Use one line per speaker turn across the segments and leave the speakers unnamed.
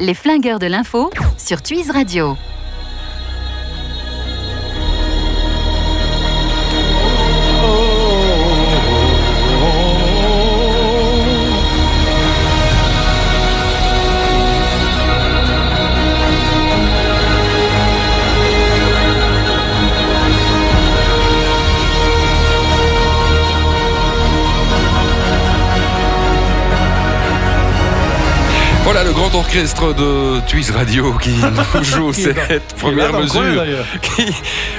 Les flingueurs de l'info sur Twiz Radio.
Voilà le grand orchestre de Twiz Radio qui nous joue
Qui est
cette
dans-
première mesure. qui-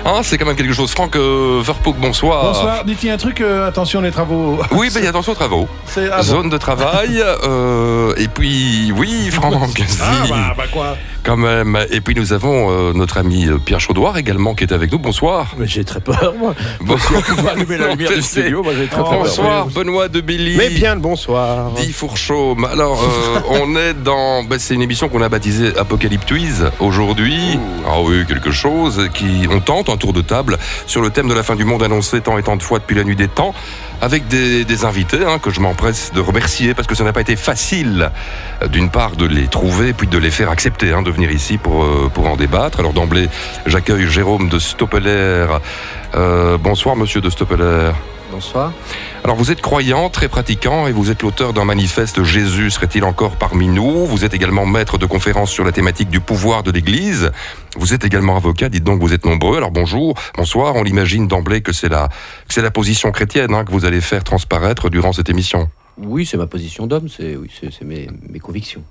hein, c'est quand même quelque chose. Franck euh, Verpoek, bonsoir.
Bonsoir, dites-y un truc, euh, attention les travaux.
Oui, ben, attention aux travaux.
C'est ah bon.
Zone de travail. euh, et puis, oui, Franck.
Ah
si,
bah, bah quoi
Quand même. Et puis, nous avons euh, notre ami euh, Pierre Chaudoir également qui est avec nous. Bonsoir.
Mais j'ai très peur, moi.
Bonsoir.
On va allumer la lumière
Je
du
sais.
studio, moi j'ai très,
Oh,
très peur.
Bonsoir, Benoît de Billy.
Mais bien le bonsoir.
Dit Fourchaume. Alors, euh, on est dans. bah, c'est une émission qu'on a baptisée Apocalyptoise aujourd'hui. Ah oui, quelque chose. Qui, on tente un tour de table sur le thème de la fin du monde annoncé tant et tant de fois depuis la nuit des temps, avec des, des invités hein, que je m'empresse de remercier parce que ça n'a pas été facile, euh, d'une part, de les trouver, puis de les faire accepter, hein, de venir ici pour, euh, pour en débattre. Alors, d'emblée, j'accueille Jérôme de Stoppeler. Euh, bonsoir, monsieur de Stoppeler.
Bonsoir.
Alors vous êtes croyant, très pratiquant et vous êtes l'auteur d'un manifeste Jésus serait-il encore parmi nous Vous êtes également maître de conférences sur la thématique du pouvoir de l'Église. Vous êtes également avocat, dites donc vous êtes nombreux. Alors bonjour, bonsoir, on l'imagine d'emblée que c'est la, que c'est la position chrétienne hein, que vous allez faire transparaître durant cette émission.
Oui, c'est ma position d'homme, c'est oui, c'est c'est mes, mes convictions.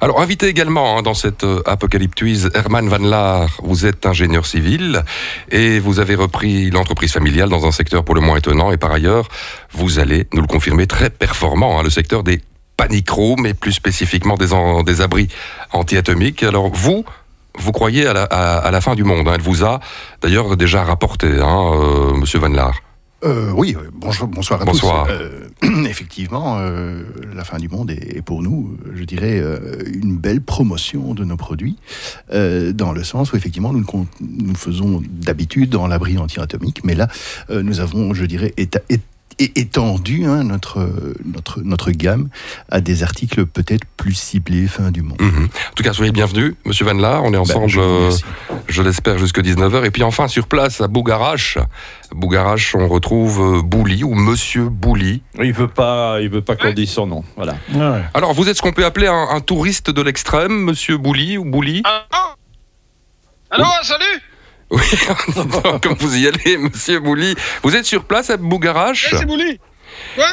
Alors, invité également hein, dans cette euh, apocalyptuise, Herman Van Laar, vous êtes ingénieur civil et vous avez repris l'entreprise familiale dans un secteur pour le moins étonnant et par ailleurs, vous allez nous le confirmer, très performant, hein, le secteur des panic rooms et plus spécifiquement des, en- des abris anti-atomiques. Alors, vous vous croyez à la, à- à la fin du monde. hein. Elle vous a d'ailleurs déjà rapporté, hein, euh, Monsieur Van Laar.
Euh, oui, euh, bonjour, bonsoir à
Bonsoir.
tous. Euh, effectivement, euh, la fin du monde est, est pour nous, je dirais, euh, une belle promotion de nos produits, euh, dans le sens où effectivement nous, ne con- nous faisons d'habitude dans l'abri anti-atomique, mais là, euh, nous avons, je dirais, éta- é- é- étendu hein, notre, euh, notre, notre gamme à des articles peut-être plus ciblés fin du monde.
Mhm. En tout cas, soyez bienvenus, Monsieur Van Laar. On est ensemble.
Ben, je vous
euh,
remercie.
je l'espère, jusque 19h. Et puis enfin, sur place, à Bougarache, Bougarache, on retrouve euh, Bouli ou Monsieur Bouli.
Il veut pas, il veut pas qu'on dise son nom. Voilà.
Ouais.
Alors, vous êtes ce qu'on peut appeler un, un touriste de l'extrême, Monsieur Bouli ou Bouli
Allô Ah, Allô, salut
Oui, comme vous y allez, Monsieur Bouli. Vous êtes sur place à Bougarache
Hey, c'est Bouli Quoi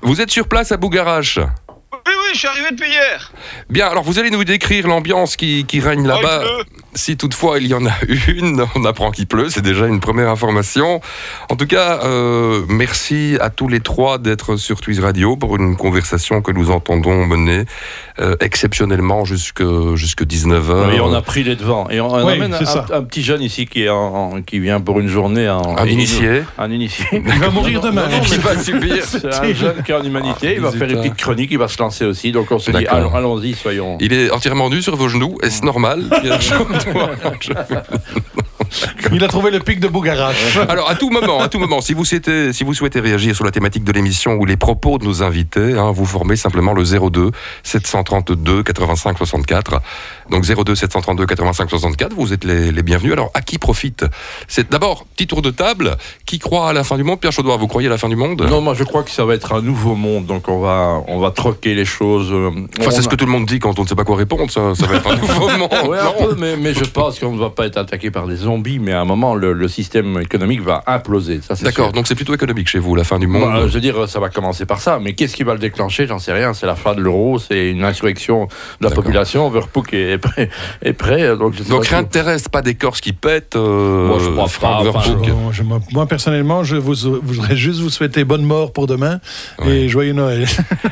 Vous êtes sur place à Bougarache
Oui, oui, je suis arrivé depuis hier
Bien, alors vous allez nous décrire l'ambiance qui, qui règne
Oh, il
là-bas.
pleut.
Si toutefois il y en a une, on apprend qu'il pleut, c'est déjà une première information. En tout cas, euh, merci à tous les trois d'être sur Twiz Radio pour une conversation que nous entendons mener euh, exceptionnellement jusque, jusque 19h.
Et on a pris les devants. Et on, on
Oui,
amène un,
c'est ça.
un petit jeune ici qui, est en- en- qui vient pour une journée. En,
un
et il nous-
initié
Un initié.
Il va mourir demain.
non, non,
qui va subir.
C'est un jeune qui est en humanité.
Ah,
il va
des
faire une
états.
petite chronique. Il va se lancer aussi. Donc on se dit,
D'accord.
allons- allons-y, soyons.
Il est entièrement nu sur vos genoux,
Mm.
est-ce normal Pierre Chaudroy
Il a trouvé le pic de Bougarache.
Alors à tout moment, à tout moment, si vous souhaitez, si vous souhaitez réagir sur la thématique de l'émission ou les propos de nos invités, hein, vous formez simplement le 02 732 85 64. Donc 02 732 85 64, vous êtes les, les bienvenus. Alors à qui profite C'est d'abord petit tour de table. Qui croit à la fin du monde Pierre Chaudoir, vous croyez à la fin du monde
Non, moi je crois que ça va être un nouveau monde. Donc on va, on va troquer les choses. euh,
Enfin,
on
c'est ce
a-
que tout le monde dit quand on ne sait pas quoi répondre. Ça, ça va être un nouveau monde.
Ouais,
Non.
un peu, mais, mais je pense qu'on ne va pas être attaqué par des zombies, mais à un moment, le, le système économique va imploser. ça, c'est
D'accord.
sûr.
Donc c'est plutôt économique chez vous la fin du monde.
Bah, euh, je veux dire, ça va commencer par ça, mais qu'est-ce qui va le déclencher J'en sais rien. C'est la fin de l'euro, c'est une insurrection de la
D'accord.
population. Verpook est, est prêt, est prêt, donc je sais
Donc
pas
rien
si-
de terrestre, pas d'écorce qui pète. euh,
Moi, je crois
Franck
pas, enfin,
Verpoek.
Non, Ah, je- moi, moi, personnellement, je vous, voudrais juste vous souhaiter bonne mort pour demain
Ouais.
et joyeux Noël.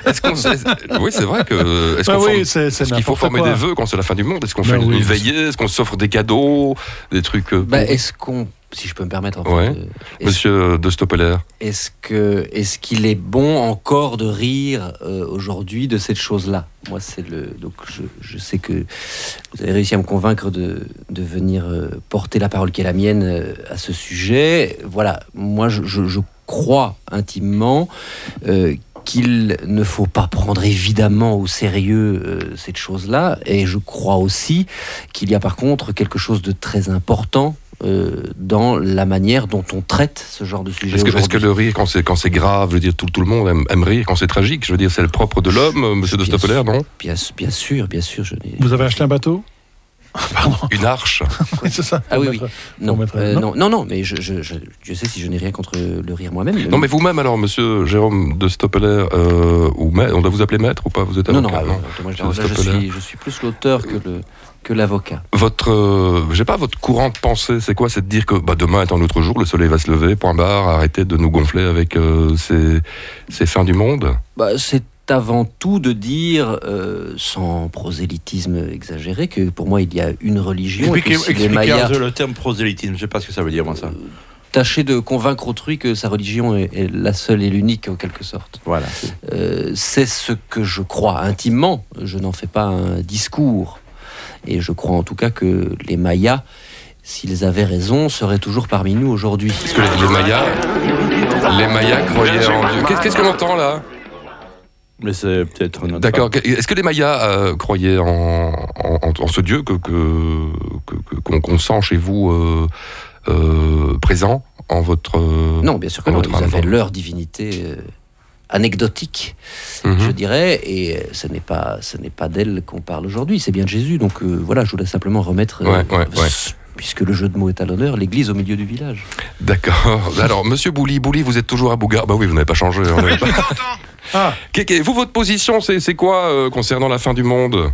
Est-ce qu'on- est-ce- oui, c'est vrai que. Est-ce
Ah
qu'on
oui,
forme-
c'est- c'est
est-ce qu'il faut
n'importe
former
quoi.
des vœux quand c'est la fin du monde Est-ce qu'on
Ben
fait une-
oui.
une veillée Est-ce qu'on s'offre des cadeaux Des trucs. euh,
Bah,
pour-
est-ce qu'on, si je peux me permettre, enfin,
Ouais.
de- est-ce-
Monsieur de Stoppeler.
est-ce que est-ce qu'il est bon encore de rire euh, aujourd'hui de cette chose-là Moi, c'est le donc je, je sais que vous avez réussi à me convaincre de, de venir euh, porter la parole qui est la mienne euh, à ce sujet. Voilà, moi, je, je- je crois intimement euh, qu'il ne faut pas prendre évidemment au sérieux euh, cette chose-là. Et je crois aussi qu'il y a par contre quelque chose de très important euh, dans la manière dont on traite ce genre de sujet.
Est-ce que, est-ce
aujourd'hui.
que le rire, quand c'est quand c'est grave, je veux dire, tout, tout le monde aime, aime rire quand c'est tragique. Je veux dire, c'est le propre de l'homme, euh, Monsieur de
Bien
Stoppeler,
sûr.
non
Bien, s- bien sûr, bien sûr, je n'ai.
Vous avez acheté un bateau Pardon,
Une arche.
c'est ça.
Ah oui, oui. Non,
mettre-
euh,
non
non, non, non, mais je, je, je, Dieu sait si je n'ai rien contre le rire moi-même.
Non, mais vous-même alors, Monsieur Jérôme de Stoppeler, euh, ou ma- on doit vous appeler maître ou pas Vous êtes
Non, non,
avocat, hein.
ah, non, moi, je,
Je
là, je
stoppe là.
suis, je suis plus l'auteur que le que l'avocat.
Votre, euh, j'ai pas votre courant de pensée, c'est quoi C'est de dire que bah, demain est un autre jour, le soleil va se lever, point barre, arrêtez de nous gonfler avec euh, ces, ces fins du monde.
Bah, c'est avant tout de dire, euh, sans prosélytisme exagéré, que pour moi il y a une religion. et que
Expliquez,
si les
expliquez
Mayas-
un peu le terme prosélytisme, je sais pas ce que ça veut dire, moi, ça.
tâcher de convaincre autrui que sa religion est, est la seule et l'unique en quelque sorte.
Voilà.
Euh, c'est ce que je crois intimement, je n'en fais pas un discours. Et je crois en tout cas que les Mayas, s'ils avaient raison, seraient toujours parmi nous aujourd'hui.
Parce que les, les Mayas, les
Euh,
Mayas croyaient en Dieu. Qu'est- Qu'est-ce qu'on entend là
Mais c'est peut-être un autre-
D'accord. que- Est-ce que les Mayas euh, croyaient en, en- en- en ce Dieu que que- que- que- qu'on qu'on sent chez vous euh, euh, présent en votre euh,
Non, bien sûr que
Un
non,
autre
ils avaient
avant.
leur divinité euh, anecdotique,
mhm.
je dirais, et ce n'est pas, ce n'est pas d'elle qu'on parle aujourd'hui, c'est bien de Jésus. Donc euh, voilà, je voulais simplement remettre, euh,
Ouais, ouais, ouais.
puisque le jeu de mots est à l'honneur, l'église au milieu du village.
D'accord. Alors, Monsieur Bouli, Bouli, vous êtes toujours à Bougar. Bah oui, vous n'avez pas changé. hein, vous n'avez pas-
Attends.
Ah,
Qu'est- qu'est- Vous, votre position, c'est c'est quoi euh, concernant la fin du monde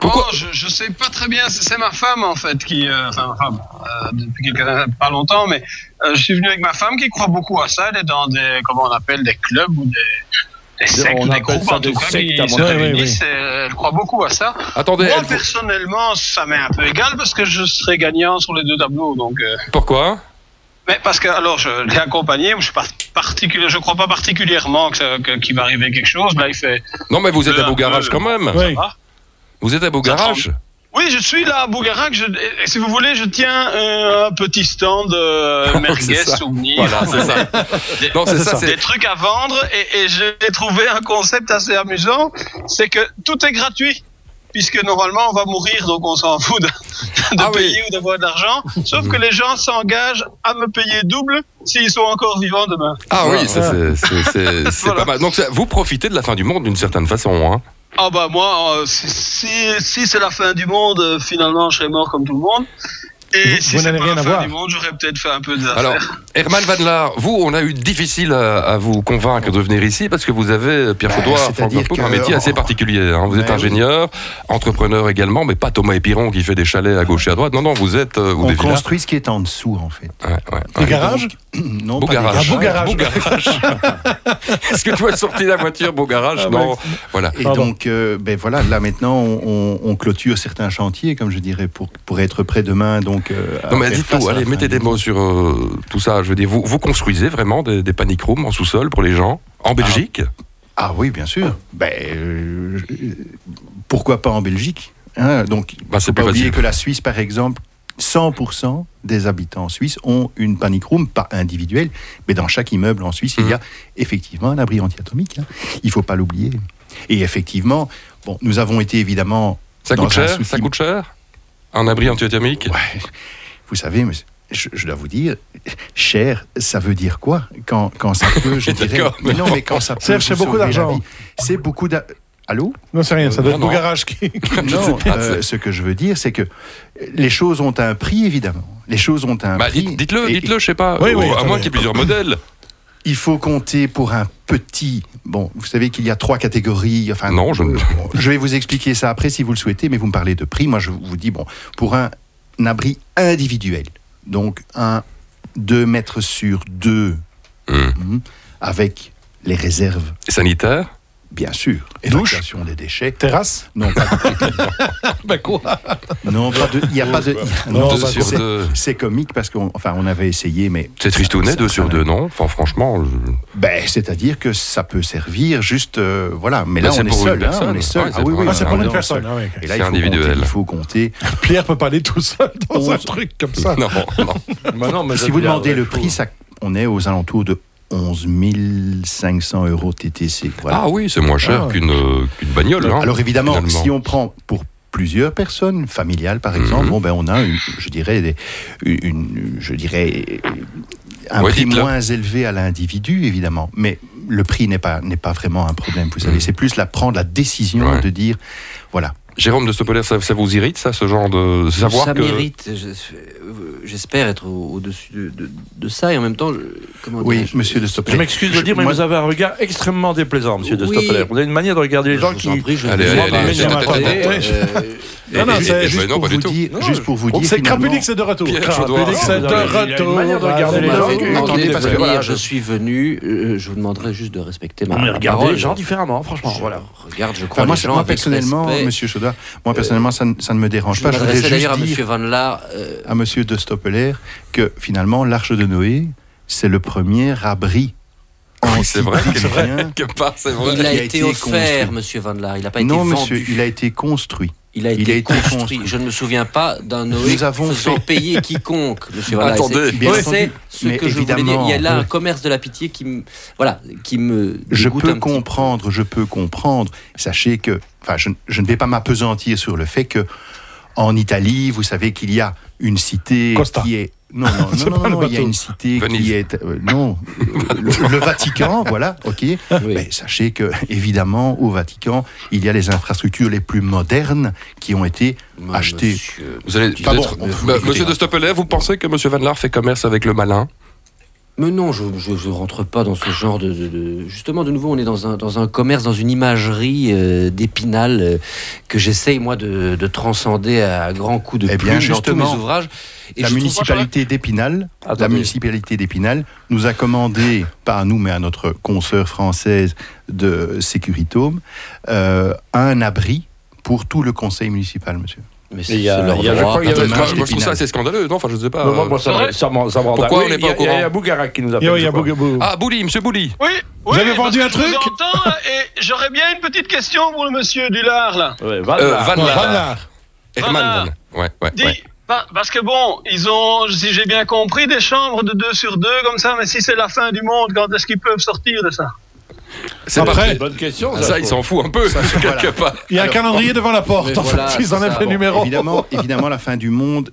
Pourquoi
Oh, je, je sais pas très bien. C'est c'est ma femme en fait qui, euh, enfin ma femme, euh, depuis quelques années, pas longtemps, mais euh, je suis venu avec ma femme qui croit beaucoup à ça. Elle est dans des, comment on appelle, des clubs ou des, des sectes,
on
des
appelle
groupes
ça
en
des
tout cas qui
sectes, à
se
mon avis.
réunissent. et euh, Elle croit beaucoup à ça.
Attendez,
Moi
elle-
personnellement, ça m'est un peu égal parce que je serai gagnant sur les deux tableaux, donc. euh,
pourquoi
Mais parce que, alors, je l'ai accompagné, je suis pas particulier, je crois pas particulièrement que ça- que- qu'il va arriver quelque chose. Là, il fait.
Non, mais vous êtes à
Euh,
Bougarage
euh,
quand même.
oui.
Ah.
Vous êtes à Bougarage
Oui, je suis là à Bougarac. Je, et si vous voulez, je tiens euh, un petit stand euh, merguez,
c'est ça.
souvenirs,
Voilà, c'est ça. Non, c'est ça.
des
c'est-
trucs à vendre. Et, et j'ai trouvé un concept assez amusant c'est que tout est gratuit. Puisque normalement on va mourir, donc on s'en fout de, de
Ah oui.
payer ou d'avoir de l'argent. Sauf que les gens s'engagent à me payer double s'ils sont encore vivants demain.
Ah oui,
Voilà.
ça, c'est- c'est c'est- c'est
Voilà.
pas mal. Donc, ça- vous profitez de la fin du monde d'une certaine façon. Hein.
Ah bah moi, euh, si, si, si c'est la fin du monde, euh, finalement je serai mort comme tout le monde. Et
Vous-
si
vous
c'est
n'avez
pas
rien
la
à
fin
voir.
du monde, j'aurais peut-être fait un peu des affaires.
Alors, Herman Van Laar, vous, on a eu difficile à, à vous convaincre de venir ici parce que vous avez, euh, Pierre
Bah,
Faudoir, Franck
c'est-à-dire
Marcoux,
que-
un métier assez particulier. hein. Vous
Bah
êtes
oui.
ingénieur, entrepreneur également, mais pas Thomas Épiron qui fait des chalets à gauche et à droite. Non, non, vous êtes. euh, ou
On
des villas.
construit ce qui est en dessous, en fait.
Ouais, ouais,
Des
ouais.
garages
Non,
Beau
pas des
garage.
garages.
Ah, beau garage.
Est-ce que tu as sorti la voiture, beau garage
Ah,
Non.
ouais.
Voilà.
Et
Pardon.
donc, euh, ben voilà, là maintenant, on, on- on clôture certains chantiers, comme je dirais, pour, pour être prêt demain. Donc, euh, à
Non, mais
faire
dites
face
tout,
à la
allez,
fin
mettez
du
des
monde.
mots sur euh, tout ça. Je veux dire, vous, vous construisez vraiment des, des panic rooms en sous-sol pour les gens En Belgique
Ah oui, bien sûr. Ben, euh, je- pourquoi pas en Belgique hein Donc,
Bah, c'est
faut pas
plus
oublier
facile.
que la Suisse, par exemple, 100% des habitants suisses ont une panic room, pas individuelle, mais dans chaque immeuble en Suisse,
Mhm.
il y a effectivement un abri antiatomique. hein. Il faut pas l'oublier. Et effectivement, bon, nous avons été évidemment
Ça
Dans
coûte
un
cher
souci-
Ça coûte cher Un abri antiatomique
Ouais, vous savez, mais je, je dois vous dire, cher, ça veut dire quoi quand, quand ça peut, je dirais.
D'accord,
Mais non, mais quand ça peut.
Serge,
vous
c'est beaucoup
sauver la
d'argent.
vie. C'est beaucoup d'argent. Allô
Non, c'est rien, ça doit
Non,
être beau
non.
garage qui. qui-
Non, euh, ce que je veux dire, c'est que les choses ont un prix, évidemment. Les choses ont un
Bah,
prix.
dites- Dites-le,
Et-
dites-le, je sais pas.
Oui,
Ou
oui,
à
attendez.
moins qu'il y ait plusieurs modèles.
Il faut compter pour un petit. Bon, vous savez qu'il y a trois catégories. Enfin,
Non, je ne-
euh, je vais vous expliquer ça après si vous le souhaitez, mais vous me parlez de prix. Moi, je vous dis, bon, pour un, un abri individuel, donc un 2 mètres sur 2,
Hum.
avec les réserves,
Sanitaire
bien sûr.
Douche
Évacuation des déchets.
Terrasse
Non, pas
Bah quoi
de- non, pas de. Il n'y a pas de.
Non,
Deux
bah,
sur
c'est-
deux.
C'est comique parce qu'on enfin, on avait essayé, mais.
C'est tristounet,
Ça-
deux
ça
sur
n'a-
deux, non Enfin, franchement, je-
Ben, c'est-à-dire que ça peut servir juste, euh, voilà. Mais
Ben,
là,
c'est
on est
pour une
seul. hein,
personne.
on est seul.
Ouais, c'est pour-
Ah, c'est
non,
pour
on
une
est seul.
personne. ah ouais, ok.
Et là,
C'est
il faut
individuel.
compter, il faut compter.
Pierre peut pas aller tout seul dans un
Onze.
truc comme ça.
non, non.
Bah non, mais
si
ça,
vous
c'est la
demandez
vraie
le
chose.
prix, ça, on est aux alentours de 11 500 euros TTC. Voilà.
Ah oui, c'est moins cher
Ah.
qu'une euh, qu'une bagnole. hein,
Alors évidemment,
finalement.
si on prend pour plusieurs personnes, familiales par
Mhm.
exemple, bon ben on a, une- je dirais, des- une, je dirais un
Ouais,
prix
dites-le.
moins élevé à l'individu évidemment, mais le prix n'est pas n'est pas vraiment un problème. Vous savez,
Mhm.
c'est plus la prendre la décision
Ouais.
de dire voilà.
Jérôme de Stopeler, ça, ça vous irrite, ça, ce genre de savoir
ça
que.
mérite, je- euh, j'espère être au- au-dessus de, de- de ça et en même temps, je- comment
Oui,
dirais-je,
Monsieur de Stoppel.
Je m'excuse de le dire, mais
moi-
vous avez un regard extrêmement déplaisant, monsieur de
Oui.
Stoppeler. Vous avez une manière de regarder les
je
gens
vous
qui.
en prie, je
Allez,
ne
allez,
vois pas.
allez,
Mais
attends,
non,
attends,
attends,
attends.
euh,
Eh,
Non, non,
eh,
c'est
eh,
juste
mais non,
pour
pas
vous
du tout.
dire- Juste pour vous
On
dire,
Oh, C'est
finalement-
Crapulix est de retour.
Pierre
Crapulix
Chaudoir.
est
Vous avez-
de
il y a une
retour. Bah,
manière de regarder
vous
les
m'avez
gens.
demandé
Attendez,
de
parce que
venir,
voilà,
je suis venu, euh, je vous demanderai juste de respecter ma
Non, mais
ma
regardez
parole.
les gens différemment, franchement.
Je
Voilà.
Regarde, je crois
Enfin, moi,
les
c'est-
gens
moi,
avec
personnellement,
respect. Euh,
Monsieur Chaudard, moi personnellement, ça, ne- ça ne me dérange
Je
pas. Je voudrais
m'adressais
juste
d'ailleurs à
dire-
Monsieur Van Laar, euh,
à Monsieur de Stoppeler que finalement l'arche de Noé, c'est le premier abri.
Oui, c'est vrai,
C'est vrai.
quelque part, c'est vrai.
il a
qui a
été
été
offert,
construit.
Monsieur Van Laar. Il n'a pas été
Non,
vendu.
monsieur, il a été construit.
Il a été,
Il a été
construit.
construit.
Je ne me souviens pas d'un Noé
Nous avons
faisant
fait-
payer quiconque, monsieur. Voilà,
Attendez,
c'est-
bien
c'est
entendu.
ce
Mais
que je voulais dire.
évidemment.
Il y a là un
Oui.
commerce de la pitié qui me, voilà, qui me
Je
dégoûte un
peux
petit
comprendre, je peux comprendre. Sachez que, enfin, je, je ne vais pas m'apesantir sur le fait que, en Italie, vous savez qu'il y a une cité
Costa.
qui est. Non, non,
C'est
non, non,
pas le
non, il y a
bateau.
une cité
Venise.
qui est. euh, non, euh, le, le Vatican, voilà, ok.
peu. Oui.
Mais sachez que, évidemment, au Vatican, il y a les infrastructures les plus modernes qui ont été
Mais
acheter.
monsieur-
Vous allez
Ah bon,
peut-être-
on peut
Bah,
écouter,
Monsieur
hein.
de Stoppeler, vous pensez que Monsieur Van Laar fait commerce avec le malin
Mais non, je ne rentre pas dans ce genre de, de- de- Justement, de nouveau, on est dans un, dans un commerce, dans une imagerie euh, d'épinal euh, que j'essaye, moi, de, de transcender à grands coups de
Eh bien,
plume dans tous mes
justement,
ouvrages. Et
la
je trouve-
municipalité d'Épinal, la
Attendez.
municipalité d'Épinal nous a commandé, pas à nous, mais à notre consoeur française de Sécuritome, euh, un abri pour tout le conseil municipal, monsieur.
Mais
Il y
c'est
a-
c'est leur
il y a- je
droit.
crois qu'il y a-
Attends,
dommage,
moi, moi, je trouve
Épinal.
ça assez scandaleux, non Enfin, je sais pas.
Non, moi,
euh.
moi, ça me- ça m'en- ça m'en-
Pourquoi
Oui,
on n'est
il y a-
pas au
Il y a
courant
Bougara qui nous
Il y
appelle.
a- il
je
y a
crois.
Bougabou.
Ah, Bouli, Monsieur Bouli
Oui, oui.
avez vendu
parce
un
que je
truc
vous entends, et j'aurais bien une petite question pour le monsieur Dulard, là.
Ouais, Van
Euh,
Laar.
Van Laar.
Voilà.
Herman Van. Ouais, ouais,
Dis,
ouais.
pa- parce que bon, ils ont, si j'ai bien compris, des chambres de deux sur deux comme ça, mais si c'est la fin du monde, quand est-ce qu'ils peuvent sortir de ça
C'est pas
Après,
Bonne question.
Ah, ça, il s'en fout un peu, quelque part.
il y a un
Alors,
calendrier devant la porte.
mais
En
voilà,
fait, ils en
c'est
avaient
ça.
le
Bon,
numéro.
Évidemment, évidemment, la fin du monde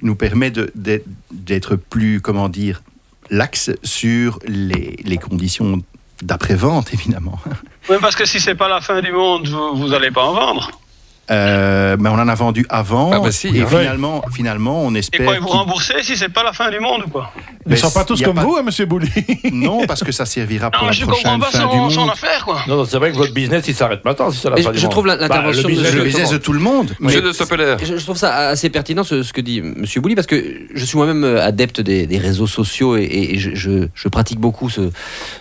nous permet de- d'être d'être plus, comment dire, l'axe sur les, les conditions d'après-vente, évidemment.
Oui, parce que si c'est pas la fin du monde, vous, vous allez pas en vendre.
Euh, mais on en a vendu avant.
Ah bah si,
et
hein.
finalement, finalement, on
Et
espère.
quoi, ils vous
qu'il-
remboursez si c'est pas la fin du monde ou quoi
Ils
Mais
sont pas tous
y a
comme
pas-
vous, hein, monsieur Bouli.
Non, parce que ça servira pour
Ah,
Non,
la
je comprends
prochaine
pas
fin du
son,
monde.
son affaire, quoi.
Non, non, c'est vrai que votre business, il s'arrête maintenant si c'est la
Mais
fin
je-
du
je
monde.
trouve la-
Bah,
l'intervention
le
de-
business
Le
Exactement.
business de tout le monde. Mais
Monsieur de Stoppeler.
Je, je trouve ça assez pertinent ce, ce que dit Monsieur Bouli parce que je suis moi-même euh, adepte des, des réseaux sociaux et, et- et je, je- je pratique beaucoup ce,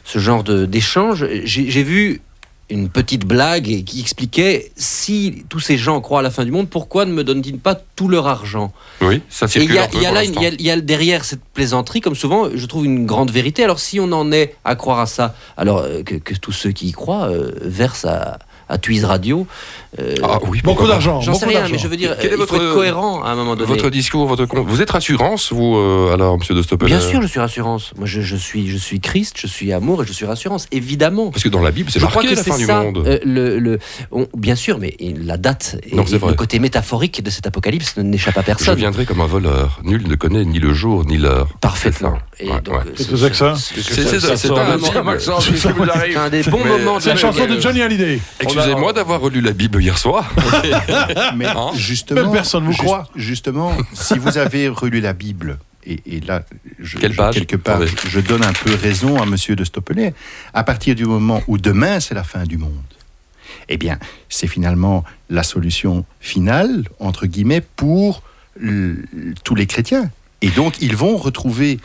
ce genre de- d'échange. J'ai j'ai vu une petite blague qui expliquait si tous ces gens croient à la fin du monde, pourquoi ne me donnent-ils pas tout leur argent
Oui, ça
Et il
circule
y
un
a,
peu
il y a
pour
là, une- il
l'instant.
y a- il y a derrière cette plaisanterie, comme souvent, je trouve une grande vérité. Alors si on en est à croire à ça, alors euh, que, que tous ceux qui y croient euh, versent à, à Tuise Radio. euh,
Ah oui, pourquoi
Beaucoup
pas.
d'argent.
J'en sais
beaucoup
rien,
d'argent.
mais je veux dire,
Quel est
euh, il
votre-
faut être cohérent à un moment donné.
Votre discours, votre con- vous êtes rassurance, vous, euh, alors, Monsieur de Stoppeler
Bien sûr, je suis rassurance. Moi, je, je suis, je suis Christ, je suis amour et je suis rassurance, évidemment.
Parce que dans la Bible, c'est
Je crois
marqué
que
la
c'est
fin du
ça.
monde.
euh, le, le- on- bien sûr, mais la date et,
Non, c'est
et
vrai.
le côté métaphorique de cet apocalypse n'échappe à
Je
personne.
viendrai comme un voleur. Nul ne connaît ni le jour ni l'heure.
Parfaitement.
C'est
Et
ça. Ouais,
donc,
ouais.
euh,
Qu'est-ce que c'est que ça
c'est-
C'est- c'est-
Ça
c'est
sort
pas
de
un
moi,
film.
Maxence, qu'est-ce qui vous
c'est
arrive
un des bons
Mais-
moments de
C'est la
la
chanson
vie.
de Johnny Hallyday.
Excusez-moi d'avoir relu la Bible hier soir.
Mais
Hein
justement,
Même personne vous
juste-
croit.
Justement, si vous avez relu la Bible, et, et là, je,
Quelle
je-
page
quelque part,
Attendez.
je, je donne un peu raison à Monsieur de Stoppelet. À partir du moment où demain c'est la fin du monde, eh bien, c'est finalement la solution finale entre guillemets pour le- tous les chrétiens. Et donc, ils vont retrouver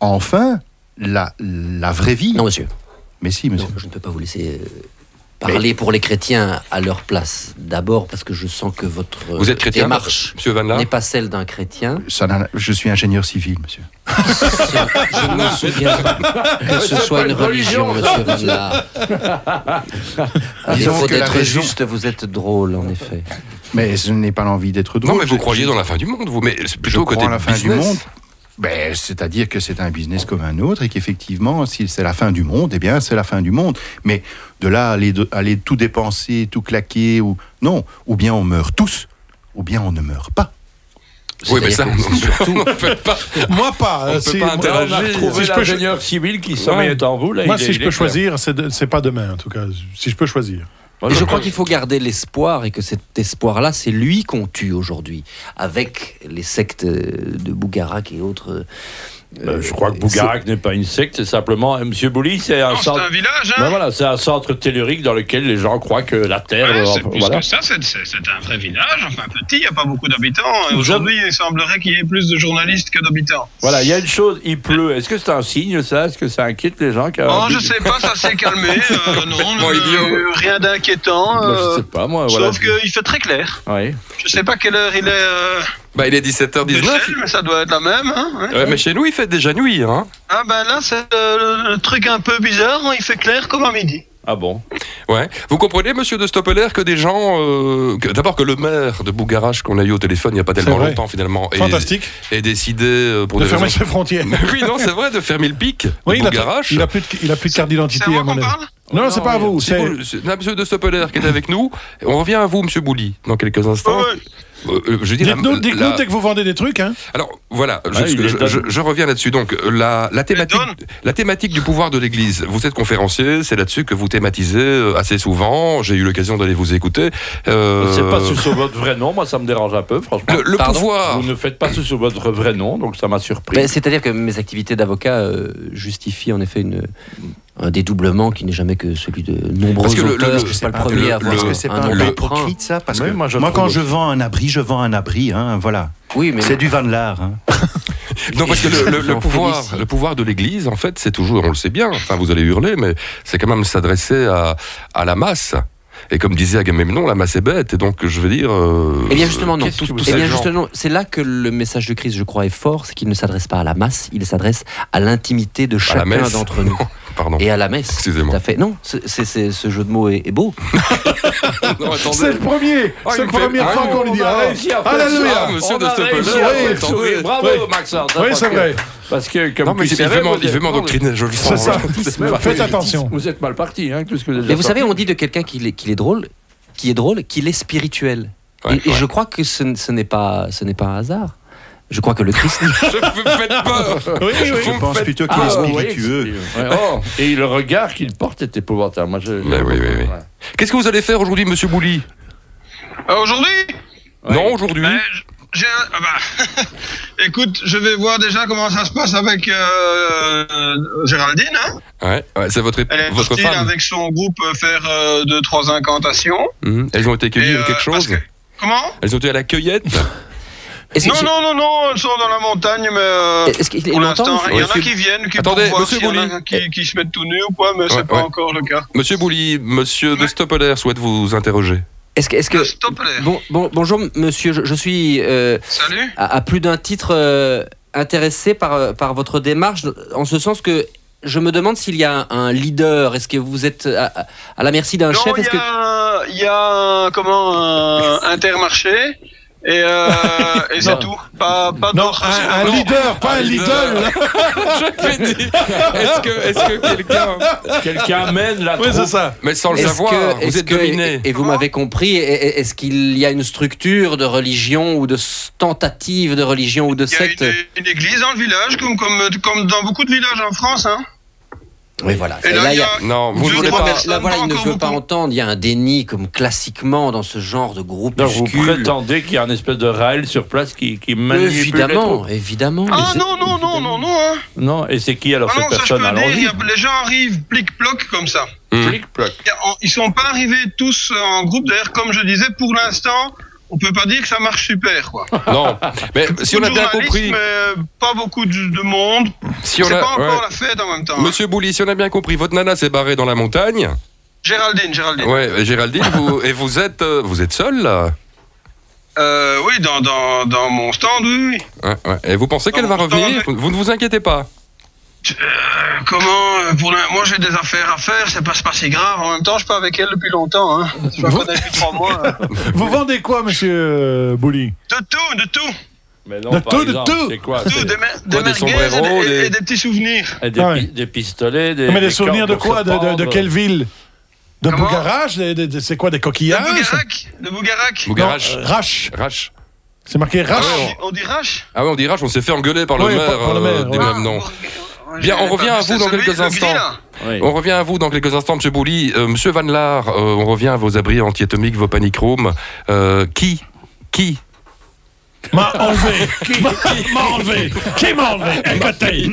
enfin la, la vraie vie.
Non, monsieur.
Mais si, monsieur.
Non, je ne peux pas vous laisser euh, parler pour les chrétiens à leur place. D'abord, parce que je sens que votre euh,
Vous êtes chrétien,
démarche
Monsieur Van Laar
n'est pas celle d'un chrétien.
Ça n'a- je suis ingénieur civil, monsieur.
Je ne me souviens pas que ce soit une religion, monsieur Van Laar. À
Disons
défaut
Ah, que la
d'être
raison-
juste, vous êtes drôle, en effet.
Mais je n'ai pas l'envie d'être drôle.
Non, mais vous
Je-
croyez dans la fin du monde, vous. Mais c'est plutôt
je
côté
crois à la fin du
business.
monde. Ben, C'est-à-dire que c'est un business comme un autre et qu'effectivement, si c'est la fin du monde, eh bien, c'est la fin du monde. Mais de là à aller, de- aller tout dépenser, tout claquer, ou non, ou bien on meurt tous, ou bien on ne meurt pas.
Oui, mais ça,
C'est-à-dire que
on-
surtout,
on ne fait pas.
Moi pas.
On
euh,
peut
si-
pas
moi-
interagir.
on a
Si
retrouvé
je peux cho-
l'ingénieur civil qui sommeille
Ouais.
en vous. Là,
Moi,
il est-
si je
il
peux
est clair.
choisir, c'est de- c'est pas demain en tout cas. Si je peux choisir.
Moi,
Et je
je-
crois qu'il faut garder l'espoir et que cet espoir-là, c'est lui qu'on tue aujourd'hui, avec les sectes euh, de Bougarak et autres.
Euh, je crois que Bougarak n'est pas une secte, c'est simplement. Monsieur Bouli, c'est un
Non, Ah, c'est un
centre.
village,
Ben
hein.
voilà, c'est un centre tellurique dans lequel les gens croient que la Terre.
Ouais,
euh,
c'est plus
voilà.
que ça, c'est- c'est c'est un vrai village, enfin petit, il n'y a pas beaucoup d'habitants. Et Aujourd'hui, il semblerait qu'il y ait plus de journalistes que d'habitants.
Voilà, il y a une chose, il pleut. Est-ce que c'est un signe, ça Est-ce que ça inquiète les gens qui
Oh, je sais pas, ça s'est calmé. euh, non,
complètement
euh,
idiot.
rien d'inquiétant.
Moi,
euh,
je sais pas, moi. voilà.
Sauf qu'il fait très clair.
Ouais.
Je sais pas quelle heure il est euh,
Bah, il est
de
17h19.
chez, mais ça doit être la même. Hein, ouais.
Ouais, mais chez nous, il fait déjà nuit. Hein.
Ah ben là, c'est euh, le, le truc un peu bizarre, hein, il fait clair comme à midi.
Ah bon
Ouais. Vous comprenez, monsieur de Stoppeler, que des gens. euh, que- D'abord, que le maire de Bougarache, qu'on a eu au téléphone il n'y a pas tellement
C'est vrai.
longtemps, finalement, est-
Fantastique.
est décidé euh, pour
De
des
fermer
raisons-
ses frontières.
Mais oui, non, c'est vrai, de fermer le pic.
Oui,
de
il a,
Bougarache.
il a plus de, il a plus de carte
C'est
d'identité
à
à
moi
mon
qu'on
avis.
parle
Non, non, c'est pas à vous.
C'est
C'est
vous, c'est- non, monsieur de Stoppeler qui est avec nous. On revient à vous, monsieur Bouli, dans quelques instants.
Ouais, ouais.
Euh, euh, je dis la-
Ah Dites-nous dites-nous
la-
dès que vous vendez des trucs, hein.
Alors voilà,
Ah,
je,
il est
je-
donne.
je- je reviens là-dessus. Donc euh, la, la thématique,
donne.
la thématique du pouvoir de l'Église. Vous êtes conférencier, c'est là-dessus que vous thématisez euh, assez souvent. J'ai eu l'occasion d'aller vous écouter. Euh,
C'est pas sous votre vrai nom, moi ça me dérange un peu, franchement.
le, le
Pardon
pouvoir.
Vous ne faites pas ce sous votre vrai nom, donc ça m'a surpris.
Ben, C'est-à-dire que mes activités d'avocat euh, justifient en effet une, un dédoublement qui n'est jamais que celui de nombreux
Parce que le- le-
auteurs.
le-
je suis pas le
Ah,
premier à avoir
Parce
le-
que c'est pas
un
un
nom
peu
d'emprunt.
hypocrite, ça Parce
Oui,
que
moi,
moi,
je
quand
trouve.
je vends un abri, je vends un abri, hein, voilà.
Oui, mais
C'est du van lard. hein.
Non, parce que le, le-
Ils
le
en
pouvoir,
finissent.
le pouvoir de l'Église, en fait, c'est toujours, on le sait bien, enfin, vous allez hurler, mais c'est quand même s'adresser à, à la masse. Et comme disait Agamemnon, la masse est bête. Et donc, je veux dire. euh,
Eh bien justement non.
qu'est-ce que vous-
Eh
ces
bien
gens-
justement, c'est là que le message de Christ, je crois, est fort, c'est qu'il ne s'adresse pas à la masse, il s'adresse à l'intimité de chacun
messe.
d'entre nous
Pardon.
et à la messe.
Excusez-moi.
Tout à fait. Non, c'est- c'est- c'est- ce jeu de mots est, est beau.
Non, attendez.
C'est le premier.
Ah, il
c'est la
me fait-
première
Ah,
fois
oui,
qu'on lui dit. ah, Alléluia.
Ah, monsieur
on
de
a
Stoppeler,
réussi
oui,
à faire
attendez.
sourire. Bravo,
Oui.
Maxence. hein,
Oui,
parce
c'est
que-
vrai
Parce que comme
Non, mais
tu
il
savais,
veut m'en-
vous
il veut
êtes-
m'endoctriner, je le
C'est
sens.
ça.
Mais vous
Faites
êtes-
attention.
Vous êtes mal parti, hein, tout ce que vous avez
Mais vous
sorti.
savez, on dit de quelqu'un qu'il est, qu'il est drôle, qui est drôle, qu'il est spirituel.
Ouais,
et, et
ouais.
je crois que ce, n- ce n'est pas ce n'est pas un hasard. Je crois que le Christ.
Je vous faites peur.
Oui, oui.
Je
Vous me
pense
faites-
plutôt qu'il
Ah,
est
vous voyez,
spiritueux.
c'est- ouais, oh, et le regard qu'il porte est épouvantable. Moi, je,
Ben oui, oui, oui.
Ouais.
Qu'est-ce que vous allez faire aujourd'hui, monsieur Bouli
Euh, Aujourd'hui,
Oui.
Non, aujourd'hui.
ben, j- j'ai un- ah bah, écoute, je vais voir déjà comment ça se passe avec euh, euh, Géraldine. hein.
Ouais, ouais, c'est votre,
Elle est
votre
partie
femme.
avec son groupe euh, faire euh, deux trois incantations.
Mhm. Elles ont été
Et,
cueillies
euh,
ou quelque
parce
chose
que- Comment Bah,
Elles ont été à la cueillette
Est-ce
Non, non, non, non, elles sont dans la montagne, mais euh,
Est-ce qu'il est
pour
longtemps,
l'instant, il y en a
monsieur-
qui viennent, qui
Attendez,
pour voir
monsieur
s'il y en a
Bouli.
un qui, qui se mettent tout nus ou quoi, mais
Ouais,
c'est pas
ouais.
encore le cas.
Monsieur Bouli, monsieur de Stoppeler souhaite vous interroger.
Est-ce que, est-ce que-
Stop là.
bon, bon- bonjour monsieur, je, je suis euh,
Salut.
à, à plus d'un titre euh, intéressé par, euh, par votre démarche, en ce sens que je me demande s'il y a un, un leader, est-ce que vous êtes à, à- à la merci d'un
Non,
chef
il y
Est-ce
a,
que...
un- il y a un- comment un Intermarché et, euh, et c'est
Non.
tout. Pas pas
Non,
d'autres.
un, un
Non.
leader, pas
Un
un
leader.
Lidl.
Je l'ai dit. Est-ce que, est-ce que quelqu'un.
Quelqu'un mène la
Oui,
troupe.
c'est ça.
Mais sans le
Est-ce
savoir,
que-
vous
est-ce
êtes
que-
dominé.
Et, et vous m'avez compris, et- et- est-ce qu'il y a une structure de religion ou de s- tentative de religion ou de
Il y a
secte
une, une église dans le village, comme, comme, comme dans beaucoup de villages en France. Hein.
Oui, voilà.
Et
Là, il y a-
Non, vous
Deux,
ne voulez
trois
pas.
personnes,
là, voilà,
pas
il ne
encore
veut pas
beaucoup.
entendre, il y a un déni comme classiquement dans ce genre de groupe.
Donc, vous prétendez qu'il y a une espèce de rail sur place qui, qui manipule les
Évidemment,
troupes.
évidemment.
Ah
mais
non,
c'est-
non, non, non, non. Hein.
Non, et c'est qui alors
Ah
cette
non, ça je
personne
peux le dire.
Allons-y.
il y a- les gens arrivent plic-ploc comme ça.
Hmm.
Plic-plac.
Il y a- on- Ils sont pas arrivés tous en groupe. D'ailleurs, comme je disais, pour l'instant, on peut pas dire que ça marche super. Quoi.
Non. Mais si on a
Beaucoup de
bien
journalistes,
compris.
mais pas beaucoup de, de monde.
Si on
c'est
a,
pas encore
ouais.
la fête en même temps. hein.
Monsieur Bouli, si on a bien compris, votre nana s'est barrée dans la montagne.
Géraldine, Géraldine.
Ouais, Géraldine, vous, et vous êtes, euh, vous êtes seule là
Euh, oui, dans, dans, dans mon stand, oui. oui.
Ouais, ouais. Et vous pensez qu'elle va
Non,
revenir
attendez.
vous, vous ne vous inquiétez pas.
Euh, Comment euh, pour la- Moi, j'ai des affaires à faire, c'est pas, c'est pas si grave. En même temps, je suis pas avec elle depuis longtemps. Hein. Je la
Vous-
connais depuis trois mois. hein.
Vous vendez quoi, monsieur euh, Bouli
De tout, de tout.
Mais non,
De
par
tout, de
exemple,
tout.
C'est quoi
Tout,
c'est-
des, mer- des
des
merguez et
sombreros,
des,
des-
et des petits souvenirs.
Eh, Des,
Ah ouais.
pi- des pistolets, des.
mais des
des
souvenirs
cordes
de
pour
quoi
se
de, de- de
euh.
pendre.
quelle ville De
Comment
Bougarage Des- des- des- C'est quoi, des
Le
coquillages
Bougarac, le Bougarac.
Non,
Bougarache.
euh, Rache.
Rache.
C'est marqué
Ah,
Rache.
on dit- on dit Rache Ah,
Ah ouais, on dit Rache, on s'est fait engueuler par le
Oui,
maire,
par- par le
euh,
maire,
du
ouais.
même nom.
Ouais,
Bien,
j'ai-
on revient à vous
c'est
dans
celui-
quelques
le
instants.
gris, là.
Oui.
On revient à vous dans quelques instants, M. Bouli. Euh, Monsieur Van Laar, euh, on revient à vos abris antiatomiques, vos panichromes. Euh, qui Qui
M'a
Oh.
enlevé. M'a enlevé. Qui m'a enlevé Écoutez.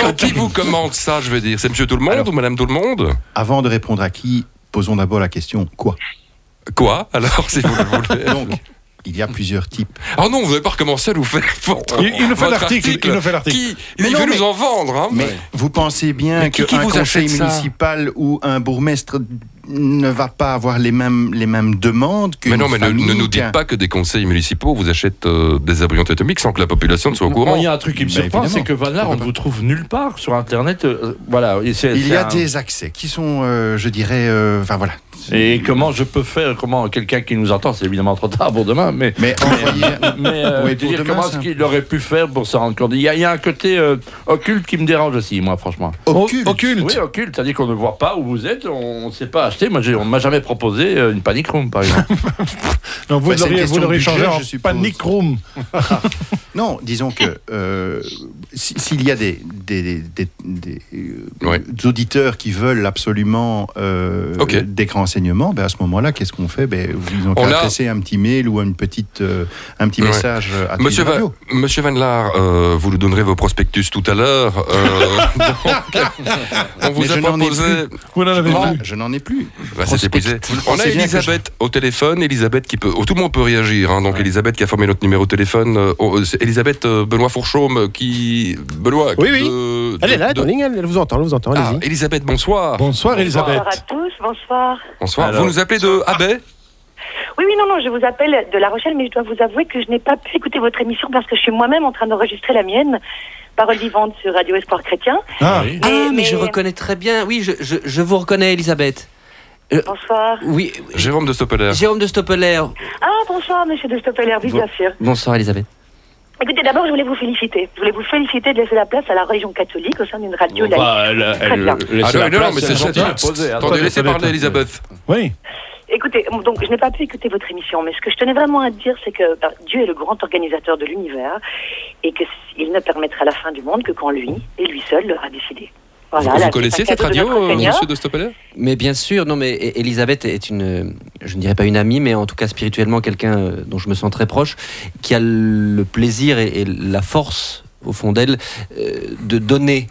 Non, Qui vous commande ça, je veux dire C'est Monsieur Tout-le-Monde ou Madame Tout-le-Monde
Avant de répondre à qui, posons d'abord la question quoi
Quoi Alors, si vous le voulez.
Donc, il y a plusieurs types.
Ah non, vous n'avez pas recommencé à nous faire fort.
Il, il nous fait
votre
l'article. Il nous fait l'article.
Qui
Mais
Il
non,
veut
mais-
nous en vendre, hein
Mais vous pensez bien
Mais qui-
qu'un
qui vous
conseil
achète ça
municipal ou un bourgmestre ne va pas avoir les mêmes, les mêmes demandes que
Mais non, mais ne, ne nous dites pas que des conseils municipaux vous achètent euh, des abris antiatomiques sans que la population ne soit au
Moi,
courant.
Il y a un truc qui me
Bah,
surprend,
évidemment.
c'est que Van Laar, on ne vous trouve nulle part sur Internet. euh, voilà. et c'est-
Il y
c'est
a
un-
des accès qui sont, euh, je dirais, euh, enfin voilà.
Et comment je peux faire Comment quelqu'un qui nous entend, c'est évidemment trop tard pour demain, mais.
Mais envoyer-
Mais euh,
Oui, pour
dire
demain,
comment
ça.
est-ce qu'il aurait pu faire pour s'en rendre compte Il y, a- il y a un côté euh, occulte qui me dérange aussi, moi, franchement.
Oh.
occulte.
Occulte.
Oui, occulte, c'est-à-dire qu'on ne voit pas où vous êtes, on ne sait pas acheter. Moi, j'ai- on ne m'a jamais proposé euh, une panic room, par exemple.
Donc vous
Bah, c'est une
l'auriez vous
question de
l'auriez
budget,
changé en
je suppose.
panic room.
Ah,
Non, disons que euh, si- s'il y a des, des, des- des- des, euh,
Ouais.
des auditeurs qui veulent absolument euh,
Ok.
des renseignements, ben à ce moment-là, qu'est-ce qu'on fait ben, Ils ont
On
qu'à
a-
adresser un petit mail ou une petite, euh, un petit
Ouais.
message euh, à Télé
Monsieur, Va-
Radio.
Monsieur Van Laar, euh, vous nous donnerez vos prospectus tout à l'heure. euh, donc, on vous
Mais
a
je n'en ai
proposé.
Vous n'en avez
Ah,
plus.
je n'en ai plus.
Bah, c'est
Prospect.
épuisé.
Vous le
On a
pensez bien que
Elisabeth au téléphone. Elisabeth qui peut. oh, tout le monde peut réagir. hein, donc Elisabeth qui a formé notre numéro de téléphone. euh, oh, c'est Elisabeth euh, Benoît Fourchaume qui. Benoît.
Oui, oui.
de-
Elle est là,
de-
elle est en ligne, elle elle vous entend, elle vous entend,
Ah,
allez-y.
Elisabeth, bonsoir.
Bonsoir Elisabeth.
Bonsoir à tous, bonsoir.
Bonsoir.
Alors- Ah,
vous nous appelez de Abbey
Oui, oui, non, non, je vous appelle de La Rochelle, mais je dois vous avouer que je n'ai pas pu écouter votre émission parce que je suis moi-même en train d'enregistrer la mienne, Parole vivante sur Radio Espoir Chrétien.
Ah.
Oui.
Ah, mais,
mais-
je reconnais très bien. Oui, je, je- je vous reconnais, Elisabeth. Euh,
Bonsoir.
Oui,
Jérôme de Stoppeler.
Jérôme de Stoppeler.
Ah, bonsoir, monsieur de Stoppeler, oui,
Bon-
bien sûr.
Bonsoir, Elisabeth.
Écoutez, d'abord, je voulais vous féliciter. Je voulais vous féliciter de laisser la place à la religion catholique au sein d'une radio laïque.
Bah, elle-
Très
elle-
bien.
laissez
Ah non,
la
non,
place,
mais
elle hein.
c'est
est
gentil.
gentille à poser.
Attendez, laissez
Attendez,
parler Elisabeth.
Oui.
Écoutez, donc je n'ai pas pu écouter votre émission, mais ce que je tenais vraiment à dire, c'est que ben, Dieu est le grand organisateur de l'univers et qu'il ne permettra la fin du monde que quand lui, et lui seul, l'aura décidé. Voilà,
vous
là,
vous
c'est
connaissiez
un
cette
cadeau de
radio,
notre
euh,
Seigneur.
monsieur de Stoppeler
Mais bien sûr, non, mais E- Elisabeth est une, euh, je ne dirais pas une amie, mais en tout cas spirituellement quelqu'un euh, dont je me sens très proche, qui a le plaisir et, et la force, au fond d'elle, euh, de donner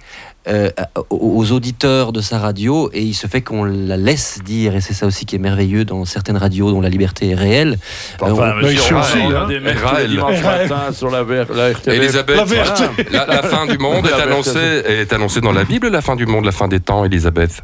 euh, à- aux aux auditeurs de sa radio, et il se fait qu'on la laisse dire, et c'est ça aussi qui est merveilleux dans certaines radios dont la liberté est réelle. Euh, on-
mais ici aussi,
on a
hein.
des mecs tous les
Raël.
dimanches matin sur la, ver- la RTBF.
Elisabeth,
Eh La
voilà.
vérité.
la, la fin du monde est
La vérité.
annoncée, est annoncée dans la Bible, la fin du monde, la fin des temps, Elisabeth.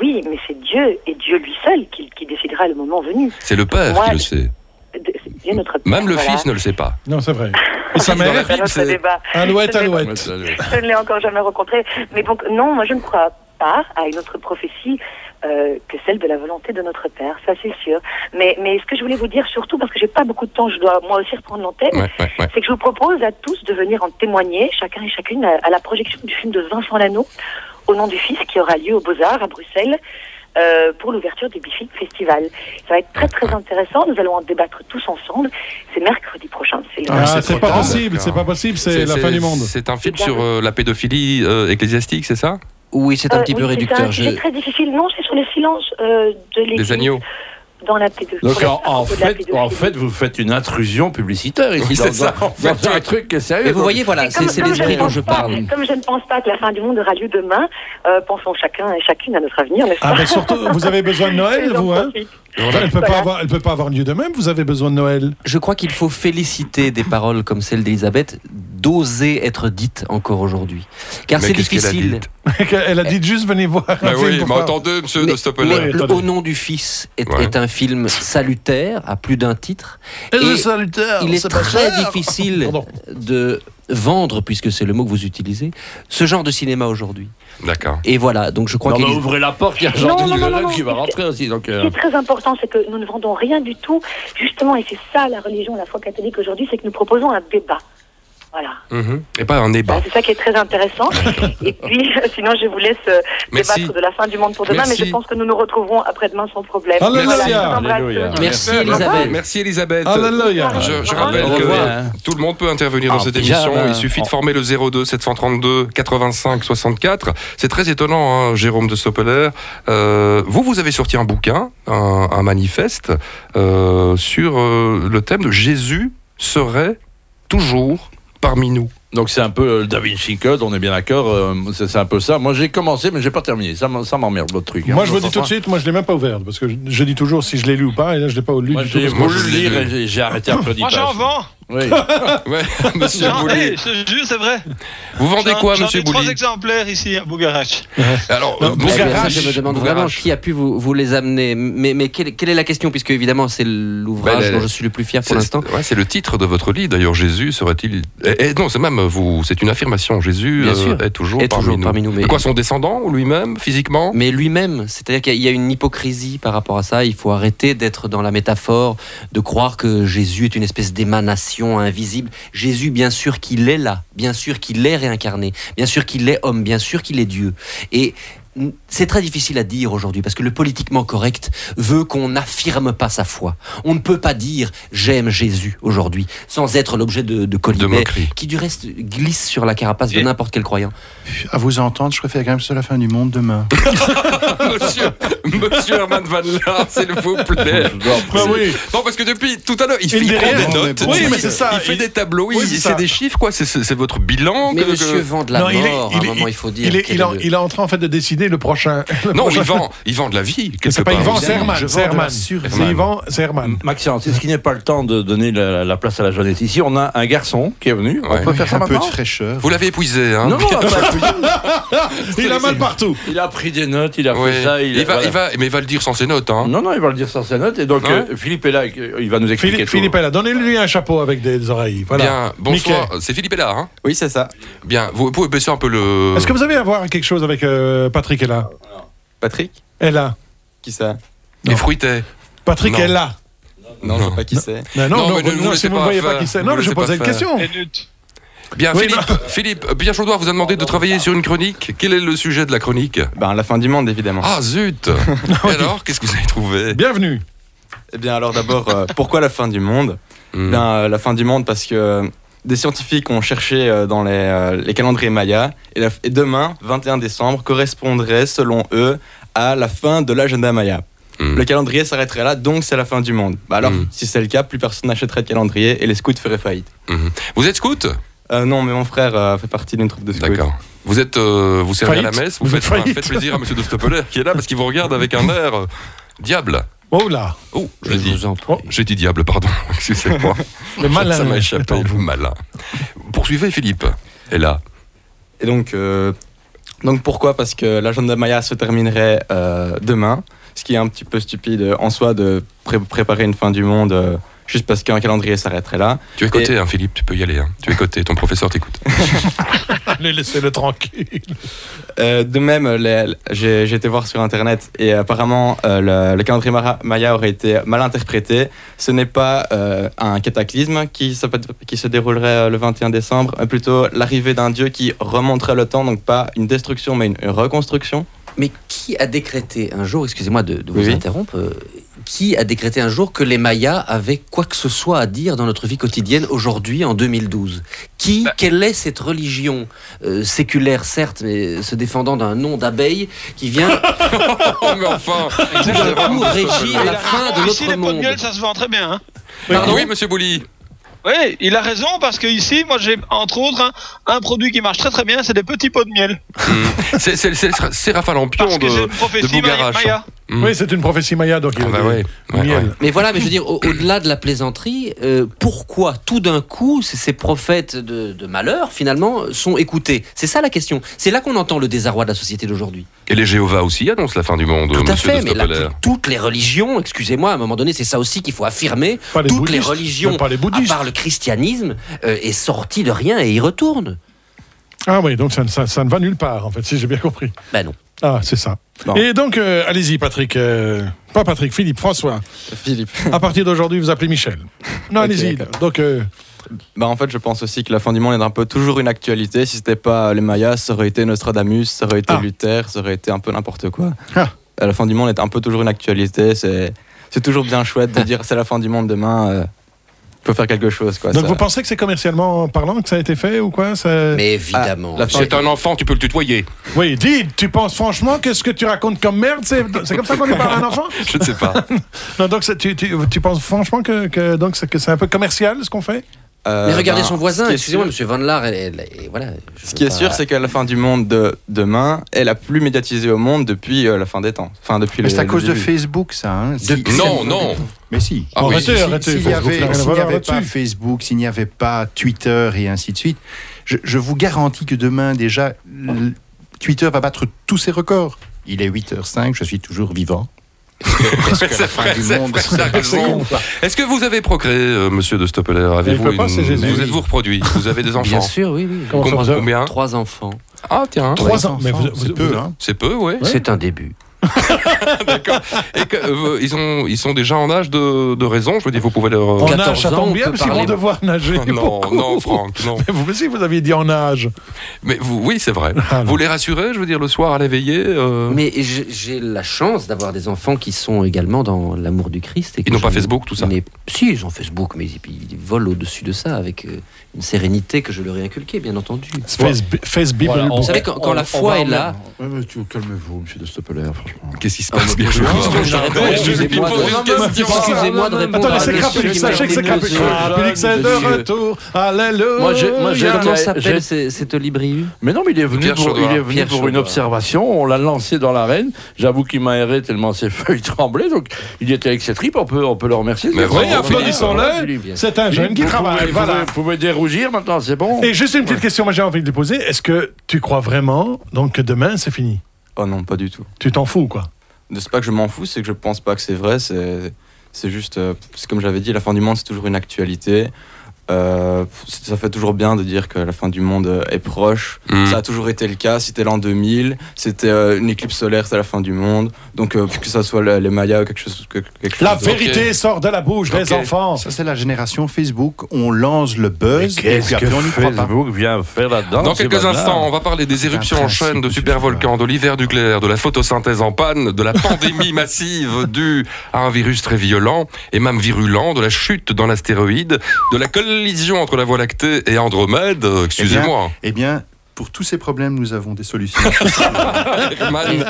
Oui, mais c'est Dieu et Dieu lui seul qui, qui décidera le moment venu.
C'est le Père
Ouais.
qui le sait.
De- c'est Dieu notre Père,
Même le
voilà.
Fils ne le sait pas.
Non, c'est vrai. Et sa
Dans la
mère
C'est un autre
c'est-
débat.
Alouette,
Je n'ai-
Ouais,
alouette.
salut.
Je ne l'ai encore jamais rencontré. Mais donc, non, moi, je ne crois pas à une autre prophétie euh, que celle de la volonté de notre Père, ça c'est sûr. Mais, mais ce que je voulais vous dire, surtout parce que j'ai pas beaucoup de temps, je dois moi aussi reprendre l'antenne,
Ouais, ouais, ouais.
c'est que je vous propose à tous de venir en témoigner, chacun et chacune, à, à la projection du film de Vincent Lano, au nom du Fils, qui aura lieu aux Beaux-Arts à Bruxelles. euh, pour l'ouverture du Bific Festival. Ça va être très très intéressant, nous allons en débattre tous ensemble. C'est mercredi prochain. C'est le
Ah,
c'est
c'est
trop
pas
tard.
possible, c'est pas possible, c'est
C'est-
la
c'est-
fin du monde.
C'est un film sur euh, la pédophilie euh, ecclésiastique, c'est ça
oui, c'est un
Euh,
petit
oui,
peu
c'est
réducteur.
un
je-
sujet très difficile. Non, c'est sur le silence euh, de
Des
l'Église
agneaux.
dans la pédophilie.
Donc
Sur le
en, en
propos de la
fait,
pédophilie.
en fait, vous faites une intrusion publicitaire ici
Oui,
dans,
c'est ça,
un,
en fait.
dans un truc qui est sérieux.
Et vous
Donc,
voyez, voilà,
Mais
c'est
comme-
c'est
comme
l'esprit
ne
dont
pense
je
pas-
parle.
Comme je ne pense pas que la fin du monde aura lieu demain, euh, pensons chacun et chacune à notre avenir, n'est-ce
Ah,
pas
mais surtout, vous avez besoin de
Et
Noël,
j'en
vous, hein
profite.
Elle peut pas
Voilà.
avoir, elle peut pas avoir lieu de même. Vous avez besoin de Noël.
Je crois qu'il faut féliciter des paroles comme celle d'Elisabeth d'oser être dites encore aujourd'hui. Car
Mais
c'est
qu'est-ce qu'elle a
difficile.
dit
elle a dit juste venez voir. un
Bah
film
oui,
pour
mais
faire-
attendez, monsieur de
Mais- mais
Stoppeler.
le
attendez.
Au nom du Fils est,
Ouais.
est un film salutaire à plus d'un titre. Et il est très difficile
Pardon.
de vendre, puisque c'est le mot que vous utilisez, ce genre de cinéma aujourd'hui.
D'accord.
Et voilà, donc je crois
Non,
qu'il
mais ouvrez la porte, il y a
Non,
Jean-Denis
non, non,
Leloc
non,
qui va
non.
rentrer aussi. Donc,
Ce
euh,
qui est très important, c'est que nous ne vendons rien du tout, justement, et c'est ça la religion, la foi catholique aujourd'hui, c'est que nous proposons un débat. Voilà.
Mhm. Et pas un
Voilà,
débat.
C'est ça qui est très intéressant. Et puis, sinon, je vous laisse euh,
Merci.
débattre de la fin du monde pour demain,
Merci.
mais je pense que nous nous retrouverons après-demain sans problème.
Alléluia.
je vous embrasse.
Alléluia.
Merci,
Merci,
Elisabeth.
Merci Elisabeth.
Alléluia.
Je, je
Au
rappelle
revoir.
que
Au revoir.
tout le monde peut intervenir
Ah,
dans cette
déjà,
émission.
ben,
Il suffit de
on-
former le 02 732 85 64. C'est très étonnant, hein, Jérôme de Soppeler. Euh, vous, vous avez sorti un bouquin, un, un manifeste euh, sur euh, le thème de Jésus serait toujours parmi nous.
Donc c'est un peu euh, le Da Vinci Code, on est bien d'accord, euh, c'est c'est un peu ça. Moi j'ai commencé mais j'ai pas terminé, ça m'en- ça m'emmerde votre truc. hein.
Moi, je vous dis tout de suite, moi, je ne l'ai même pas ouvert, parce que je, je dis toujours si je l'ai lu ou pas, et là, je ne l'ai pas lu
Moi
du tout.
j'ai
parce que-
moi,
voulu
je
le
l'ai
lire
lu.
et j'ai- j'ai arrêté après 10
Moi, j'en
pages.
vends.
Oui.
Ouais, monsieur
J'en-
Bouli.
hey, je te jure, c'est vrai.
Vous vendez
J'en-
quoi,
j'en ai
monsieur
trois
Bouli
exemplaires ici à Bougarache.
Alors,
Non,
euh,
Eh bien, ça,
Bougarache,
je me demande vraiment
Bougarache.
qui a pu vous, vous les amener. Mais, mais quelle, quelle est la question Puisque évidemment, c'est l'ouvrage
Ben, la-
dont je suis le plus fier pour
C'est-
l'instant.
ouais, c'est le titre de votre livre. D'ailleurs, Jésus serait-il Eh, eh, Non, c'est même vous. C'est une affirmation. Jésus
Bien
euh,
sûr.
est toujours,
Est toujours
parmi
parmi
nous.
nous, mais-
De quoi son descendant ou lui-même physiquement
Mais lui-même, c'est-à-dire qu'il y a- il y a une hypocrisie par rapport à ça. Il faut arrêter d'être dans la métaphore, de croire que Jésus est une espèce d'émanation invisible. Jésus, bien sûr qu'il est là, bien sûr qu'il est réincarné, bien sûr qu'il est homme, bien sûr qu'il est Dieu. Et n- c'est très difficile à dire aujourd'hui parce que le politiquement correct veut qu'on n'affirme pas sa foi. On ne peut pas dire j'aime Jésus aujourd'hui sans être l'objet de, de
De
colibets
moquerie.
qui du reste glisse sur la carapace de n'importe quel croyant.
À vous entendre, je préfère quand même sur la fin du monde demain.
Monsieur, monsieur Herman Van Laar, s'il vous plaît.
Bah oui.
Non, parce que depuis tout à l'heure, il, fait- il prend
dérive.
des
Non, mais
notes.
bon. Oui,
il-
mais c'est ça.
Il fait
Il-
des tableaux.
Oui,
il-
c'est
c'est
ça.
des chiffres, quoi. C'est- C'est c'est votre bilan.
Mais
euh, que- que-
monsieur vend de la
Non, il est-
mort,
il
à
est-
un moment il faut dire.
Il est,
quel
il, en-
est le-
il est en train en fait de décider le prochain. le
Non,
prochain-
il vend, il vend de la vie. Quelque
C'est pas
part.
Yvan,
Évidemment,
c'est Herman.
je
C'est
vends de la
Herman.
survie.
C'est Yvan, c'est Herman.
Maxence, est-ce qu'il n'est pas le temps de donner la, la place à la jeunesse Ici on a un garçon qui est venu,
Ouais.
on peut faire ça
un peu de
maintenant
fraîcheur.
Vous l'avez épuisé, hein
Non,
Oh,
non,
Il a mal partout.
il a pris des notes, il a
Oui.
fait ça, il,
va,
voilà.
Ah, il va, mais il va le dire sans ses notes, hein.
Non, non, il va le dire sans sa note. Et donc,
Ouais.
euh, Philippe est là, euh, il va nous expliquer
Hein Philippe,
tout.
Philippe est là. Donnez-lui un chapeau avec des, des oreilles. Voilà.
Bien, bonsoir. C'est Philippe Hélard, hein.
Oui, c'est ça.
Bien, vous pouvez baisser un peu le.
Est-ce que vous avez à voir quelque chose avec euh, Patrick est là
Patrick
Est là.
Qui ça
les fruités
Patrick
Non.
est là.
Non, je sais pas qui c'est.
Mais
Non,
non, non,
mais ne vous
non,
laissez
si vous ne
pas
voyez pas
faire.
qui c'est.
Ne
Non,
vous
je
laissez
posais
pas
une
faire.
question.
Et lutte.
Bien,
Oui,
Philippe, Philippe, euh, Pierre Chaudoir vous a demandé de travailler sur une chronique. Quel est le sujet de la chronique
Ben, la fin du monde, évidemment.
Ah zut Et alors, qu'est-ce que vous avez trouvé
Bienvenue.
Eh bien, alors d'abord, euh, pourquoi la fin du monde
Hmm.
Ben, euh, la fin du monde parce que euh, des scientifiques ont cherché euh, dans les, euh, les calendriers mayas et, la- et demain, 21 décembre, correspondrait selon eux à la fin de l'agenda maya.
Hmm.
Le calendrier s'arrêterait là, donc c'est la fin du monde. Bah alors,
Mm.
si c'est le cas, plus personne n'achèterait de calendrier et les scouts feraient faillite.
Hmm. Vous êtes scout
Euh, non, mais mon frère euh, fait partie d'une troupe de scouts.
D'accord. Vous êtes, euh, vous servez à la
Faillite.
messe, vous
Vous
faites, euh,
êtes faillite.
faites plaisir à Monsieur de Stoppeler qui est là parce qu'il vous regarde avec un air euh, diable.
Oh là,
Oh, je
Je
l'ai dit.
vous en prie.
J'ai dit diable, pardon. Excusez-moi.
le malin.
Ça m'a échappé.
Attends,
Vous malin. Poursuivez, Philippe. Et là,
Et donc, euh, donc pourquoi Parce que l'agenda Maya se terminerait euh, demain, ce qui est un petit peu stupide euh, en soi de pré- préparer une fin du monde euh, juste parce qu'un calendrier s'arrêterait là.
tu es coté, hein, Philippe. Tu peux y aller. hein. Tu es coté. Ton professeur t'écoute.
Allez, laissez-le tranquille.
Euh, de même, les- j'ai j'ai été voir sur Internet et apparemment euh, le, le calendrier mara- Maya aurait été mal interprété. Ce n'est pas euh, un cataclysme qui se, qui se déroulerait euh, le 21 décembre, mais plutôt l'arrivée d'un dieu qui remonterait le temps, donc pas une destruction mais une reconstruction.
Mais qui a décrété un jour, excusez-moi de, de vous
Oui, oui.
interrompre, euh, qui a décrété un jour que les Mayas avaient quoi que ce soit à dire dans notre vie quotidienne aujourd'hui en 2012 Qui, quelle est cette religion euh, séculaire, certes, mais euh, se défendant d'un nom d'abeille qui vient
Oh, mais enfin
tout d'un coup régir la fin de notre
Ici, Ah, les pots de
monde
gueule, ça se vend très bien. hein.
Pardon
Ah Oui, Monsieur Bouli.
Oui, il a raison parce que ici, moi, j'ai entre autres un, un produit qui marche très très bien, c'est des petits pots de miel.
Mm. C'est- C'est c'est- c'est Raphaël
Parce
Lampion
que j'ai une
de.
prophétie maya.
Bougarache.
maya.
Mm.
Oui, c'est une prophétie maya, donc il
Ah
a
bah
des-
ouais, ouais,
miel.
ouais.
Mais voilà, mais je veux dire, au- au-delà de la plaisanterie, euh, pourquoi tout d'un coup ces- ces prophètes de, de malheur, finalement, sont écoutés C'est ça la question. C'est là qu'on entend le désarroi de la société d'aujourd'hui.
Et les Jéhovah aussi annoncent la fin du monde,
Tout à
monsieur
fait,
de
mais là,
Stoppeler.
tout- toutes les religions, excusez-moi, à un moment donné, c'est ça aussi qu'il faut affirmer,
Pas les
toutes les
bouddhistes,
religions,
mais pas les
à
bouddhistes.
part le christianisme, euh, est sorti de rien et y retourne.
Ah oui, donc ça, ne- ça- ça ne va nulle part, en fait, si j'ai bien compris.
Ben non.
Ah, c'est ça.
Non.
Et donc, euh, allez-y, Patrick. euh, pas Patrick, Philippe, François.
Philippe.
À partir d'aujourd'hui, vous appelez Michel. Non,
Ok,
allez-y.
d'accord.
Donc, euh,
Bah en fait, je pense aussi que la fin du monde est un peu toujours une actualité. Si c'était pas les Mayas, ça aurait été Nostradamus, ça aurait été
Ah.
Luther, ça aurait été un peu n'importe quoi.
Ah.
La fin du monde est un peu toujours une actualité. C'est c'est toujours bien chouette de dire c'est la fin du monde demain. euh, faut faire quelque chose quoi.
Donc
ça.
vous pensez que c'est commercialement parlant que ça a été fait ou quoi ça...
Mais évidemment.
Ah, la fin-
C'est un enfant, tu peux le tutoyer.
Oui, dis, tu penses franchement que ce que tu racontes comme merde, c'est c'est comme ça qu'on lui parle à un enfant
Je ne sais pas.
Non, donc c'est- tu, tu- tu penses franchement que, que- donc, c'est- que c'est un peu commercial ce qu'on fait
Euh,
Mais regardez
ben,
son
ce
voisin,
qui est
excusez-moi,
sûr-
monsieur Van Laar, elle- elle- elle- voilà. je
Ce
veux
qui est
pas-
sûr, c'est que la fin du monde de demain est la plus médiatisée au monde depuis euh, la fin des temps. Enfin, depuis
Mais
le-
c'est à
le
cause de
début.
Facebook, ça. hein. Si-
non, non.
Mais si.
Ah oui.
Arrêtez,
Si-
arrêtez.
S'il
faut-
n'y
faut
avait,
faire une
s'il n'y
valeur
avait pas
là-dessus.
Facebook, s'il n'y avait pas Twitter et ainsi de suite, je, je vous garantis que demain, déjà, l- Twitter va battre tous ses records. Il est 8h05, je suis toujours vivant. Est-ce que la fin du
c'est
monde
vrai, t'as
sera
raison.
con ou pas
Est-ce que vous avez procréé, euh, monsieur de Stoppeler Avez-vous
peut pas, c'est Jésus.
Vous êtes-vous reproduit Vous avez des
Bien
enfants
sûr, oui, oui.
Comment ça,
Com-
vous avez-
Combien
Trois enfants.
Ah,
hein.
tiens.
Trois ans. Mais vous-
C'est
vous-
peu,
vous-
hein.
C'est peu, ouais.
C'est un début.
Et que, euh, ils, ont, ils sont déjà en âge de, de raison. Je veux dire, vous pouvez leur. euh,
En
14
nage, ça
ans,
tombe
on
bien,
peut
parce qu'ils vont
parler.
devoir nager.
Oh non,
beaucoup.
non, Franck, non.
Mais vous aussi, vous aviez dit en âge.
Mais vous, oui, c'est vrai.
Ah, non.
Vous les rassurez, je veux dire, le soir à la veillée euh,
Mais j'ai j'ai la chance d'avoir des enfants qui sont également dans l'amour du Christ. Et que
Ils n'ont pas
je-
Facebook, tout ça.
Mais- si, ils ont Facebook, mais ils, ils volent au-dessus de ça avec euh, une sérénité que je leur ai inculquée, bien entendu.
Face, face Bible.
Voilà, on-
Vous savez, quand, quand la foi est là,
Ouais, mais tu- Calmez-vous, monsieur de Stoppeler, franchement.
Qu'est-ce qui se
Ah,
passe
mais
bien je
bonjour,
vois.
je réponds,
Je lui
excusez-moi
pose
de-
une question.
excusez-moi de répondre
Attends,
à
laissez
monsieur
Crapulix,
qui
sachez que c'est Ah,
m'a
Crapulix.
donné le-
Crapulix est de
Monsieur.
retour, alléluia.
Moi, j'ai- moi, j'ai-
Comment
Je-
s'appelle ce- cet olibriu
Mais non, mais il est venu
Pierre
pour,
Chaudra.
il est venu
Pierre
pour
Chaudra.
une observation. On l'a lancé dans l'arène. J'avoue qu'il m'a erré tellement ses feuilles tremblaient. Donc, il était avec ses tripes. On peut, on peut le remercier.
Mais
Oui,
Bravo,
applaudissons-le.
Philippe, bien sûr.
C'est un jeune qui
Vous
travaille.
pouvez-
Voilà.
Vous pouvez dérougir maintenant, c'est bon.
Et juste une petite question, moi j'ai envie de lui poser. Est-ce que tu crois vraiment donc que demain c'est fini
Oh non, pas du tout.
Tu t'en fous quoi
De ce pas que je m'en fous, c'est que je pense pas que c'est vrai. C'est c'est juste, euh, c'est comme j'avais dit, la fin du monde, c'est toujours une actualité. Euh, ça fait toujours bien de dire que la fin du monde euh, est proche.
Hmm.
Ça a toujours été le cas. C'était l'an 2000. C'était euh, une éclipse solaire, c'est la fin du monde. Donc euh, que ça soit le- les Mayas ou quelque chose, que- quelque
La
chose d'autre.
vérité sort de la bouche des
Ok.
enfants.
euh, Ça, c'est la génération Facebook. On lance le buzz. et puis après, on n'y croit pas. Eh
Facebook vient faire là-dedans
Dans
c'est
quelques
banal.
instants, on va parler des
C'est un
éruptions en
principe,
chaîne, de
monsieur
supervolcans, de l'hiver nucléaire, de la photosynthèse en panne, de la pandémie massive due à un virus très violent et même virulent, de la chute dans l'astéroïde, de la collision entre la Voie lactée et Andromède. Euh, Excusez-moi.
Eh bien, pour tous ces problèmes, nous avons des solutions.
Herman,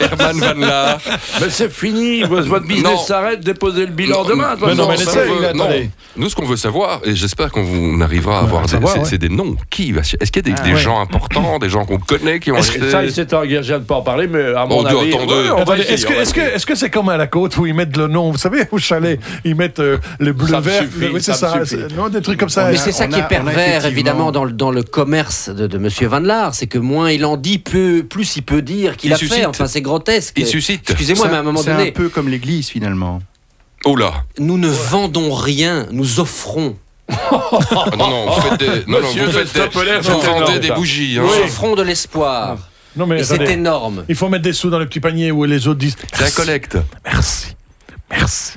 Herman Van Laar.
Mais c'est fini. Votre votre
Non.
business s'arrête. Déposez le bilan
Non,
demain. de toute
Mais non, mais
façon.
ce
laissez,
qu'on
il
veut-
a-
non.
attendez.
Nous, ce qu'on veut savoir, et j'espère qu'on vous- on arrivera à avoir des,
savoir,
c'est-
ouais. Ah,
c'est des noms. Qui va ch- Est-ce qu'il y a des, des
ouais.
gens importants, des gens qu'on connaît qui ont
Est-ce que ça, il
acheté
s'est engagé à ne pas en parler, mais à mon
Oh,
avis,
attendez.
ouais, on va
Attendez,
essayer,
Est-ce que
on va
est-ce que-
essayer.
est-ce que c'est comme à la côte où ils mettent le nom Vous savez, au chalet, ils mettent euh, le bleu
Ça me
vert.
suffit,
oui, c'est
ça
ça.
me suffit.
c'est- Non, des trucs comme ça.
Mais
a-
c'est ça
on
qui
a-
est
on a
pervers,
effectivement-
évidemment, dans le, dans le commerce de, de Monsieur Van Laar, c'est que moins il en dit, peu- plus il peut dire qu'il
Il
a
suscite.
fait. Enfin, c'est grotesque.
Ils suscitent.
Excusez-moi,
C'est-
mais à un moment
c'est
donné,
un peu comme l'Église, finalement.
Oh là
nous ne vendons rien, nous offrons.
Ah Non, non,
Oh.
vous faites des, non, non,
Monsieur
vous faites
de
des,
Stappeler,
vous
c'est
vendez
énorme,
des
ça.
bougies. hein.
Nous offrons de l'espoir.
Non, mais
Et c'est
attendez.
énorme.
Il faut mettre des sous dans le petit panier où les autres disent
C'est la collecte.
merci, merci,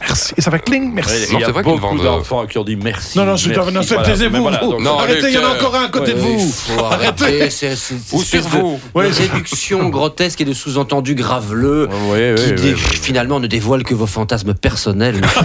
merci. Et ça fait cling, merci.
Ouais,
Non,
Il y
c'est
a
vrai qu'ils
beaucoup
vendent, euh,
d'enfants qui ont dit merci.
Non, non, c'est-
merci,
non, c'est-
voilà.
taisez-vous,
Mais voilà,
vous.
donc,
Non,
Arrêtez, il y en a
arrêtez.
encore un à côté de
Ouais, Euh, il
vous.
faut arrêter ces- ces- ces
Ou
espèces
sur
de-
vous.
de réduction grotesque et de sous-entendu graveleux
Ouais, ouais,
qui
ouais,
dé-
ouais.
finalement ne dévoile que vos fantasmes personnels.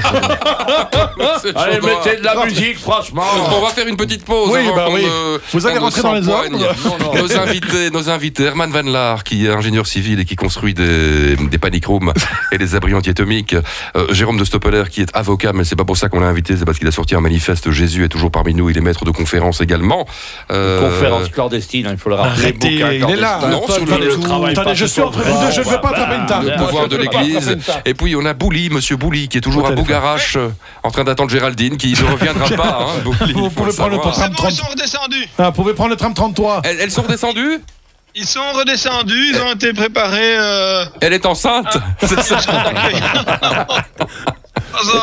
C'est
Allez,
chaud,
mettez de la
hein.
musique, franchement.
On va faire une petite pause.
Oui,
hein. avant
bah
qu'on
oui.
ne-
Vous allez
qu'on ne
rentrer dans les
s'empoigne.
ordres.
Non, non.
Nos invités, nos invités, Herman Van Laar, qui est ingénieur civil et qui construit des, des panic rooms et des abris antiatomiques. Euh, Jérôme de Stoppeler, qui est avocat, mais c'est pas pour ça qu'on l'a invité, c'est parce qu'il a sorti un manifeste. Jésus est toujours parmi nous, il est maître de conférences également. Euh,
Conférence clandestine, hein, il faut le rappeler.
Arrêtez,
bouquin
il est là.
clandestin.
Non, sur le-
Il ne travaille
Attendez,
pas
je
sur
suis
son
entre les deux, je ne veux pas attraper une table.
Le pouvoir de l'Église. Et puis on a Bouli, Monsieur Bouli, qui est toujours
Au
à
téléphone.
Bougarache, euh, en train d'attendre Géraldine, qui ne reviendra pas. hein, Bouli,
Vous
faut
pouvez prendre le tram
savoir.
C'est bon, ils
33.
sont redescendus.
Ah, vous pouvez prendre le tram 33.
Elles, elles sont redescendues
Ils sont redescendus, ils ont été préparés. euh,
Elle est enceinte C'est ça.
Pas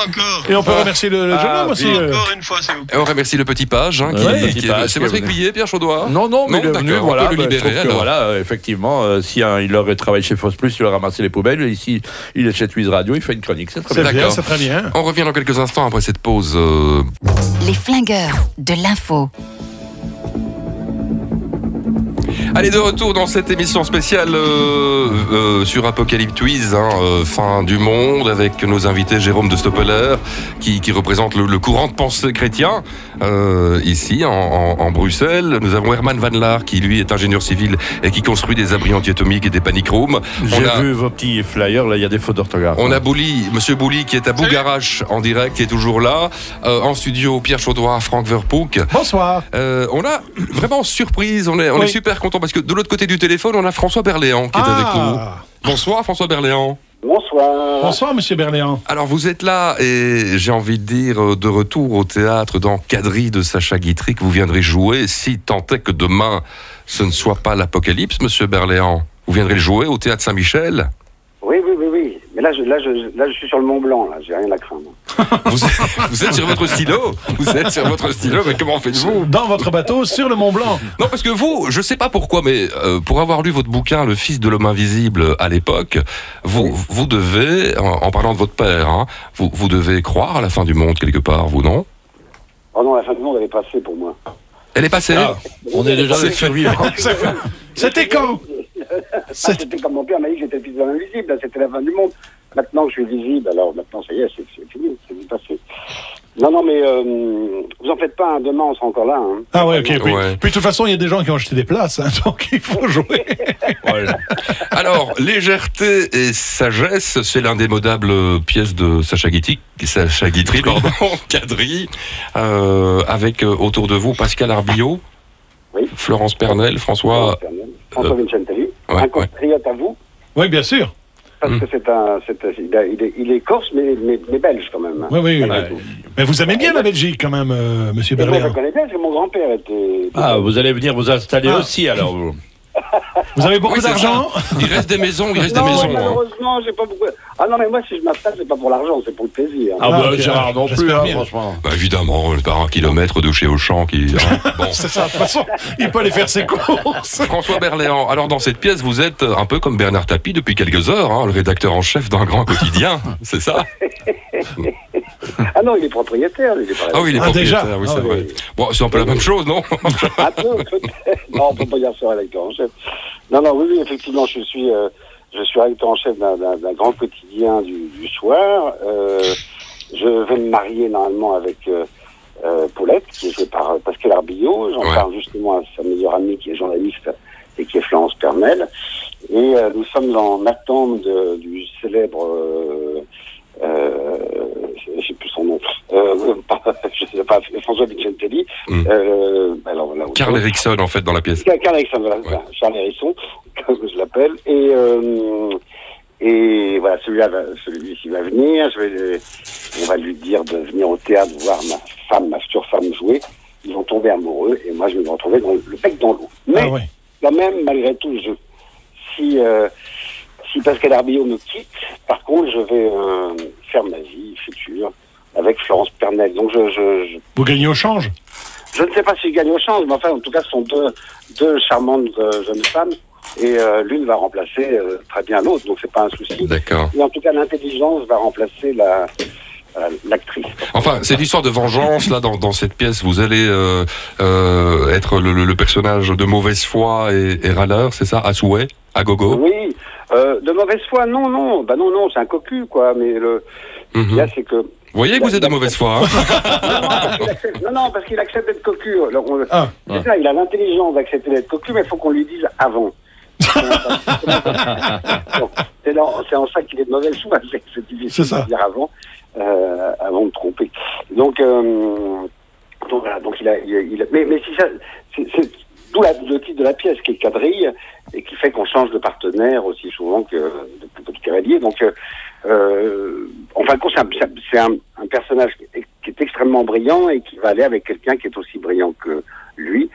encore.
Et on peut remercier le, le jeune
Ah,
homme aussi.
oui.
euh.
Encore une fois, s'il vous plaît.
Et on remercie le petit page. Hein, qui,
Ouais, le
qui-
petit
qui-
page
c'est
qui est
votre
venu.
billet, Pierre Chaudois
Non, non, mais
Hein Non,
il est venu,
d'accord, on
voilà,
peut le
bah, je
libérer,
trouve que,
alors.
voilà, euh, effectivement, euh, si hein, il aurait travaillé chez Fausse Plus, il aurait ramassé les poubelles, et ici, il est chez Twiz Radio, il fait une chronique, c'est très bien.
C'est bien,
D'accord.
c'est très bien.
On revient dans quelques instants après cette pause. euh,
Les flingueurs de l'info.
Allez, de retour dans cette émission spéciale euh, euh, sur Apocalypse hein, euh, fin du monde, avec nos invités Jérôme de Stoppeler, qui, qui représente le, le courant de pensée chrétien euh, ici en, en- en Bruxelles. Nous avons Herman Van Laar, qui lui est ingénieur civil et qui construit des abris antiatomiques et des panic rooms. On
J'ai
a-
vu vos petits flyers, là, il y a des fautes d'orthographe.
On a Bouli, Monsieur Bouli qui est à Bougarache en direct, qui est toujours là. Euh, en studio, Pierre Chaudoir, Franck Verpoek.
Bonsoir.
Euh, on a vraiment surprise, on est, on
Oui.
est super content parce que de l'autre côté du téléphone, on a François Berléand qui est avec nous.
Ah.
Bonsoir François Berléand.
Bonsoir.
Bonsoir, monsieur Berléand.
Alors vous êtes là et j'ai envie de dire euh, de retour au théâtre dans Cadry de Sacha Guitry que vous viendrez jouer si tant est que demain ce ne soit pas l'apocalypse, monsieur Berléand. Vous viendrez le jouer au théâtre Saint-Michel.
Oui, oui, oui, oui. Mais là, je, là, je, là, je suis sur le Mont Blanc. Là, j'ai rien à craindre.
Vous, vous êtes sur votre stylo. Vous êtes sur votre stylo, mais comment faites-vous
Dans votre bateau sur le Mont Blanc.
Non, parce que vous, je sais pas pourquoi, mais euh, pour avoir lu votre bouquin Le Fils de l'homme invisible à l'époque, vous, vous devez, en, en parlant de votre père, hein, vous, vous devez croire à la fin du monde quelque part, vous non
Oh non, la fin du monde, elle est passée pour moi.
Elle est passée.
Ah, on est déjà
C'est
des
fait.
survivants.
C'était quand
Ah, c'était comme mon père m'a dit que j'étais le fils de l'invisible. Là, c'était la fin du monde. Maintenant que je suis visible, alors maintenant, ça y est, c'est, c'est fini. C'est du passé. Non, non, mais euh, vous en faites pas. hein. Demain, on sera encore là. hein.
Ah ouais, ok. Puis,
Ouais.
puis de toute façon, il y a des gens qui ont acheté des places, hein, donc il faut jouer.
Voilà.
Alors, légèreté et sagesse, c'est l'indémodable euh, pièce de Sacha Guitry, Sacha Guitry, pardon, Cadry, euh, avec euh, autour de vous Pascal Arbillot,
Oui.
Florence Pernel, François.
François
Euh.
Vincentelli,
ouais,
un compatriote à vous,
Oui, bien sûr.
parce
Mm.
que c'est un, c'est, un- il, a- il est, il est corse, mais, mais, mais belge quand même. hein.
Oui, oui. oui.
Ouais.
Mais vous aimez bien la Belgique, quand même, euh, monsieur
Et moi, je le
Berléand.
connais bien, parce que mon grand-père était.
Ah, vous allez venir vous installer
Ah.
aussi, alors, vous.
Vous avez beaucoup
Oui, c'est
d'argent
Il reste des maisons, il reste
non,
des maisons. hein.
malheureusement, j'ai pas beaucoup. Ah non, mais moi, si je m'attache, c'est pas pour l'argent, c'est pour le plaisir.
Ah,
Ah,
bah,
ok,
Gérard non plus,
j'espère
hein,
bien.
franchement.
Bah évidemment, par un kilomètre de chez Auchan qui. hein. Bon.
C'est ça, de toute façon, il peut aller faire ses courses.
François Berléand, alors dans cette pièce, vous êtes un peu comme Bernard Tapie depuis quelques heures, hein, le rédacteur en chef d'un grand quotidien, c'est ça
Ah non, il est propriétaire, il est pas.
Ah oui, il est
Ah, déjà
propriétaire, oui,
Ah
c'est
oui.
vrai. Bon, c'est un peu la même chose, non
Un peu, Ah, peut-être. Non, on peut pas dire ça rédacteur en chef. Non, non, oui, oui, effectivement, je suis, euh, je suis rédacteur en chef d'un- d'un d'un grand quotidien du, du soir. Euh, je vais me marier normalement avec euh, euh, Paulette, qui est jouée par euh, Pascal Arbillot. J'en
Ouais.
parle justement à sa meilleure amie, qui est journaliste et qui est Florence Pernel. Et euh, nous sommes dans l'attente de- du célèbre. Euh, euh, je sais plus son nom. Euh, je sais pas, François Vincentelli.
Mm.
Euh, alors, là,
Carl Erickson, en fait, dans la pièce.
Car- Carl Alexandre, voilà,
Ouais.
c'est ça, Charles Hérisson, comme je l'appelle. Et, euh, et voilà, celui-là, va- celui-ci va venir. Je vais, on va lui dire de venir au théâtre voir ma femme, ma future femme jouer. Ils vont tomber amoureux et moi je vais me retrouver dans le le bec dans l'eau. Mais
Ah oui.
quand même, malgré tout, je, si, euh, si Pascal Arbillot me quitte, par contre, je vais euh, faire ma vie future avec Florence Pernel. Donc je, je, je
Vous gagnez au change
je ne sais pas s'il gagne au change, mais enfin, en tout cas, ce sont deux, deux charmantes euh, jeunes femmes. Et euh, l'une va remplacer euh, très bien l'autre, donc c'est pas un souci.
D'accord.
Mais en tout cas, l'intelligence va remplacer la euh, l'actrice.
Enfin, c'est l'histoire de vengeance, là, dans, dans cette pièce. Vous allez euh, euh, être le, le- le personnage de mauvaise foi et, et râleur, c'est ça À souhait À gogo
Oui, euh, de mauvaise foi, non, non, bah non, non, c'est un cocu, quoi. Mais le,
Mhm.
là, c'est que
Vous voyez que vous êtes de mauvaise foi, hein
non, non, parce qu'il accepte- non, non, parce qu'il accepte d'être cocu. Alors, on-
Ah,
c'est ça, il a l'intelligence d'accepter d'être cocu, mais il faut qu'on lui dise avant. Bon, c'est dans- c'est en ça qu'il est de mauvaise foi, c'est- c'est difficile
C'est ça.
de dire avant, euh, avant de tromper. Donc, euh, donc voilà, donc il a, il a- il a- mais, mais si ça, c'est c'est d'où la- le titre de la pièce qui est quadrille et qui fait qu'on change de partenaire aussi souvent que de, que de cavalier. Donc, euh, euh, en fin de compte, c'est un- c'est un, c'est un- un personnage qui est, qui est extrêmement brillant et qui va aller avec quelqu'un qui est aussi brillant que lui,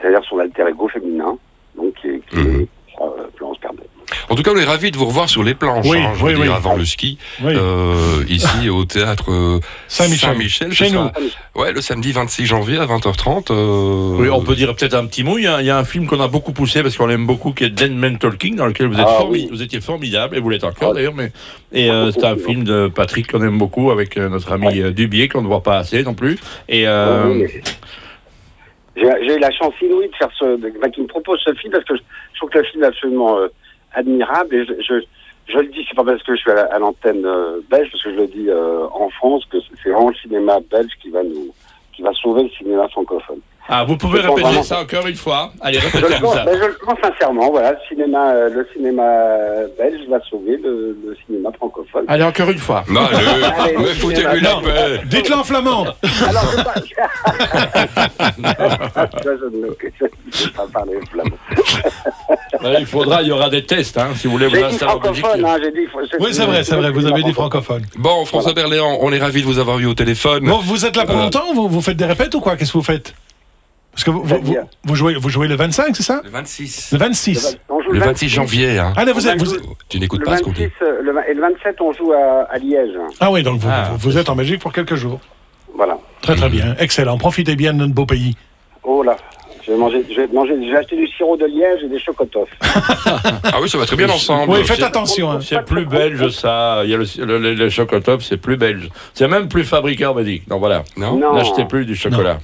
c'est-à-dire son alter ego féminin, donc qui est, qui est,
Mhm.
euh, Florence Pernel.
En En tout cas, on est ravis de vous revoir sur les planches,
Oui,
hein, je
oui,
veux dire,
oui.
avant le ski,
Oui.
euh, ici au théâtre euh,
Saint-Michel.
Saint-Michel, ce
Chez
sera- ouais, le samedi 26 janvier à 20h30. euh,
Oui, on peut dire peut-être un petit mot. Il y, a, il y a un film qu'on a beaucoup poussé parce qu'on l'aime beaucoup, qui est Dead Man Talking, dans lequel vous, êtes
Ah,
formi-
oui.
vous étiez formidable, et vous l'êtes encore
Ah.
d'ailleurs. Mais... Et euh, c'est un film de Patrick qu'on aime beaucoup, avec euh, notre ami euh, Dubier, qu'on ne voit pas assez non plus. Et euh,
Oui, mais- J'ai j'ai eu la chance inouïe de faire ce, de, enfin, qu'il me propose ce film parce que je, je trouve que le film est absolument euh, admirable et je, je, je le dis, c'est pas parce que je suis à la- à l'antenne euh, belge, parce que je le dis euh, en France, que c'est vraiment le cinéma belge qui va nous, qui va sauver le cinéma francophone.
ah, vous pouvez
Je pense
répéter
vraiment.
ça encore une fois. Allez,
Je le,
répétez
pense,
ça.
ben, je le pense sincèrement, voilà, le cinéma, euh, le cinéma euh, belge va sauver le, le cinéma francophone.
Allez, encore une fois.
Non, Ah, le-
Allez,
mais
le
foutez-lui la
cinéma.
paix.
Dites-le en flamande.
Alors, je parle- je ne je ne peux pas parler flamand.
Ouais, Euh, il faudra, il y aura des tests, hein, si vous voulez vous
J'ai dit
installer en Belgique.
francophone, hein, j'ai dit. c'est-
Oui, c'est vrai, c'est vrai. Vous avez dit francophone.
Bon, François Berléand, on est ravis de vous avoir eu au téléphone.
Bon, vous êtes là
Euh,
pour longtemps ou vous, vous faites des répètes ou quoi Qu'est-ce que vous faites Parce que vous, vous, vous- vous jouez, vous jouez le 25, c'est ça
Le 26.
Le 26.
On joue
Le 26 janvier, hein.
Ah, là, vous êtes, vous-
Tu n'écoutes
Le
pas ce qu'on
26
dit.
euh, le vingt- et le 27, on joue à, à Liège.
ah oui, donc vous,
Ah.
vous- vous êtes en Belgique pour quelques jours.
Voilà.
Très
Mmh.
très bien, excellent. Profitez bien de notre beau pays.
Oh là, je vais manger, je vais manger, j'ai acheté du sirop de Liège et des chocotoffs.
Ah oui, ça va très bien ensemble.
Oui, faites attention. hein.
C'est plus belge, ça. Il y a le, le, le- le chocotop, c'est plus belge. C'est même plus fabriqué en Belgique. Donc voilà.
Non
Non.
N'achetez plus du chocolat.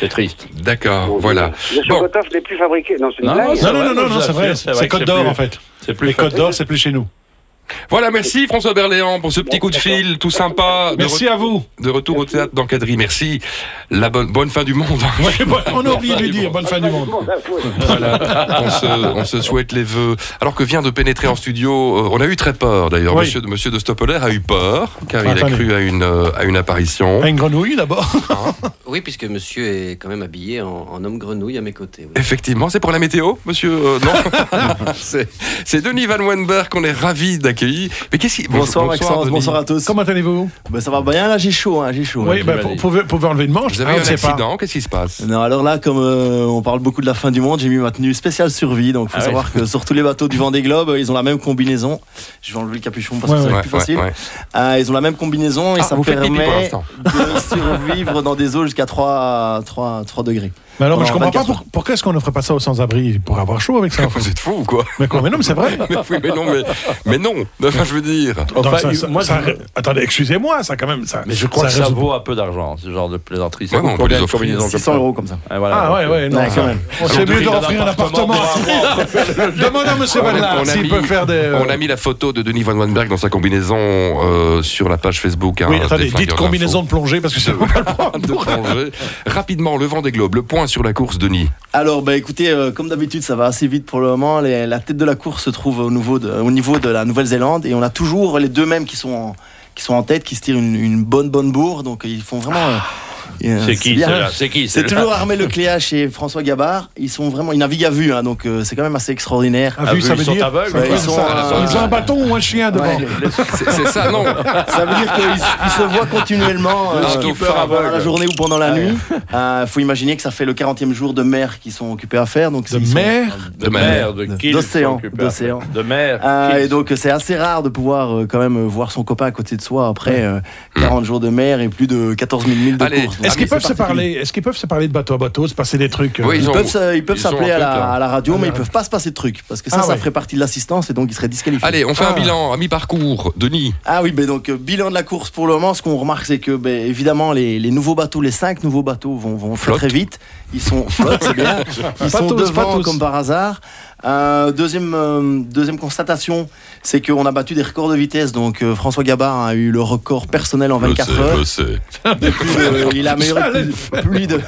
C'est triste.
D'accord, voilà.
Le
Bon.
chocotoff n'est plus fabriqué. Non, c'est une
Non,
blague.
c'est
Non, non,
vrai,
non, non,
je
non, c'est
vous
vrai.
assure, c'est vrai
C'est
que
Côte
c'est
d'Or
plus-
en fait.
C'est plus
Les Côtes
fabriqué.
d'Or, c'est plus chez nous.
Voilà, merci François Berléand pour ce petit coup de fil tout sympa. De
Merci
re-
à vous.
De retour au théâtre d'Encadry, merci. La bonne, bonne fin du monde. hein.
Ouais, bon, on a oublié de lui dire bonne fin du monde.
Voilà. on, se, on se souhaite les vœux. Alors que vient de pénétrer en studio, euh, on a eu très peur d'ailleurs.
Oui.
Monsieur, monsieur de Stoppeler a eu peur, car il a
Attendez.
cru à une, euh, à une apparition.
Une grenouille d'abord.
Ah. Oui, puisque monsieur est quand même habillé en, en homme grenouille à mes côtés. oui.
Effectivement, c'est pour la météo, monsieur. euh, non, c'est c'est Denis Van Wenberg qu'on est ravi d'accueillir. Mais qu'est-ce qui
Bonsoir, Maxence,
Denis.
bonsoir à tous.
Comment allez-vous
Bah, ça va bien là, j'ai chaud, hein, j'ai chaud.
Oui,
hein.
bah, vous pouvez, pouvez enlever le manche.
Vous avez
Ah,
eu
on
un
sait pas.
accident Qu'est-ce qui se passe
Non, alors là, comme euh, on parle beaucoup de la fin du monde, j'ai mis ma tenue spéciale survie. Donc, faut
Ah oui.
savoir que sur tous les bateaux du Vendée Globe, euh, ils ont la même combinaison. Je vais enlever le capuchon parce que
Ouais,
ça va
Ouais,
être plus
ouais,
facile.
ouais.
Ah, ils ont la même combinaison et
Ah,
ça
vous faites pipi pour
permet
l'instant.
de survivre dans des eaux jusqu'à 3, 3, 3 degrés.
Mais alors,
Pendant
je comprends pas
24
pour- pourquoi est-ce qu'on ne ferait pas ça aux sans-abri pour avoir chaud avec ça. en fait
Vous êtes fou ou quoi
mais quoi Mais non, mais c'est vrai.
mais, oui, mais non, mais, mais non. Enfin, je veux dire.
Donc,
Enfin,
ça-
il-
ça-
moi,
ça-
je-
attendez, excusez-moi, ça quand même. Ça,
Mais je crois
ça
que ça
résout-
vaut un peu d'argent, ce genre de plaisanterie. Ça
Ouais, mais
coûte
on peut
combien
les
une
offrir
combinaison comme
600
ça
euros comme ça.
Ouais, voilà.
Ah ouais, ouais, non.
Ouais, quand même.
On
Alors,
sait mieux de
Denis,
leur offrir un
un
appartement. Demande à Ah, Monsieur
On a-
Bernard
on a
s'il
mis-
peut faire des. euh,
On a mis la photo de Denis Van Wenberg dans sa combinaison euh, sur la page Facebook. hein,
Oui,
des
attendez,
Flingueurs
dites combinaison
d'Info.
de plongée parce que c'est
De plongée. Rapidement, le vent des globes, le point sur la course, Denis.
Alors, bah, écoutez, euh, comme d'habitude, ça va assez vite pour le moment. Les- la tête de la course se trouve au niveau de, au niveau de la Nouvelle-Zélande et on a toujours les deux mêmes qui sont en, qui sont en tête, qui se tirent une, une bonne, bonne bourre. Donc, ils font vraiment. euh, euh,
Ah, C'est qui
bien.
celle-là C'est qui
C'est
celle-là
toujours Armel Lecléache et François Gabard. Ils sont vraiment, ils naviguent à vue, hein, donc euh, c'est quand même assez extraordinaire.
Ah, vu,
Ah,
ça
ils
veut
sont
dire.
aveugles,
ça veut
ouais,
dire
ils sont
ça.
à-
Ils ont un bâton ou un chien devant.
Ouais.
C'est c'est ça, non
Ça veut dire qu'ils s- ils se voient continuellement euh,
Le skipper
pendant
aveugle. Ah,
la journée ou pendant la nuit. Il faut imaginer que ça fait le 40e jour de mer qu'ils sont occupés à faire. Donc
De
ils sont-
mer
De mer, de qui
D'océan,
ils sont
d'océan.
occupés. De mer.
Ah,
qui
et donc c'est assez rare de pouvoir euh, quand même euh, voir son copain à côté de soi après euh, 40 jours de mer et plus de 14 000 milles de
Allez,
course. Donc,
Est-ce qu'ils
c'est
peuvent se
particulier.
parler Est-ce qu'ils peuvent se parler de bateau à bateau, se passer des trucs euh,
Oui,
ils
ont-
peuvent, se- ils peuvent
ils ont
s'appeler à,
un truc,
la-
là.
à la radio,
Ah,
mais ils
là.
peuvent pas se passer de trucs parce que ça,
Ah,
ça
ouais.
ferait partie de l'assistance et donc ils seraient disqualifiés.
Allez, on fait un
Ah.
bilan, à mi-parcours, Denis.
Ah oui, ben donc euh, bilan de la course pour le moment. Ce qu'on remarque, c'est que ben, évidemment les, les nouveaux bateaux, les cinq nouveaux bateaux vont, vont très
Flotte.
très vite. Ils sont flotte, c'est bien. Ils
Pas
sont
tous, pas
devant
tous.
comme par hasard. Euh, deuxième euh, deuxième constatation, c'est qu'on a battu des records de vitesse. Donc euh, François Gabard a eu le record personnel en 24 heures.
sais.
Et puis, euh, il a
Ça
amélioré
allait
plus, plus de,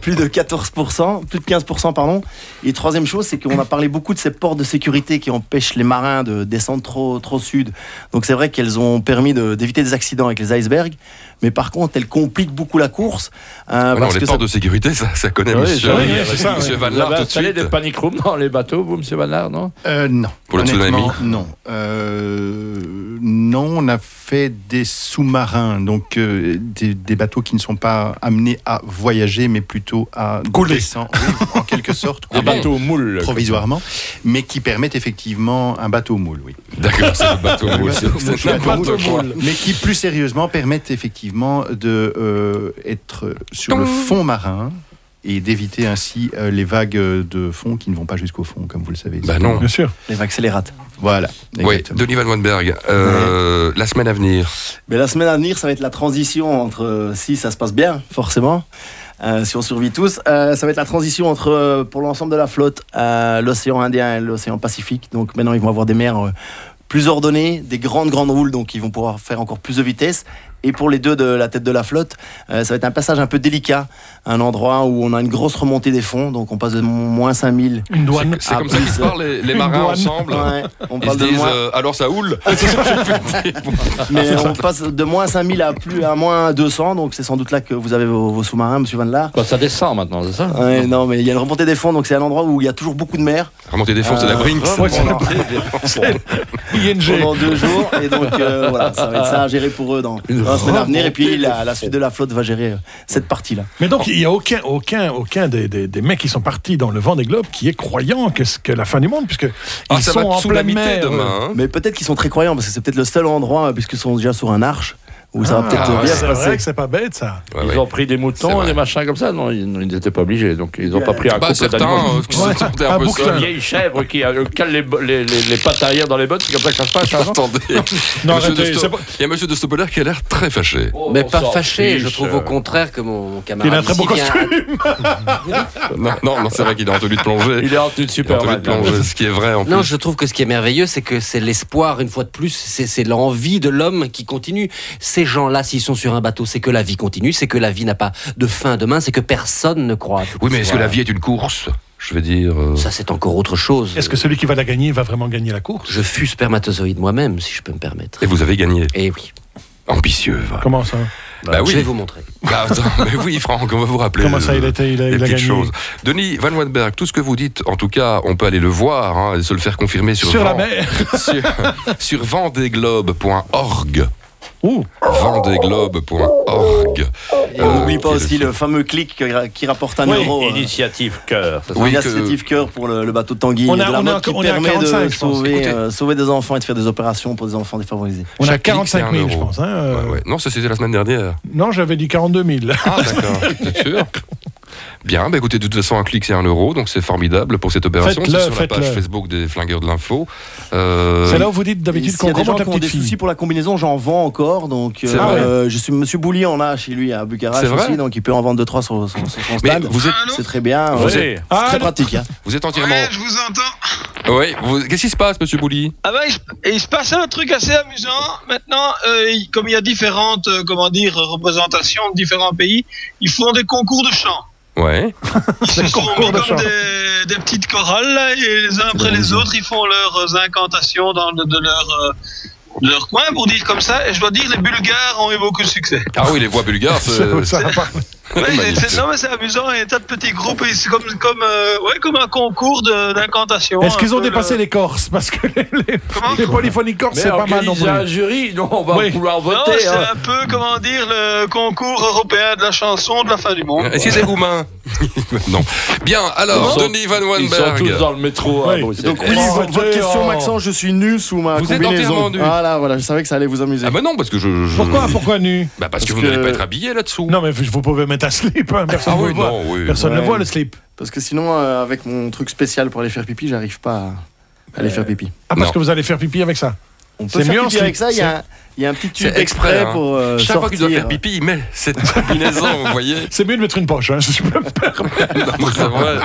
plus de 14%, plus de 15%, pardon. Et troisième chose, c'est qu'on a parlé beaucoup de ces portes de sécurité qui empêchent les marins de descendre trop, trop sud. Donc c'est vrai qu'elles ont permis de- d'éviter des accidents avec les icebergs. Mais par contre, elles compliquent beaucoup la course. euh,
Ah non,
parce
les
que
portes de sécurité, ça, ça connaît
Oui,
monsieur,
ça, oui,
monsieur
c'est
ça, oui.
Van
Vous avez
Laar tout de
installé
suite.
des panic rooms dans les bateaux, vous, monsieur Vanard, non
Euh, non.
Pour le tsunami
Honnêtement, Non. Euh, non, on a fait des sous-marins, donc euh, des, des bateaux qui ne sont pas amenés à voyager, mais plutôt à
Couler.
descendre, oui, en quelque quelque sorte.
Un bateau moule.
Provisoirement, mais qui permettent effectivement un bateau moule, oui.
D'accord, c'est un bateau moule, c'est- c'est
Je suis un
n'importe
bateau
quoi.
moule. Mais qui, plus sérieusement, permettent effectivement de euh, être sur le fond marin et d'éviter ainsi euh, les vagues de fond qui ne vont pas jusqu'au fond, comme vous le savez.
Bah non. Bien
sûr.
Les accélérates.
Voilà.
Oui, Denis Van Wenberg, euh, la semaine à venir.
Mais la semaine à venir, ça va être la transition entre, euh, si ça se passe bien, forcément, euh, si on survit tous, euh, ça va être la transition entre, euh, pour l'ensemble de la flotte, euh, l'océan Indien et l'océan Pacifique. Donc maintenant, ils vont avoir des mers euh, plus ordonnées, des grandes, grandes roules, donc ils vont pouvoir faire encore plus de vitesse. Et pour les deux de la tête de la flotte, euh, ça va être un passage un peu délicat, un endroit où on a une grosse remontée des fonds, donc on passe de moins 5000.
Une
douane. C'est- c'est comme ça qu'ils se parlent, les- les marins ensemble.
Ouais, on
Ils
parle
se
de
disent,
moins-
euh, alors ça houle
mais on passe de moins 5000 à plus à moins 200, donc c'est sans doute là que vous avez vos, vos sous-marins, monsieur Van Laar.
Bah, ça descend maintenant, c'est ça
Ouais, non, mais il y a une remontée des fonds, donc c'est un endroit où il y a toujours beaucoup de mer. Euh,
Remonter des fonds, c'est la Brinks.
pendant,
ING.
pendant deux jours, et donc euh, voilà, ça va être ça à gérer pour eux dans, dans la semaine à venir, et puis la, la suite de la flotte va gérer euh, cette partie-là.
Mais donc, il n'y a aucun, aucun, aucun des, des- des mecs qui sont partis dans le vent des globes qui est croyant que ce que la fin du monde, puisque
Ah,
ils
ça
sont
va
en pleine
tsunamiter
mer. euh.
demain. hein.
Mais peut-être qu'ils sont très croyants, parce que c'est peut-être le seul endroit, euh, puisqu'ils sont déjà sur un arche, où ça va
Ah,
peut-être
ouais,
euh, bien se
c'est vrai
passer.
que c'est pas bête ça.
Ouais,
Ils
ouais.
ont pris des
C'est
moutons
vrai.
et des machins comme ça. Non, ils ils n'étaient pas obligés. Donc, ils n'ont pas pris un
Bah,
couple
certains
d'animaux.
euh, qui se
Ouais,
sentaient
un
un peu
bouquetin.
Une
seuls.
vieille chèvre qui euh, cale les, bo- les, les, les pattes arrière dans les bottes, c'est comme ça que ça se passe. hein, non
Attendez.
Non,
Monsieur
arrêtez,
de Sto-
c'est pas-
Il y a monsieur de Stopeler qui a l'air très fâché.
Mais
Oh, On
pas
s'en
fâché,
fiche,
je trouve
euh.
au contraire que mon, mon camarade.
Il a un très
ici
beau
vient-
Non, non, non, c'est vrai qu'il est en tenue de plongée.
Il est en tenue de
Il est en tenue
Superman.
de plongée, ce qui est vrai en
Non,
plus.
je trouve que ce qui est merveilleux, c'est que c'est l'espoir, une fois de plus, c'est c'est l'envie de l'homme qui continue. Ces gens-là, s'ils sont sur un bateau, c'est que la vie continue, c'est que la vie n'a pas de fin demain, c'est que personne ne croit. à tout
Oui, mais est-ce que
Voilà.
la vie est une course Je veux dire. euh,
Ça, c'est encore autre chose.
Est-ce que celui qui va la gagner va vraiment gagner la course
Je fus spermatozoïde moi-même, si je peux me permettre.
Et vous avez gagné.
Et oui,
Ambitieux, va.
Comment ça
Bah
je vais
oui.
vous montrer.
Bah, attends, mais oui, Franck, on va vous rappeler.
Comment
le-
ça, il, était, il a,
les
il a gagné
petites choses. Denis Van Wenberg, tout ce que vous dites, en tout cas, on peut aller le voir hein, et se le faire confirmer sur,
Sur la
Vend-
mer.
sur, sur vendéglobe.org.
Ouh.
vendéglobe.org.
Et on
Euh,
n'oublie pas
qui est
aussi
le-
le fameux clic qui ra- qui rapporte un
Oui,
euro. euh,
Initiative cœur.
Oui, que-
L'initiative cœur pour le, le bateau de Tanguy
On
et
a-
de la
on a
mode qui
encore- on est à
permet
45,
de
je pense.
sauver,
Écoutez.
euh, sauver des enfants et de faire des opérations pour des enfants défavorisés.
On a
Chaque clic,
45
c'est un
000, je
euro.
pense. hein, euh,
Ouais, ouais. Non, ça c'était la semaine dernière.
Non, j'avais dit 42 000.
Ah, d'accord. C'est sûr. Bien, bah écoutez, de toute façon, un clic, c'est un euro, donc c'est formidable pour cette opération.
Faites-le,
C'est sur la page
faites-le.
Facebook des Flingueurs de l'Info. Euh,
C'est là où vous dites
Et
d'habitude
s'il y
qu'on
a des gens
remonte la
qui ont
petite
des
fille.
soucis pour la combinaison, j'en vends encore. Donc,
C'est
euh, je suis Monsieur Bouli en a chez lui à Bucarest
C'est vrai
aussi, donc il peut en vendre 2-3 sur, sur- sur son
Mais
stand.
vous êtes-
Allô
C'est très bien.
Vous
euh,
êtes-
c'est
Ah,
très pratique. hein.
vous êtes entièrement.
Ouais, je vous entends.
Oui, vous- qu'est-ce qui se passe, monsieur Bouli
Ah ben, il, se- et il se passait un truc assez amusant. Maintenant, euh, il- comme il y a différentes, euh, comment dire, représentations de différents pays, ils font des concours de chant.
Ouais.
Ils se sont
concours
mis
de
comme
chant.
des, des petites chorales là, et les uns après les autres, ils font leurs incantations dans le- de leur euh, de leur coin pour dire comme ça. Et je dois dire, les Bulgares ont eu beaucoup de succès.
Ah oui, les voix bulgares, euh, c'est.
C'est sympa.
Ouais, c'est-
Magnifique.
c'est- non mais c'est amusant. Il y a un tas de petits groupes. et C'est comme comme euh, ouais comme un concours de- d'incantation.
Est-ce
un
qu'ils ont
peu le-
dépassé les Corses Parce que les, les-
Comment
les polyphonies Corses,
Mais
c'est pas mal non
organiser
plus.
un jury, non, on va
Oui.
pouvoir
Non,
voter.
c'est
hein.
un peu, comment dire, le concours européen de la chanson de la fin du monde.
Est-ce qu'il y a des Roumains Non. Euh, Bien, alors,
Ils sont-
Denis Van
Ils sont
Wenberg.
tous dans le métro à
Oui.
Bruxelles.
Donc oui,
Oh,
votre, votre
t'es-
question,
oh.
Maxence, je suis nu sous ma
Vous êtes entièrement
combinaison.
nu.
Voilà, voilà, je savais que ça allait vous amuser.
Ah bah non, parce que je. je-
Pourquoi Pourquoi nu
Bah parce, que,
Parce
vous
que-
n'allez pas être habillé là-dessous.
Non, mais vous pouvez mettre un slip. hein, Personne
Ah
ne
oui,
le voit.
non, oui.
Personne ne
Ouais.
voit le slip.
Parce que sinon, euh, avec mon truc spécial pour aller faire pipi, j'arrive pas
Euh,
à- à aller faire pipi.
Ah, parce
Non.
que vous allez faire pipi avec ça.
On peut
c'est mieux
faire
en
pipi avec
slip,
ça, il y, a un- il y a un petit tube
C'est exprès,
exprès
hein.
pour euh,
Chaque fois qu'il doit
sortir.
faire pipi, il met cette combinaison, vous voyez
C'est mieux de mettre une poche. hein, si je peux me
Non, c'est vrai.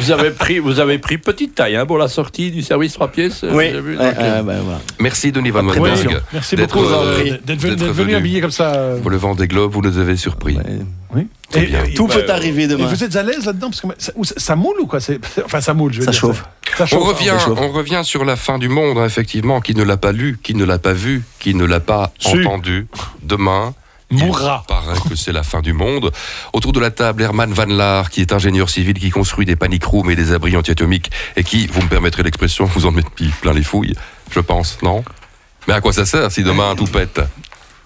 Vous avez pris, vous avez pris petite taille hein, pour la sortie du service trois pièces. euh,
Oui,
j'ai vu.
ouais, ouais, bah, voilà.
Merci Denis Van
Oui,
Wenberg.
merci
d'être,
beaucoup
euh,
euh, d'être venu,
d'être
d'être venu
venu.
habillé comme ça. euh,
Pour le vent des globes, vous nous avez surpris.
Ouais.
très
et-
bien.
et-
Tout
et-
peut arriver
et
demain.
vous êtes à l'aise là-dedans parce que ça, ou ça- ça moule ou quoi C'est- Enfin, ça moule, je veux
Ça
dire.
chauffe.
Ça
On
chauffe. Oh,
revient,
ça chauffe.
on revient sur la fin du monde, hein, effectivement. Qui ne l'a pas lu, qui ne l'a pas vu, qui ne l'a pas
Si.
entendu. Demain,
Mourra.
Il paraît que c'est la fin du monde. Autour de la table, Herman Van Laar, qui est ingénieur civil, qui construit des panic rooms et des abris antiatomiques, et qui, vous me permettrez l'expression, vous en mettez plein les fouilles, je pense, non Mais à quoi ça sert si demain tout pète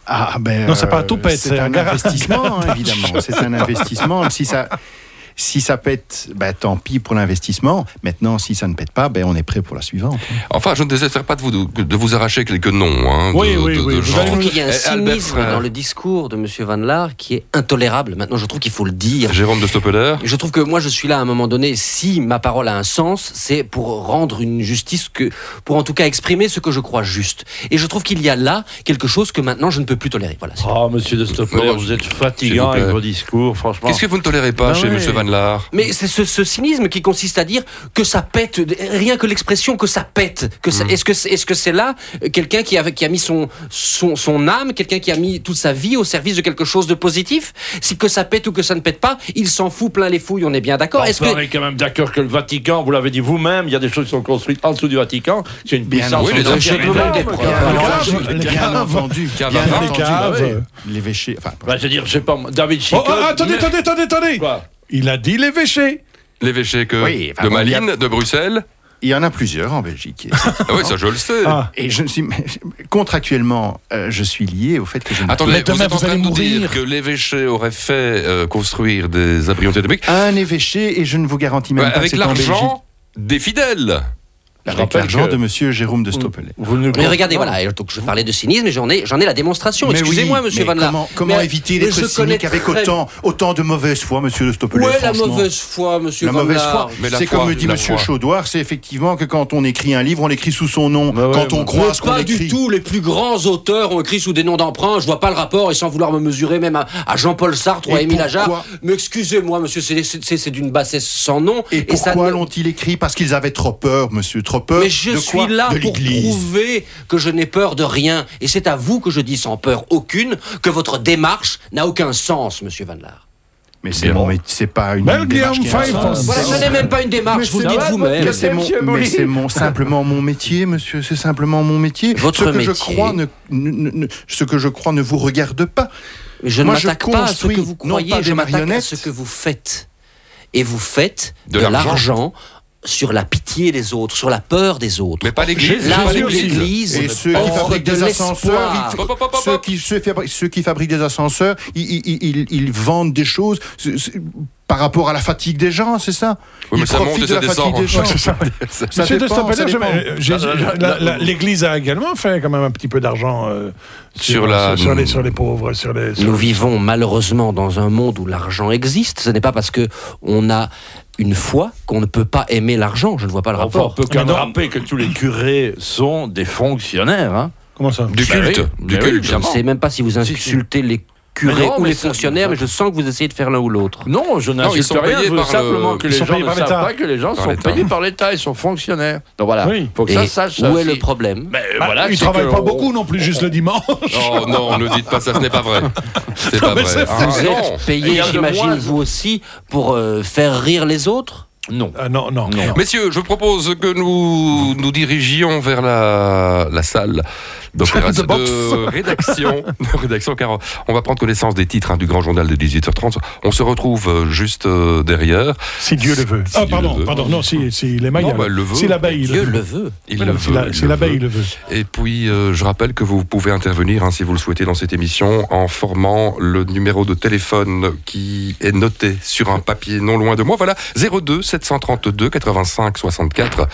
Ah, ben,
Non, c'est pas
euh,
un toupette, c'est
C'est
un
un
gar-
investissement, hein, évidemment. C'est un investissement. Si ça, Si ça pète, bah, tant pis pour l'investissement. Maintenant, si ça ne pète pas, ben on est prêt pour la suivante.
Enfin, je ne désespère pas de vous, de vous arracher quelques noms. hein,
Oui,
de-
oui,
de-
oui,
de
vous
gens.
Je trouve qu'il y a un
Eh, Albert
cynisme
Frère,
dans le discours de M. Van Laar qui est intolérable. Maintenant, je trouve qu'il faut le dire.
Jérôme de Stoppeler.
Je trouve que moi, je suis là à un moment donné. Si ma parole a un sens, c'est pour rendre une justice que, pour en tout cas exprimer ce que je crois juste. Et je trouve qu'il y a là quelque chose que maintenant je ne peux plus tolérer. Voilà. c'est-
Oh, monsieur de Stoppeler,
Non,
vous êtes
s'il vous
fatigant
plaît.
avec vos discours, franchement.
Qu'est-ce que vous ne tolérez pas
Ben
Bah
chez
ouais.
Monsieur Van Laar
Mais c'est ce, ce cynisme qui consiste à dire que ça pète, rien que l'expression que ça pète. Que
Hmm.
ça- Est-ce que c'est est -ce c'est là euh, quelqu'un qui a, qui a mis son, son, son âme, quelqu'un qui a mis toute sa vie au service de quelque chose de positif Si que ça pète ou que ça ne pète pas, il s'en fout plein les fouilles, on est bien d'accord. Est-ce
Enfin, On
que
est quand même d'accord que le Vatican, vous l'avez dit vous-même, il y a des choses qui sont construites en dessous du Vatican. C'est une
Bien
puissance.
oui, les
entière
archers de Rome,
énorme,
des
quoi.
preuves.
Bien entendu. Bien
Cave à
entendu.
vin. Cave.
Bah oui. L'évêché. Enfin,
Bah, je veux dire, je sais pas, moi, David
Oh,
Chico.
oh, attendez, attendez, attendez, attendez
Quoi
Il a dit l'évêché.
L'évêché que
Oui, enfin,
de
bon, il y a-
Malines, de Bruxelles
il y en a plusieurs en Belgique.
Ah Oui, ça je le sais.
Ah.
Et je ne suis contractuellement, euh, je suis lié au fait que je ne
Attendez,
Mais
vous
demain,
êtes en
vous
train de
allez
nous dire
mourir.
que l'évêché aurait fait euh, construire des abris antiatomiques
un évêché et je ne vous garantis même
bah,
pas
avec
que c'est en Belgique.
l'argent des fidèles.
Je
Avec
rappelle
l'argent
que-
de Monsieur Jérôme de Stoppelet.
Vous ne
Mais regardez, voilà, et donc je parlais de cynisme et j'en ai, j'en ai la démonstration.
Mais
Excusez-moi,
oui,
monsieur
mais
Van Laar.
Comment, comment
Mais-
éviter
mais
d'être
je connais
cynique avec
très-
autant, autant de mauvaise foi, Monsieur de Stoppelet
Ouais, la
franchement.
mauvaise foi, monsieur
La
Van
mauvaise
Laar.
foi,
Mais la
c'est
foi,
comme le dit
la
Monsieur
foi.
Chaudoir, c'est effectivement que quand on écrit un livre, on l'écrit sous son nom.
Bah ouais,
quand on
bah-
croit
Mais
ce qu'on
pas du
écrit.
tout. Les plus grands auteurs ont écrit sous des noms d'emprunt. Je vois pas le rapport et sans vouloir me mesurer même à, à Jean-Paul Sartre ou à
Et
Émile
pourquoi-
Ajar. Mais excusez-moi, monsieur, c'est- c'est c'est- c'est d'une bassesse sans nom.
Et
ça
pourquoi
ne-
l'ont-ils écrit Parce qu'ils avaient trop peur, monsieur, trop peur.
Mais je
de quoi
suis là
De
pour
l'Église.
prouver que je n'ai peur de rien. Et c'est à vous que je dis sans peur aucune que votre démarche n'a aucun sens, monsieur Van Laar.
Mais c'est mon- mais c'est pas une
Belgium
démarche qui a un
Five
sens.
Forces.
Voilà, ce n'est même pas une démarche, vous le dites vous-même.
Mais c'est mon, mais c'est mon- simplement mon métier, monsieur. C'est simplement mon métier.
Votre
ce que
métier.
Je crois ne, ne- ne- ce que je crois ne vous regarde pas.
Mais je ne
Moi, je
m'attaque pas à ce que
construis,
vous
non
croyez,
pas des
je m'attaque à
marionnettes.
ce que vous faites. Et vous faites
De
de,
l'argent.
l'argent sur la pitié des autres, sur la peur des autres.
Mais pas l'église.
Là
pas
où
l'église.
l'Église
Et ceux qui
offre
fabriquent
de
des ascenseurs,
l'espoir.
ils-
Hop, hop, hop, hop,
ceux
hop.
qui, se fabri- ceux qui fabriquent des ascenseurs, ils, ils- ils- ils vendent des choses c'est- c'est par rapport à la fatigue des gens, c'est ça
Oui, mais
Ils
ça monte et
profitent de
ça
la fatigue
descend.
des gens.
Ouais, c'est ça.
Ça
Monsieur de
dépend,
Stoppeler,
ça
je-
dépend.
euh, j'ai- la- la- la- l'Église a également fait quand même un petit peu d'argent euh,
Sur la-
sur, les, sur les pauvres, sur les. sur-
Nous vivons malheureusement dans un monde où l'argent existe. Ce n'est pas parce que on a une foi qu'on ne peut pas aimer l'argent. Je ne vois pas le
Enfin, on
rapport. Ah,
peut quand
Mais
même
non.
rappeler que tous les curés sont des fonctionnaires. Hein.
Comment ça
Du
Bah oui,
culte. Du
bah oui,
culte.
Je ne
évidemment.
sais même pas si vous
Si, si.
insultez les
Mais
curés
non,
ou
mais
les
ça-
fonctionnaires, mais je sens que vous essayez de faire l'un ou l'autre.
Non, je
ils
n'insulte
sont
rien.
payés
Je veux
par le-
simplement que
Ils
les
sont
gens
payés
ne
par
savent
l'État.
pas que les gens
Par
sont
l'État.
payés par l'État. Ils sont fonctionnaires. Donc voilà.
Oui.
Faut que
Et
ça se sache. ça
où est
aussi.
le problème
Ben,
Bah,
voilà,
ils
c'est
travaillent
que
pas
on-
beaucoup non plus, juste le dimanche.
Oh non, ne dites pas ça, ce n'est pas vrai. C'est pas
mais
vrai.
c'est
Ah,
Vous
non.
êtes
Et il y
payé,
a de
j'imagine,
moins-
vous aussi, pour euh, faire rire les autres
Non.
Ah, non, non.
Non.
Messieurs, je propose que nous nous dirigions vers la, la salle d'opération
De boxe.
de rédaction. de rédaction, car on va prendre connaissance des titres hein, du grand journal de 18h30. On se retrouve euh, juste euh, derrière.
Si Dieu le veut.
Si
Ah,
Dieu
pardon,
le veut.
pardon. Non, si, si les mailles.
Non, bah, elle le veut.
Si l'abeille.
Dieu le veut.
Il
Ouais,
le
non, si
veut,
la-
il
Si
le
l'abeille le
veut.
veut.
Et puis, euh, je rappelle que vous pouvez intervenir hein, si vous le souhaitez dans cette émission en formant le numéro de téléphone qui est noté sur un papier non loin de moi. Voilà, 02 732 85 64.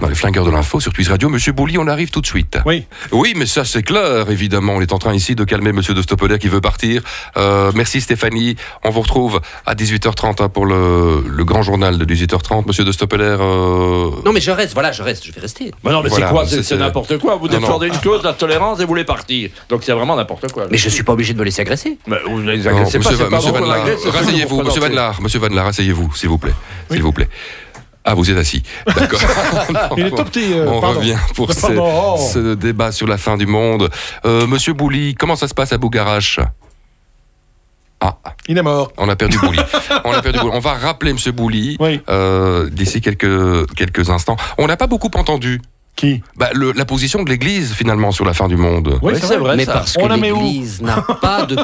Dans les flingueurs de l'info sur Twiz Radio, Monsieur Bouli, on arrive tout de suite.
Oui.
Oui, mais ça c'est clair, évidemment. On est en train ici de calmer Monsieur de Stoppeler qui veut partir. Euh, merci Stéphanie. On vous retrouve à 18h30 hein, pour le, le grand journal de 18h30. Monsieur de Stoppeler. euh,
Non, mais je reste, voilà, je reste, je vais rester.
Mais non, mais
Voilà,
c'est quoi
c'est-
C'est c'est n'importe quoi. Vous
Non, non.
défendez une cause, la tolérance, et vous voulez partir. Donc c'est vraiment n'importe quoi.
Mais je suis pas obligé de me laisser agresser.
Bah,
Mais vous ne les
Euh, Non,
agressez pas,
monsieur
c'est
Va-
pas
monsieur
vous qu'on
Van Laar,
agresse, c'est vous
Rasseyez-vous,
qu'on
monsieur Van
représente.
Laar, monsieur Van Laar, rasseyez-vous, s'il vous plaît.
Oui.
S'il vous plaît. Ah, vous êtes assis. D'accord.
Il est top petit. euh,
On
pardon.
revient pour ce,
Pardon, oh.
ce débat sur la fin du monde. Euh, monsieur Bouli, comment ça se passe à Bougarache Ah,
Il est mort.
on a perdu Bouli. on a perdu Bouli. On va rappeler monsieur Bouli
Oui.
euh, d'ici quelques, quelques instants. On n'a pas beaucoup entendu
Qui
bah, le- la position de l'Église, finalement, sur la fin du monde.
Oui,
Oui,
c'est
c'est
vrai.
vrai.
mais
ça.
parce
On
que
la met où
l'Église n'a pas de.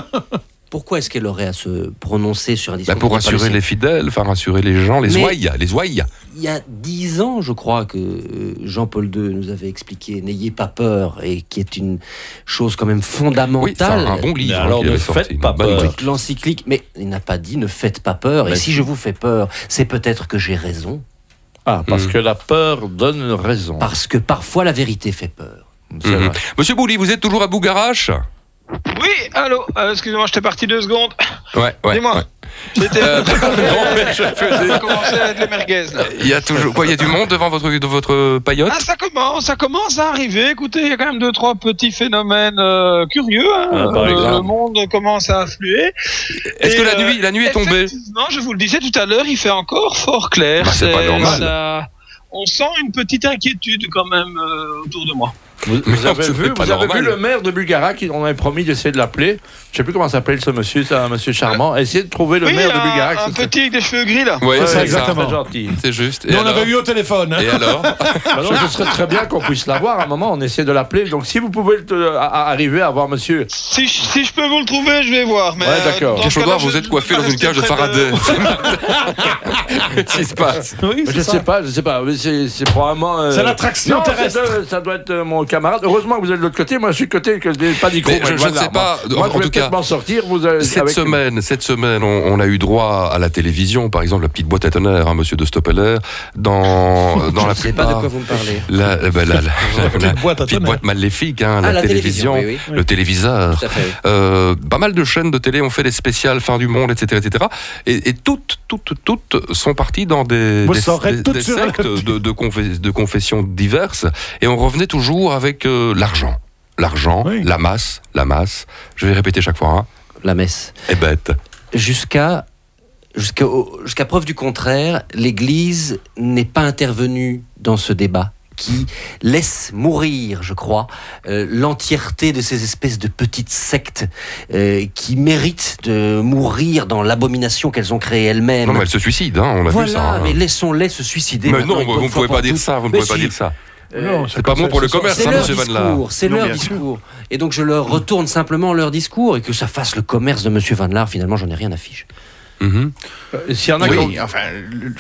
Pourquoi est-ce qu'elle aurait à se prononcer sur un discours
Bah, pour
qui n'est pas le
rassurer
sien
les fidèles, enfin rassurer les gens, les
Mais-
ouailles, les ouailles.
il y a dix ans, je crois, que euh, Jean-Paul II nous avait expliqué N'ayez pas peur, et qui est une chose quand même
Oui, c'est
fondamentale.
un bon livre. hein, qu'il avait sorti, une bonne
Toute
brique.
L'encyclique, mais il n'a pas dit ne faites pas peur. et
Mais
si
si.
je vous fais peur, c'est peut-être que j'ai raison.
Ah, parce
Hmm.
que la peur donne raison.
Parce que parfois la vérité fait peur.
C'est
Mhm.
vrai.
Monsieur Bouli, vous êtes toujours à Bougarache
Oui, allô, euh, excusez-moi, j'étais parti deux secondes.
Ouais, ouais.
Dis-moi.
ouais.
J'étais.
Euh, non, mais je faisais-
commençais à être les merguez, là.
Il y a toujours quoi Il y a du monde devant votre de votre paillote
Ah, ça commence, ça commence à arriver. Écoutez, il y a quand même deux, trois petits phénomènes euh, curieux. hein.
Ah, par
Euh,
exemple.
le monde commence à affluer.
Est-ce
Et,
que la
euh,
nuit la nuit est tombée
Effectivement, je vous le disais tout à l'heure, il fait encore fort clair.
Bah, c'est pas normal.
ça- On sent une petite inquiétude quand même euh, autour de moi.
Vous,
Mais
vous
non,
avez,
c'est
vu,
pas
vous avez vu
normal.
le maire de Bulgara qui on avait promis d'essayer de l'appeler. Je sais plus comment s'appelle ce monsieur, c'est un monsieur charmant.
Ah.
Essayez de trouver le
oui, euh,
maire
un,
de Bulgara.
un
c'est-
petit avec des cheveux gris là.
Ouais,
Ouais,
c'est
ça.
exactement.
très gentil.
C'est juste. Et
Mais on
alors
avait eu au téléphone. hein.
Et alors
Bah non, ce serait très bien qu'on puisse l'avoir. À un moment, on essaie de l'appeler. Donc, si vous pouvez le- à- à- arriver à voir monsieur.
Si, je- si je peux vous le trouver, je vais voir. Mais
Ouais,
euh,
d'accord.
dans ce
Cachogor,
cas-là,
vous
je-
êtes coiffé
je
dans
vais
une cage de
rester près
Faraday. Qu'est-ce qui se passe
Oui,
Je
c'est ça.
sais pas, je sais pas. mais C'est c'est probablement. euh,
C'est l'attraction
non,
terrestre.
c'est de- ça doit être euh, mon camarade. Heureusement que vous êtes de l'autre côté. Moi, je suis de côté que je n'ai pas d'icône.
Mais je- je ne sais pas.
Moi,
En
je vais
tout cas,
peut-être m'en sortir. Vous, euh,
Cette
avec-
semaine, cette semaine, on, on a eu droit à la télévision, par exemple la petite boîte à tonnerre, hein, Monsieur de Stoppeler, dans dans
je
la
ne sais pas de
plupart.
quoi vous me parlez.
La, euh, bah, la- la- la- la
Petite boîte à
petite
tonnerre.
boîte maléfique, hein,
Ah,
la, télévision,
oui, oui.
le téléviseur.
Tout à fait, oui.
Euh, pas mal de chaînes de télé ont fait des spéciales fin du monde, etc., etc. Et, et toutes, toutes, toutes sont parties dans des,
Vous
des,
saurez
des-
toutes
des
sur la
sectes de, de, confes- de confessions diverses. Et on revenait toujours avec euh, l'argent, l'argent,
Oui.
la masse, la masse. Je vais répéter chaque fois. Hein.
La messe.
Et bête.
jusqu'à jusqu'à jusqu'à preuve du contraire, l'Église n'est pas intervenue dans ce débat qui laisse mourir, je crois, euh, l'entièreté de ces espèces de petites sectes euh, qui méritent de mourir dans l'abomination qu'elles ont créée elles-mêmes.
Non, mais elle se suicide. Hein, on a
voilà,
vu ça. hein.
mais laissons-les se suicider.
Mais
maintenant,
non,
une bonne
vous ne
fois
pouvez
pour
pas dire
toutes.
ça. Vous ne
Mais
pouvez pas
si.
dire ça.
Non,
Euh, C'est pas bon pour le
comme ça,
commerce,
C'est
ça,
leur
Monsieur Van Laar.
discours, c'est
Non,
leur
bien sûr.
discours. Et donc je leur retourne simplement leur discours et que ça fasse le commerce de Monsieur Van Laar. Finalement, j'en ai rien à fiche.
Mhm.
Euh, S'il y en a qui ont-
Oui, enfin. le- le-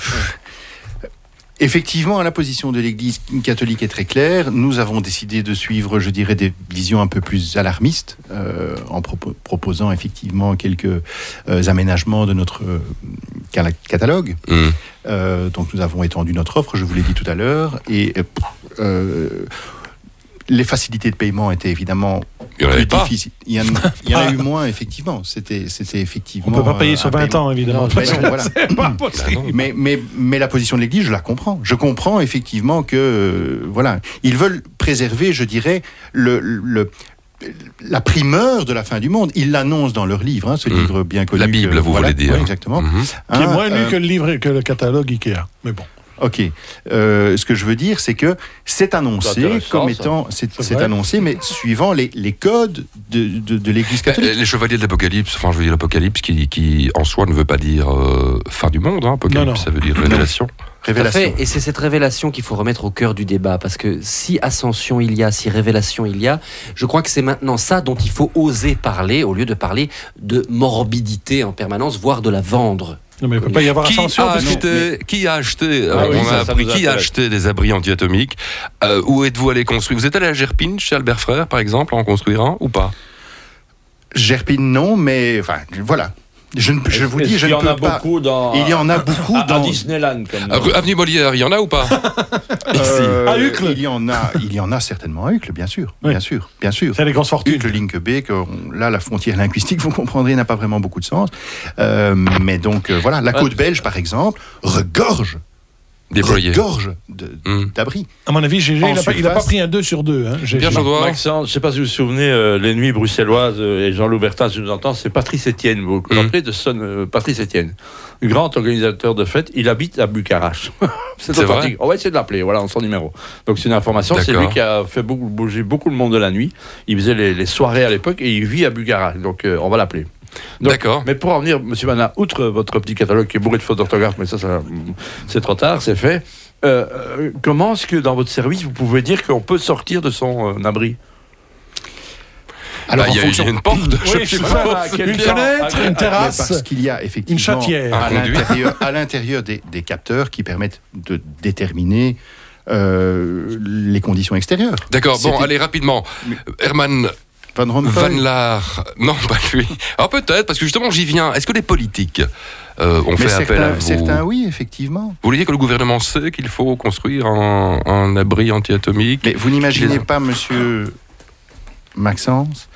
Effectivement, la position de l'Église catholique est très claire. Nous avons décidé de suivre, je dirais, des visions un peu plus alarmistes, euh, en propo- proposant effectivement quelques euh, aménagements de notre euh, cala- catalogue.
Mhm.
Euh, donc nous avons étendu notre offre, je vous l'ai dit tout à l'heure, et euh, pff, euh, les facilités de paiement étaient évidemment
Il y en
plus
avait pas.
difficiles. Il y en, il y en a eu moins, effectivement. C'était, c'était
On
effectivement.
peut pas payer
euh,
sur
un
20
paiement.
ans, évidemment.
Non, ben non, voilà.
Pas possible.
Mais, mais, mais la position de l'Église, je la comprends. Je comprends effectivement que, euh, voilà, ils veulent préserver, je dirais, le, le- la primeur de la fin du monde. Ils l'annoncent dans leur livre, hein, ce
Mm.
livre bien connu.
La Bible, vous voulez dire.
oui, exactement.
Mhm.
Qui est
Hein,
moins lu
euh,
que le livre que le catalogue Ikea. Mais bon.
Ok. Euh, ce que je veux dire, c'est que c'est
C'est
annoncé
intéressant,
comme
ça.
étant, c'est
C'est
c'est
vrai.
annoncé, mais suivant les, les codes de, de, de l'Église
Ben,
catholique.
Les chevaliers de l'Apocalypse, enfin je veux dire l'Apocalypse qui, qui en soi ne veut pas dire euh, fin du monde, hein, Apocalypse
Non, non.
ça veut dire révélation.
Tout à
Révélation.
fait, et c'est cette révélation qu'il faut remettre au cœur du débat, parce que si ascension il y a, si révélation il y a, je crois que c'est maintenant ça dont il faut oser parler, au lieu de parler de morbidité en permanence, voire de la vendre.
Non, mais il peut pas y avoir
Qui
ascension.
a,
parce que-
acheté, qui a acheté euh,
Ah oui,
On
ça,
a
ça
appris
nous
qui a
intéresse.
acheté des abris anti-atomiques Euh, Où êtes-vous allé construire Vous êtes allé à Gerpine chez Albert Frère par exemple à en construire un ou pas euh,
Gerpine, non, mais enfin, voilà. Je, ne, je vous
Est-ce
dis, je
qu'il
ne
y en
peux
a
pas.
beaucoup dans.
Il y en a beaucoup
à, à
dans,
Disneyland. Comme
Rue- Avenue Molière, il y en a ou pas
Euh,
À Uccle.
Il y en a, il y en a certainement à Uccle, bien sûr,
Oui.
bien sûr, bien sûr.
C'est les grosses fortunes.
Uccle, Linkbeek, on- là, la frontière linguistique, vous comprendrez, n'a pas vraiment beaucoup de sens. Euh, mais donc, euh, voilà, la côte belge, par exemple, regorge,
Déployé.
regorge de-
Hum.
d'abris.
À mon avis, GG,
En
il n'a pas, il a
surface.
pas pris un 2 sur 2. Hein, GG.
Pierre Chaudoir
Maxence, je ne sais pas si vous vous souvenez, euh, les nuits bruxelloises, euh, et Jean Loubertin, si je vous entends, c'est Patrice Etienne. Vous vous
Mhm.
rappelez de son euh, Patrice Etienne Grand organisateur de fêtes, il habite à Bucarach. c'est
C'est
authentique. On va essayer de l'appeler, voilà, en son numéro. Donc c'est une information, c'est
D'accord.
lui qui a fait beaucoup, bouger beaucoup le monde de la nuit. Il faisait les, les soirées à l'époque et il vit à Bucarach. Donc euh, on va l'appeler. Donc,
D'accord.
Mais pour en venir, Monsieur Mana, outre votre petit catalogue qui est bourré de fautes d'orthographe, mais ça, ça c'est trop tard, c'est fait. euh, euh, comment est-ce que dans votre service vous pouvez dire qu'on peut sortir de son euh, abri
Alors, Bah, il y a eu une porte, je
Oui,
sais
c'est
pas.
Ah,
ça, une fenêtre, une terrasse.
Parce qu'il y a effectivement
Une chatière.
à
Un conduit.
l'intérieur- à l'intérieur des, des capteurs qui permettent de déterminer euh, les conditions extérieures.
D'accord, bon,
C'était
allez, rapidement. Herman
Van Rompuy.
Van Laar. Non, pas lui. Ah, peut-être, parce que justement, j'y viens. Est-ce que les politiques euh, ont
Mais
fait appel à
certains,
vous
certains, oui, effectivement.
Vous voulez dire que le gouvernement sait qu'il faut construire un, un abri antiatomique
Mais vous n'imaginez pas, monsieur Maxence,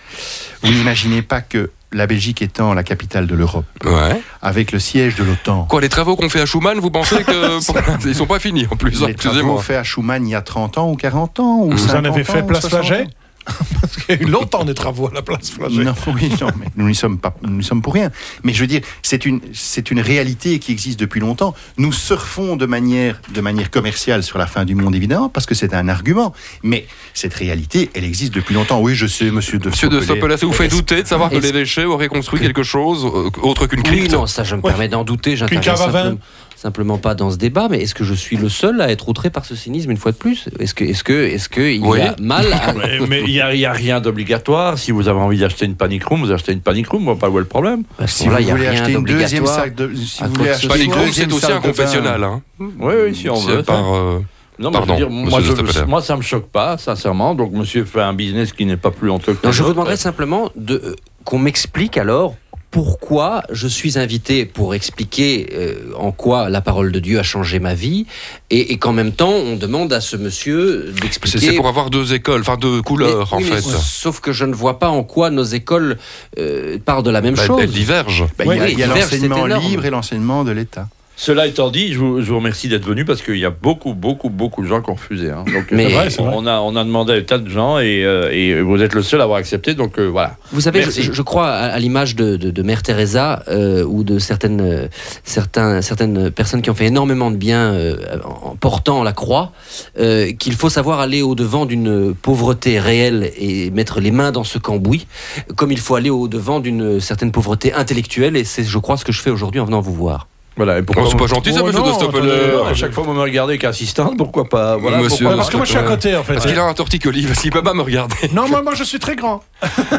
vous n'imaginez pas que la Belgique étant la capitale de l'Europe,
Ouais.
avec le siège de l'OTAN,
Quoi, les travaux qu'on fait à Schumann, vous pensez que. pour- Ils sont pas finis en plus, hein,
les travaux
excusez-moi.
faits à Schumann il y a 30 ans ou 40 ans, ou
Vous en
50
avez fait
ans,
place
60 ans.
Flaget Parce qu'il y a eu longtemps des travaux à la place Flaget.
Non, oui, non, mais nous n'y sommes pas, nous n'y sommes pour rien. Mais je veux dire, c'est une, c'est une réalité qui existe depuis longtemps. Nous surfons de manière, de manière commerciale sur la fin du monde, évidemment, parce que c'est un argument. Mais cette réalité, elle existe depuis longtemps. Oui, je sais, monsieur de
Monsieur de
Sopelet.
Sopelas, ça vous fait
Est-ce-
douter de savoir que
est-ce-
les déchets auraient construit quelque chose euh, autre qu'une
Oui,
crypte
non, ça, je me
Ouais.
permets d'en douter. J'interviens
cave à vin.
simplement, simplement pas dans ce débat, mais est-ce que je suis le seul à être outré par ce cynisme une fois de plus Est-ce que, est-ce que, est-ce que il
Oui.
y a mal à...
Mais mais il n'y a, il y a rien d'obligatoire. Si vous avez envie d'acheter une panic room, vous achetez une panic room. On va pas où est le problème.
Bah,
Si
bon, là, il
vous
y a
voulez
rien
acheter une deuxième
d'obligatoire.
sac de, si
à
vous
quoi
voulez
que ce
acheter
soit.
Pas les gros, c'est
deuxième
aussi
salle
un
de bain.
confessionnal. Hein.
Oui, oui, si on
C'est
veut.
par, euh,
Non, mais
Pardon,
je veux dire,
monsieur
moi,
de
je-
Stapler.
moi, ça me choque pas, sincèrement. Donc, monsieur fait un business qui n'est pas plus honteux que
Non,
les
je vous
autres.
demanderais simplement de, euh, qu'on m'explique alors pourquoi je suis invité pour expliquer euh, en quoi la parole de Dieu a changé ma vie et, et qu'en même temps on demande à ce monsieur
c'est
d'expliquer.
c'est pour avoir deux écoles, enfin deux couleurs
Mais-
en
oui, mais
fait.
Sauf que je ne vois pas en quoi nos écoles euh, partent de la même
Bah,
chose.
Elles divergent.
Bah, il y a-
Oui,
il y a
l'hiver,
l'enseignement
c'est énorme.
libre et l'enseignement de l'État.
Cela étant dit, je vous, je vous remercie d'être venu parce qu'il y a beaucoup, beaucoup, beaucoup de gens qui ont refusé. hein. Donc,
Mais-
euh,
C'est vrai,
c'est vrai.
on, a, on a demandé à des tas de gens et, euh, et vous êtes le seul à avoir accepté. Donc, euh, voilà.
Vous savez, je,
Merci.
je- je crois à, à l'image de, de- de Mère Teresa euh, ou de certaines, euh, certains- certaines personnes qui ont fait énormément de bien euh, en, en portant la croix, euh, qu'il faut savoir aller au-devant d'une pauvreté réelle et mettre les mains dans ce cambouis, comme il faut aller au-devant d'une certaine pauvreté intellectuelle, et c'est, je crois, ce que je fais aujourd'hui en venant vous voir.
voilà. Et
Oh,
pourquoi
c'est pas gentil ça,
Oh,
monsieur
non,
de
attendez,
Stoppeler.
à chaque fois, vous me regardez avec assistant, pourquoi pas voilà,
Monsieur-
pourquoi pas
Parce que moi je suis à côté en fait.
Parce qu'il a un torticolis, parce qu'il peut pas me regarder.
Non, moi, moi je suis très grand.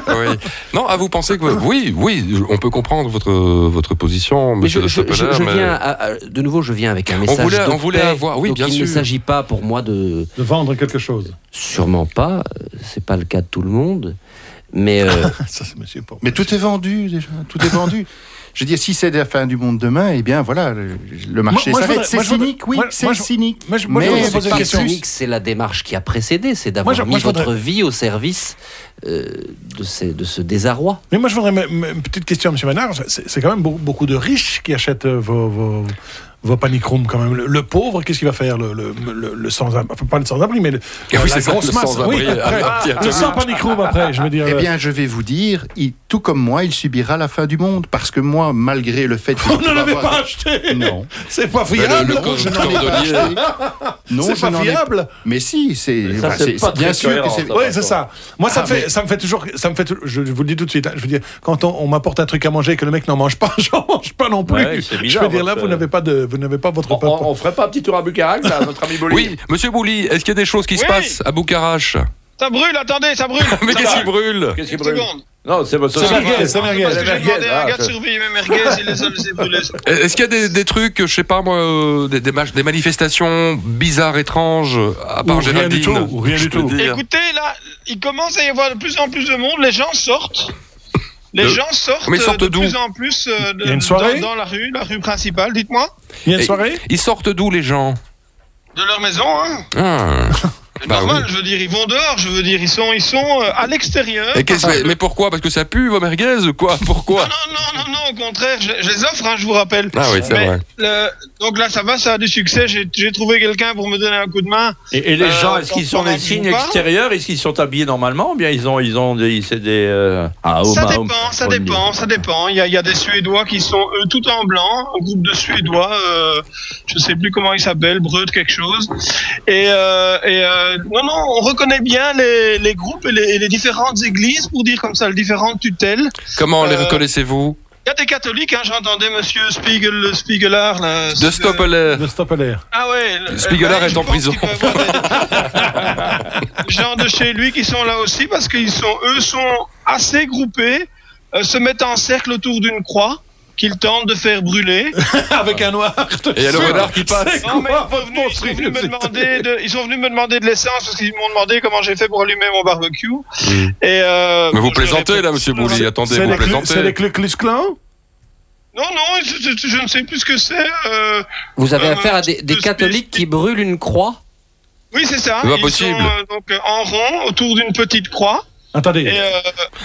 Oui. Non, à vous pensez que oui, oui, on peut comprendre votre votre position,
Mais
Monsieur
je,
de
je-
Stoppeler.
je- je
mais-
viens, à- à- de nouveau, je viens avec un message.
voulait-
de
on voulait
paix,
avoir- oui,
donc
bien
il ne
sûr.
s'agit pas pour moi de,
De vendre quelque chose.
Sûrement pas, euh, c'est pas le cas de tout le monde, mais euh,
Ça, c'est monsieur Paul. Mais tout est vendu déjà, tout est vendu. Je veux dire, si c'est la fin du monde demain, eh bien voilà, le, le marché
Moi- moi, je
s'arrête.
voudrais-
C'est
moi, je voudrais-
cynique, oui,
moi,
c'est
moi, je-
cynique.
moi, je- moi, je
Mais
voudrais
c'est
vous poser
c'est
une
pas
pas
question.
cynique.
cynique, c'est la démarche qui a précédé, c'est d'avoir
Moi, je-
mis
moi, je
votre
voudrais-
vie au service euh, de, ces- de ce désarroi.
Mais moi, je voudrais me- me- une petite question, Monsieur Ménard. C'est c'est quand même beaucoup, beaucoup de riches qui achètent euh, vos, vos, vos panic rooms, quand même. Le, le pauvre, qu'est-ce qu'il va faire Le, le, le, le sans-abri, enfin, pas le sans-abri, mais le,
Eh
Ah oui,
la
c'est ça,
grosse
le
masse.
sans-abri,
oui,
euh,
après,
ah, tiens,
le sans panic room après, je veux dire.
Eh
euh,
bien, je vais vous dire, il- tout comme moi, il subira la fin du monde parce que moi, malgré le fait que
vous
je
ne
peux
l'avez
avoir-
pas acheté.
Non,
C'est pas
Mais le-
fiable.
le cor-
je n'en ai pas
cordonnier.
acheté. non,
c'est
je
pas
n'en ai-
fiable.
Mais si, c'est
Mais ça,
enfin,
c'est
c'est-
pas
bien
très
sûr que
cohérent,
c'est.
ça.
Oui, c'est ça. Moi, ça,
Ah,
me fait,
mais-
ça me fait toujours. Ça me fait, tou- je vous le dis tout de suite. hein, je veux dire, quand on, on m'apporte un truc à manger et que le mec n'en mange pas, j'en mange pas non plus.
Ouais, c'est bizarre,
je veux dire, là,
votre-
vous n'avez pas, de, vous n'avez pas votre
On,
pain
on- on ferait pas un petit tour à Bucarac, là, notre ami Bolli
Oui, Monsieur Bouli, est-ce qu'il y a des choses qui se
Oui.
passent à Boucarache
Ça brûle, attendez, ça brûle.
Mais
Ça
qu'est-ce
va.
qui brûle
Qu'est-ce qui
Une
brûle
seconde.
Non, c'est votre
C'est merguez, c'est
C'est
merguez.
parce que j'ai demandé à un
Ah,
gars de
je-
surveiller mes merguez, il les a laissés brûler.
Euh, Est-ce qu'il y a des, des trucs, je sais pas moi, euh, des, des, mach- des manifestations bizarres, étranges, à part
Ou rien
Géraldine
du tout, ou rien
je
du
peux
tout.
dire.
Écoutez, là, il commence à y avoir de plus en plus de monde, les gens sortent. Les
De-
gens sortent,
Mais ils sortent
euh, de
d'où
plus en plus euh, de-
Il y a une soirée
dans, dans la rue, la rue principale, dites-moi.
Il y a une
Et-
soirée
Ils sortent d'où les gens
De leur maison, hein.
Ah.
C'est
Bah
normal, je veux dire, ils vont dehors, je veux dire, ils sont, ils sont euh, à l'extérieur. Ah,
Et qu'est-ce- mais- mais pourquoi Parce que ça pue vos merguez ou quoi Pourquoi
Non, non, non, non, au contraire, je, je les offre, hein, je vous rappelle.
Ah oui, c'est
Mais
vrai.
le- donc là, ça va, ça a du succès. J'ai j'ai trouvé quelqu'un pour me donner un coup de main.
Et, et les
Euh,
gens, est-ce qu'ils sont
pendant
des
qu'ils
signes
vous parlent
extérieurs Est-ce qu'ils sont habillés normalement Ou bien ils ont, ils ont des. C'est des euh, ah, home,
ça
ah,
dépend,
home.
ça
On dit.
dépend, ça dépend. Il y a, il y a des Suédois qui sont eux tout en blanc, un groupe de Suédois, euh, je sais plus comment ils s'appellent, Breut quelque chose. Et, euh, et euh, non, non, on reconnaît bien les, les groupes et les, et les différentes églises pour dire comme ça, les différentes tutelles.
Comment les
Euh,
reconnaissez-vous
Il y a des catholiques, hein, j'entendais monsieur Spiegel, Spiegeler. là,
De Stoppeler.
De Stoppeler.
Ah ouais. le-
Spiegeler
euh, ouais,
est en prison.
gens de chez lui qui sont là aussi parce qu'ils sont, eux, sont assez groupés, euh, se mettent en cercle autour d'une croix qu'ils tentent de faire brûler.
Avec un noir.
Et il y a le renard qui passe.
Non, mais ils, sont venus, ils sont venus me demander de, ils sont venus me demander de l'essence parce qu'ils m'ont demandé comment j'ai fait pour allumer mon barbecue. Et euh,
Hmm. Mais vous
bon, je leur ai
plaisantez là,
répondu-
monsieur Bouli. Attendez,
C'est
vous
les clu- C'est les
plaisantez.
Cluclus-Clans
Non, non, je, je- je ne sais plus ce que c'est. euh,
Vous avez
Euh,
affaire à des, des
je-
catholiques qui brûlent une croix
oui, c'est ça.
C'est pas
ils
possible.
sont euh, donc euh, en rond autour d'une petite croix. Et
Attendez.
euh,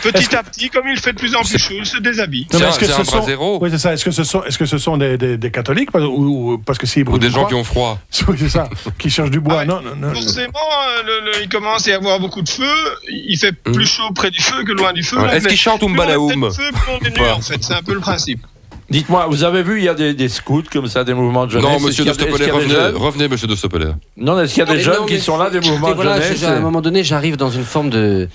Est-ce
petit
que-
à petit, comme il fait de plus en plus chaud, il se déshabille.
Non, mais
C'est un-
est-ce que
c'est
ce
un bras
sont-
zéro.
Oui, c'est ça. Est-ce que ce sont, est-ce que ce sont des, des, des catholiques parce- ou, ou- parce que s'ils
Ou
brûlent
des
du
gens
bois-
qui ont froid.
Oui, c'est ça. Qui cherchent du bois.
Ah,
non, non, non.
Forcément, euh, le- le- il commence à y avoir beaucoup de feu. Il fait plus chaud près du feu que loin du feu.
Mmh. Ouais. Est-ce
Mais
qu'ils chantent
plus on est près
Umbalaoum
du feu, plus on est nu,
Voilà.
en fait. C'est un peu le principe.
Dites-moi, vous avez vu, il y a des, des scouts comme ça, des mouvements de jeunesse
Non, monsieur de
Est-ce qu'il y a des-
Stoppeler,
est-ce qu'il y a des
revenez,
jeunes
revenez, monsieur de Stoppeler.
Non, est-ce qu'il y a des
Mais
jeunes
non,
qui
mais
sont là, des
écoutez,
mouvements de
voilà,
jeunesse
je- À un moment donné, j'arrive dans une forme de.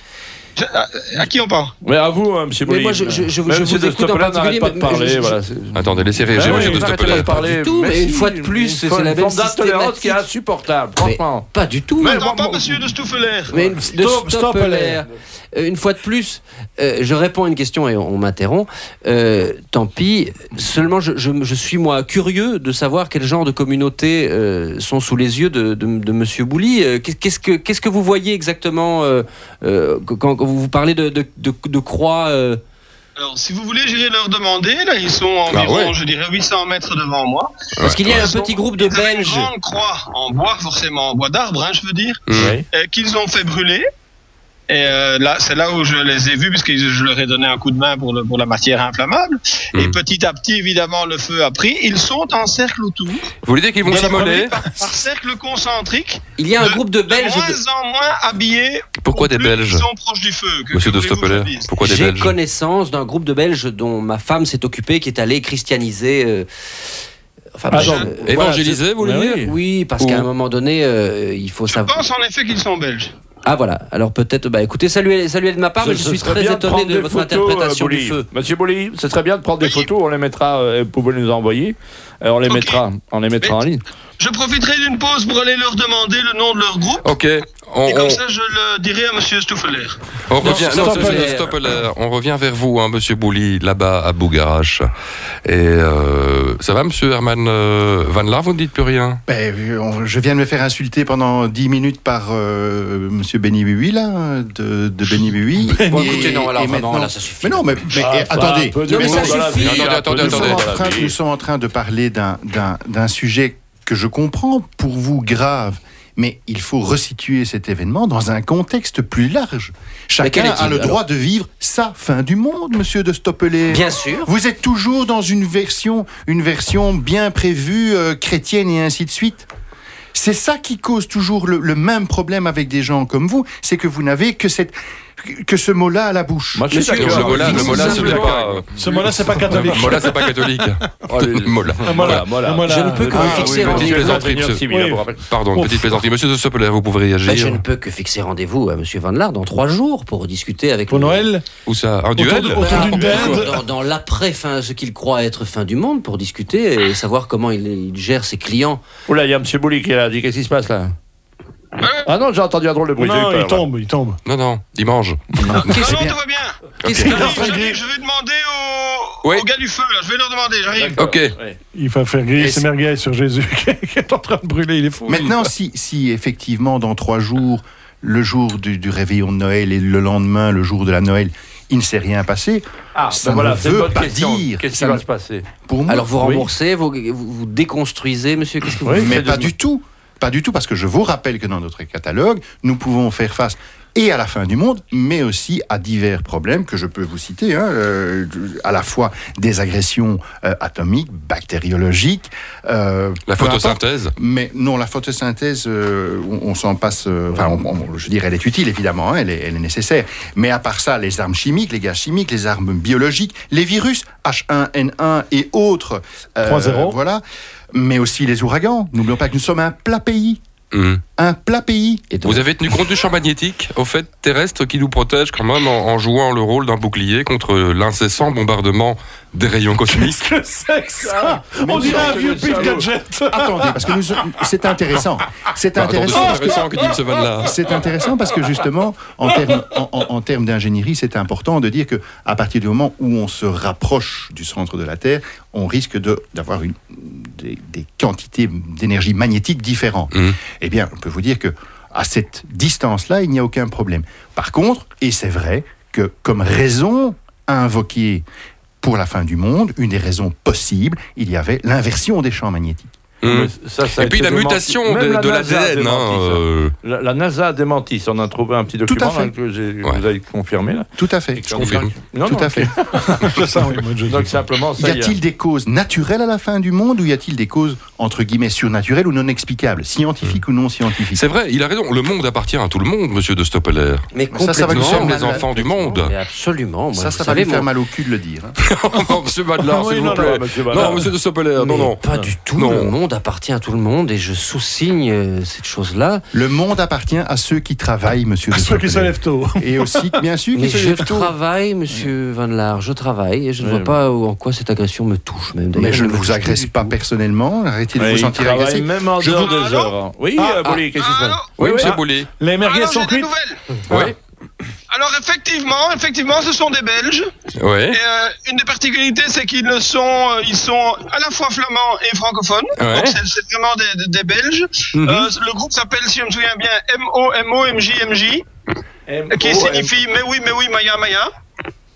À, à qui on parle
Mais à vous, hein, monsieur
Mais
Bouli.
moi, je- je- je-
Même
je
monsieur
vous
de
écoute en
Stoppeler
particulier,
n'arrête pas de
mais- mais je-
parler.
je-
voilà, c'est-
Attendez, laissez réagir,
Ben
monsieur
oui,
de
vous arrêtez
Stoppeler.
de parler.
Pas du tout, mais une
si,
fois de plus, c'est
forme-
la
une
même
forme d'intolérance qui est
systématique.
insupportable,
Mais
franchement.
pas du tout.
N'entends
moi-
pas,
moi-
monsieur de Stouffelaire.
Mais une- de
Stop- stop,
Stoppeler. Euh, Une fois de plus, euh, je réponds à une question et on m'interrompt. Euh, tant pis. Seulement, je, je- je suis moi curieux de savoir quel genre de communautés euh, sont sous les yeux de, de, de Monsieur Bouli. Euh, qu'est- qu'est-ce que qu'est-ce que vous voyez exactement euh, euh, quand, quand vous parlez de, de, de, de croix euh,
Alors, si vous voulez, j'irai leur demander. Là, ils sont environ,
Ah ouais.
je dirais, 800 mètres devant moi.
Parce qu'il y a
Ils
un
sont-
petit groupe de
ils avaient
Belges.
Une grande croix en bois, forcément, en bois d'arbre, hein, je veux dire,
Mmh.
euh, qu'ils ont fait brûler. Et euh, là, c'est là où je les ai vus, parce que je leur ai donné un coup de main pour, le, pour la matière inflammable. Et
Mm.
petit à petit, évidemment, le feu a pris. Ils sont en cercle autour,
Vous voulez dire qu'ils vont
Dans la
s'immoler
par cercle concentrique,
Il y a un
de-
groupe de
de
Belges.
moins
de-
en moins habillés.
Pourquoi
au
des
plus
Belges
Ils sont proches du feu. que-
Monsieur
que
de
voulez-vous que je
Stoppeler,
vous dise
pourquoi des
J'ai
Belges
connaissance d'un groupe de Belges dont ma femme s'est occupée, qui est allée christianiser. euh, enfin,
Ah,
je-
genre,
euh,
Évangéliser, vous voulez dire
Oui, parce qu'à un moment donné, euh, il faut
Je
savoir.
pense en effet qu'ils sont belges.
Ah voilà, alors peut-être, bah écoutez, saluez, saluez de ma part,
Ce-
mais je
ce
suis
serait
très
bien
étonné
prendre
de
des
votre
photos,
interprétation
euh,
du
Bouli.
feu.
Monsieur Bouli, ce serait bien de prendre des photos, on les mettra, euh, vous pouvez nous les envoyer, euh, on les
Ok.
mettra, on les mettra
Mais-
en ligne.
Je profiterai d'une pause pour aller leur demander le nom de leur groupe.
Ok, on,
Et comme
on-
ça, je le dirai à Monsieur Stouffelaire.
on revient.
stop,
non,
stop,
monsieur
euh,
Stoppeler, on revient vers vous, hein, Monsieur Bouli, là-bas à Bougarache. Et euh, ça va, Monsieur Herman euh, Van Laar, vous ne dites plus rien.
Hein.
Ben, euh, on- je viens de me faire insulter pendant 10 minutes par euh, Monsieur Benny Bui, là, de, de Benny Bui.
Bon,
Et-
écoutez, non, alors
et
vraiment,
maintenant-
là, ça suffit.
Mais non, mais, mais,
Ah,
eh,
enfin,
attendez.
un peu de
Non, mais
monde
ça
dans la
suffit.
vie,
Attendez,
un peu
attendez,
de
nous, sommes
attendez.
monde
en
dans la
train,
vie.
nous sommes en train de parler d'un- d'un d'un sujet que je comprends pour vous grave, mais il faut resituer cet événement dans un contexte plus large.
quel
Chacun
est-il,
a le
alors
droit de vivre sa fin du monde, monsieur de Stoppelet.
Bien sûr.
Vous êtes toujours dans une version, une version bien prévue, euh, chrétienne et ainsi de suite. C'est ça qui cause toujours le, le même problème avec des gens comme vous, c'est que vous n'avez que cette que ce mot-là à la bouche.
Moi, je suis
Monsieur,
d'accord.
le mola, le
vous
mola,
dites
ce n'est
simplement-
pas. euh,
Ce mot-là, c'est pas
le
catholique.
mola, c'est pas catholique.
Oh, les-
Le mola.
Un mot-là.
Voilà, voilà.
Un mot-là.
Je ne peux que
Ah,
me fixer
oui,
rendez-vous.
petite plaisanterie,
Ingénieur
monsieur.
civil,
Oui.
hein, vous rappelez.
Pardon,
Ouf.
petite plaisanterie. Monsieur de Stoppeler, vous pouvez réagir.
Ben, je
hein.
ne peux que fixer rendez-vous à Monsieur Van Laar dans trois jours pour discuter avec
Pour
le-
Noël
Où ça Un duel
de-
Bah,
autour d'une
dans-
dinde.
dans, dans l'après fin, ce qu'il croit être fin du monde pour discuter et savoir comment il, il gère ses clients.
Oula, il y a monsieur Bouli qui est là, dit qu'est-ce qui se passe là Ah non, j'ai entendu un drôle de bruit, j'ai eu
Non,
peur.
il
là.
tombe, il tombe.
Non, non, il mange.
Qu'est-ce
non, non,
qu'il-
tout va bien.
qu'est-ce
J'arrive,
qu'il est en train de
j'arrive,
dire
je vais demander au,
Oui.
au gars du feu, là. je vais leur demander, j'arrive.
Ok.
Ouais.
Il va faire griller
Et
ses
c'est-
merguez sur Jésus qui est en train de brûler, il est fou.
Maintenant, si, si effectivement, dans trois jours, le jour du, du réveillon de Noël et le lendemain, le jour de la Noël, il ne s'est rien passé,
Ah,
Ça
ben voilà,
ne
c'est une
veut
bonne
pas
question.
dire.
Qu'est-ce qui
Ça
va
ne-
se passer
pour moi,
Alors vous
Oui.
remboursez, vous, vous, vous déconstruisez, monsieur Qu'est-ce que vous
mais
faites
pas
de-
du tout. Pas du tout, parce que je vous rappelle que dans notre catalogue, nous pouvons faire face et à la fin du monde, mais aussi à divers problèmes que je peux vous citer, hein, euh, à la fois des agressions euh, atomiques, bactériologiques, euh,
La
peu importe,
photosynthèse.
Mais non, la photosynthèse, euh, on, on s'en passe. euh, Enfin, on- on- je veux dire, elle est utile évidemment, hein, elle, est, elle est nécessaire. Mais à part ça, les armes chimiques, les gaz chimiques, les armes biologiques, les virus H1N1 et autres. euh,
3-0.
Voilà. Mais aussi les ouragans. N'oublions pas que nous sommes un plat pays.
Mhm.
Un plat pays.
Vous avez tenu compte du champ magnétique, au fait, terrestre, qui nous protège quand même en, en jouant le rôle d'un bouclier contre l'incessant bombardement des rayons cosmiques.
Que c'est que ça On dirait un vieux pif gadget.
Attendez, parce que nous, c'est intéressant. C'est
Bah, attendez,
intéressant.
c'est
parce que-
intéressant que tu me ce vanne-là.
C'est intéressant parce que justement, en termes en, en- en termes d'ingénierie, c'est important de dire que à partir du moment où on se rapproche du centre de la Terre, on risque de- d'avoir une- des, des quantités d'énergie magnétique différentes.
Mmh.
Eh bien, on peut vous dire que à cette distance-là, il n'y a aucun problème. Par contre, et c'est vrai que comme raison à invoquer pour la fin du monde, une des raisons possibles, il y avait l'inversion des champs magnétiques.
Mais ça, ça a
Et puis la
été démenti.
mutation
Même
de-
la
de
NASA a
l'ADN, hein,
démenti ça.
euh.
La, la NASA a démenti. ça. On a trouvé un petit
Tout à
document
fait.
là, que j'ai- que vous avez confirmé. Là.
Tout à fait.
Je confirme. Non,
Tout
non,
à
ok.
fait.
Donc simplement, ça
Y a-t-il des causes naturelles à la fin du monde ou y a-t-il des causes entre guillemets surnaturelles ou non explicables,
Hmm.
scientifiques ou non scientifiques
C'est vrai, il a raison. Le monde appartient à tout le monde, monsieur de Stoppeler.
Mais
Ça, ça va
Nous
lui faire
sommes
mal
les
à-
enfants du monde.
Mais absolument. Oh, Moi,
ça,
vous
ça va
savez,
lui faire
mon-
mal au cul de le dire. hein.
Non, monsieur Badelard,
Oui,
s'il vous
non, non,
plaît.
monsieur Badelard.
Non, monsieur de Stoppeler, non,
Mais
non.
Pas du tout.
Non.
Le monde appartient à tout le monde et je sous-signe euh, cette chose-là.
Le monde appartient à ceux qui travaillent, monsieur. de
Ceux qui se
Coppelen.
lèvent tôt.
Et aussi, bien sûr,
Mais
qui se
je
lèvent tôt.
travaille, monsieur Van Laar, je travaille et je ne
Oui,
vois
oui.
pas où- en quoi cette agression me touche même.
Mais
d'ailleurs,
je
elle
ne
me
vous
touche
agresse
du
pas
tout.
personnellement. Arrêtez de
Ouais,
vous
Ah, il
sentir
travaille
agressé.
même en
Je
dehors
vous-
des
Allô
heures. hein. Oui,
Ah,
euh, Bouli, qu'est-ce qui se passe
Oui, monsieur
Ah.
Boulay.
Les merguez
Alors,
sont
j'ai
cuites.
des nouvelles.
Oui.
Alors, effectivement, effectivement, ce sont des Belges.
Oui.
Et euh, une des particularités, c'est qu'ils le sont, euh, ils sont à la fois flamands et francophones.
Ouais.
Donc, c'est- c'est vraiment des, des- des Belges.
Mhm.
Euh, le groupe s'appelle, si je me souviens bien, M-O-M-O-M-J-M-J, qui signifie Mais oui, mais oui, Maya, Maya.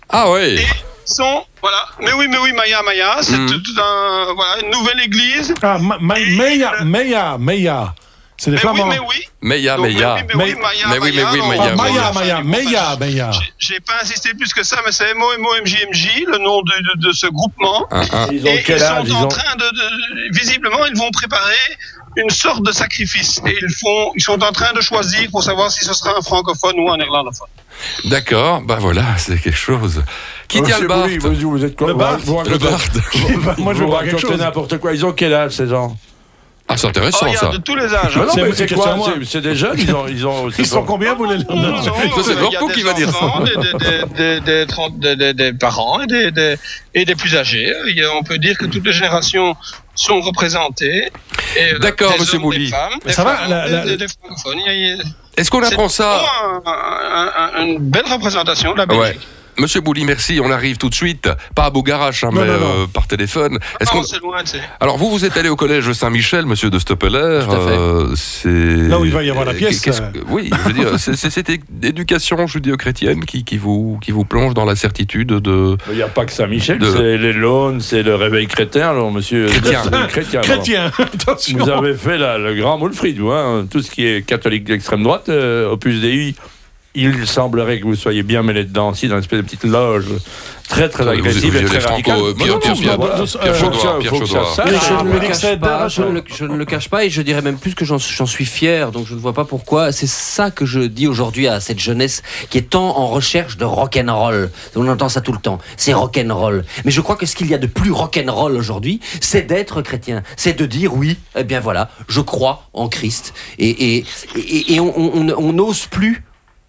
Ah ouais.
Ils sont, voilà, Mais oui, mais oui, Maya, Maya. C'est
Mhm.
tout- tout un- voilà, une nouvelle église. euh,
Ah, Ma- Ma- Meya, Meya, Meya. C'est des
Mais oui,
flamands.
mais oui.
Meya,
Donc,
Meya.
Mais oui,
Mais-
Maya,
mais oui, mais oui,
non,
Maya,
Ah, Maya,
Meya.
Maya, Meya, Meya.
J'ai- J'ai pas insisté plus que ça, mais c'est MOMOMJMJ, le nom de, de- de ce groupement.
Un, un.
Ils
Et
ont
ils
quel
sont
âge ils
en
ont...
train de, de- visiblement, ils vont préparer une sorte de sacrifice. Et ils font, ils sont en train de choisir pour savoir si ce sera un francophone ou un irlandophone.
D'accord, bah voilà, c'est quelque chose.
Oh,
Qui tient
Monsieur
le Bart
Bouli, vous, vous êtes quoi
Le
Vous-
Bart
vous racontez-
Le Bart.
Moi, je veux
vous
voir quelque
racontez
chose.
n'importe quoi. Ils ont quel âge, ces gens
Ah, c'est
Oh,
intéressant
il y a
ça.
de tous les âges. hein.
Mais non,
C'est-
mais
c'est
c'est
question à
quoi
moi.
C'est- C'est des jeunes Ils ont. Ils, ont,
Ils sont
combien
combien, vous, les
Non,
Irlandais
Ça, c'est
euh, il y a
Vorpou
des
qui va dire ça.
enfants, Des, des- des- des- des trente- des- des- des parents et des, des- et des plus âgés. Il y a- on peut dire que toutes les générations sont représentées. Et, euh,
D'accord,
des
monsieur
hommes, des
Bouli.
femmes,
Mais
des
ça va,
femmes,
la-
des-
la-
des- des francophones. Il y a- il y a-
Est-ce qu'on
C'est
apprend ça
vraiment un- un- un- une belle représentation de la
Ouais.
Belgique.
Monsieur Bouli, merci, on arrive tout de suite. Pas à Bougarache, hein,
Non,
mais
non, non.
euh, par téléphone. Est-ce
Ah,
qu'on...
c'est loin, tu sais.
Alors, vous, vous êtes allé au collège Saint-Michel, monsieur de Stoppeler.
Tout à fait.
euh, c'est...
Là où il va y avoir la
Euh,
pièce,
qu'est-ce
euh.
que- Oui, je veux dire, c'est, c'est cette é- éducation judéo-chrétienne qui, qui, vous, qui vous plonge dans la certitude de.
Il n'y a pas que Saint-Michel,
De-
c'est les Launes, c'est le réveil chrétien, alors monsieur.
Chrétien.
Euh, chrétien, pardon.
Chrétien, attention.
Vous avez fait la- le grand Moulfried, vous, hein, tout ce qui est catholique d'extrême droite, euh, Opus Dei. Il semblerait que vous soyez bien mêlé dedans aussi, dans une espèce de petite loge très très
Vous- vous-
agressive
vous-
et
vous-
très
les
radicale.
Franco, euh,
Non,
Pierre-
non,
Pierre-
non,
Pierre-
voilà.
Pierre
Faut que
Chaudroy,
ça-
Pierre
faut que ça
Chaudroy.
sache.
Mais
Ah,
je ne
mais
le
les
cache
excès
pas,
d'âge,
je ne,
euh,
le- je ne le cache pas et je dirais même plus que j'en j'en suis fier, donc je ne vois pas pourquoi. C'est ça que je dis aujourd'hui à cette jeunesse qui est tant en recherche de rock'n'roll. On entend ça tout le temps, c'est rock'n'roll. Mais je crois que ce qu'il y a de plus rock'n'roll aujourd'hui, c'est d'être chrétien, c'est de dire oui, eh bien voilà, je crois en Christ. Et, et, et, et on on- on- on n'ose plus,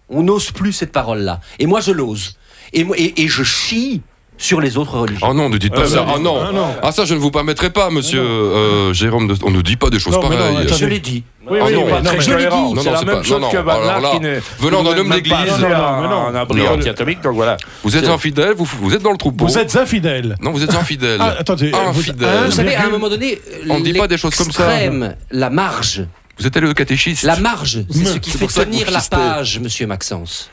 on n'ose plus cette parole-là. Et moi je l'ose. Et, moi- et, et je chie sur les autres religions.
Oh non, ne dites pas
Ouais,
ça.
bah, Ah,
Ah non.
Ah non.
Ah ça, je ne vous permettrai pas, monsieur euh, Jérôme. de- On ne dit pas des choses
Non, mais non,
pareilles.
attendez.
Je l'ai dit.
Oui,
Ah
oui,
non,
il est pas
non,
très
mais-
cohérent.
non,
C'est
non,
la
c'est
même
pas-
chose
non,
que
non,
Bernard
alors là,
qui n'est-
venant d'un
qui n'est
homme
même pas
d'église.
assez
Non, non,
un-
mais non.
un abri
Non.
anti-atomique, donc voilà.
vous êtes
C'est-
infidèle, vous, vous êtes dans le troupeau.
Vous êtes infidèle.
Non, vous êtes infidèle.
Ah, attendez, euh, vous-
Infidèle.
ah,
Vous,
Vous savez, à un
Virgule.
moment donné,
On ne dit pas des choses comme ça.
l'extrême, la marge,
êtes allé au catéchisme
la marge, c'est
Mais
ce qui
c'est
fait
pour ça que
tenir
vous
la
chistez.
page, monsieur Maxence.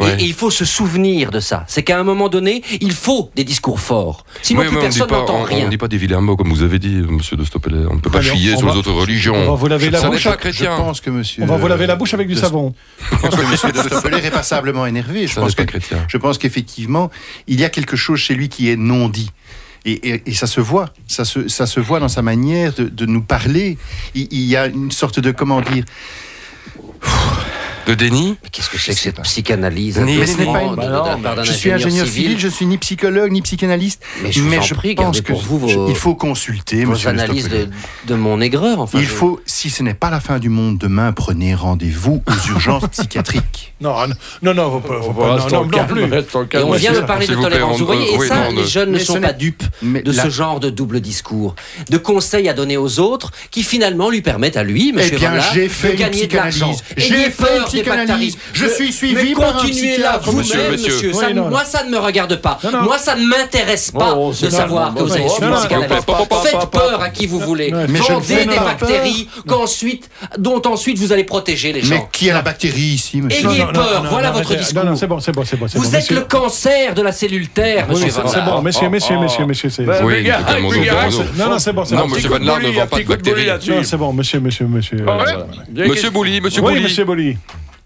Et-
Ouais.
Et, il faut se souvenir de ça. C'est qu'à un moment donné, il faut des discours forts. Sinon,
Oui,
plus
mais on ne dit
personne
pas-
n'entend
on- on
rien.
ne dit pas des vilains mots, comme vous avez dit, monsieur de Stoppeler. On ne peut pas
Allez, on-
chier
on
sur
va-
les autres
On va
religions.
vous laver la
Ça n'est
bouche.
pas
Je
chrétien.
pense que monsieur.
On va vous laver la bouche avec du
de-
savon.
Je pense que monsieur de Stoppeler est passablement énervé. Je
Ça n'est
pense que
pas chrétien.
Je pense qu'effectivement, il y a quelque chose chez lui qui est non dit. Et, et- et ça se voit, ça se, ça se voit dans sa manière de, de nous parler. Il, il y a une sorte de, comment dire,
De déni
Qu'est-ce que c'est que cette psychanalyse
Ni-
Mais
ce n'est pas une-
Bah
je suis ingénieur civil, je suis ni psychologue ni psychanalyste,
Mais je vous en prie,
pense
gardez
que
pour vous
je-
vos-
il faut consulter.
vos
monsieur
analyses
Lestoppelier.
de, de mon aigreur. Enfin,
il
je-
faut, si ce n'est pas la fin du monde demain, prenez rendez-vous aux urgences psychiatriques.
Non, ah, non, non, faut pas, faut pas- non,
reste
non,
en
non
calme,
plus.
reste en
Et
calme.
on vient de parler de
S'il vous plaît,
tolérance.
on-
vous voyez,
euh,
et
oui,
ça,
non,
les
ne-
jeunes ne
mais ce
sont
n'est-
pas dupes
mais
de
la-
ce genre de double discours, de conseils à donner aux autres qui finalement lui permettent à lui, monsieur
bien,
Rollard,
j'ai
de
fait une
gagner de
psychanalyse.
l'argent.
J'ai
Ayez
fait
peur
une
des
psychanalyse.
bactéries.
Je
Mais-
suis suivi
mais
par un
Continuez là
psychiatre.
vous-même,
Monsieur,
monsieur.
monsieur.
Ça
Oui,
me-
non, non.
moi, ça ne me regarde pas.
Non, non.
Moi, ça ne m'intéresse pas
Oh, c'est
de
ça,
savoir
non,
que vous avez
non,
suivi
non,
un
non.
psychanalyste.
Pa, pa, pa, pa, pa,
Faites
pa.
peur à qui vous voulez.
mais je ne
Vendez
fais
des
pas
bactéries qu'ensuite, dont ensuite vous allez protéger les
Mais
gens.
qui a la bactérie ici, monsieur
Ayez peur, voilà
non,
votre
arrêtez.
discours.
Non, non, c'est bon, c'est bon, c'est bon. c'est
Vous
bon,
êtes
messieurs.
le cancer de la cellule Terre,
Oui,
monsieur
c'est-
Van
c'est
Laar.
bon, messieurs,
Oh,
messieurs,
oh.
messieurs, messieurs, c'est.
Ben,
Non,
Oui,
Bulgare-
de Monzo
Bulgare-
Borno.
non, c'est bon, c'est
Non,
bon.
monsieur
Petit coup
Van
de
Laar
boule,
ne
un
vend pas
petit
de
coup de boule
bactéries.
là-dessus.
Non, c'est bon, monsieur, monsieur, monsieur.
Ah ouais
euh, voilà.
Monsieur Bouli, monsieur
Oui,
Bouli.
monsieur Bolly.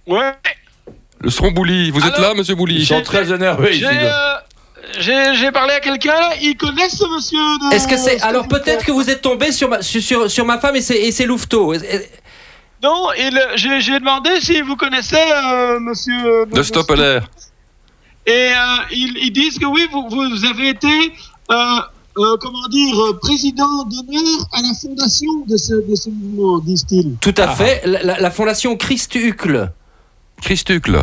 Ouais.
Le Stron Bouli, vous êtes
Allô
là, monsieur Bouli
Ils sont très énervés ici.
J'ai euh, j'ai- j'ai parlé à quelqu'un là, ils connaissent ce monsieur
oh,
de-
Est-ce que c'est alors peut-être que vous êtes tombé sur ma sur- sur, sur ma femme et ses, et ses louveteaux. Est-ce- est-
Non, il, euh, j'ai j'ai demandé si vous connaissez euh, monsieur. euh,
De Stop à l'air.
Et euh, ils, ils disent que oui, vous, vous avez été, euh, euh, comment dire, euh, président d'honneur à la fondation de ce, de ce mouvement, disent-ils. Ah.
Tout
Ah.
à fait. La, la- la fondation Christ Hucle.
Christucle.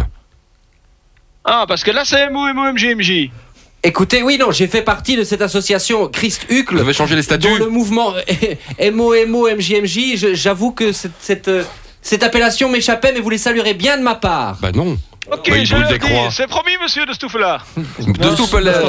Ah, parce que là, c'est MOMOMGMJ.
Écoutez, oui, non, j'ai fait partie de cette association Christ
Vous
Hucle.
avez changé les
Dont
statuts
le mouvement MOMOMJMJ, je- j'avoue que cette, cette, euh, cette appellation m'échappait, mais vous les saluerez bien de ma part.
Bah non.
Ok,
Oui,
je
vous
le
le décrois.
dis, c'est promis, monsieur de Stoufflard.
De Stop à l'air.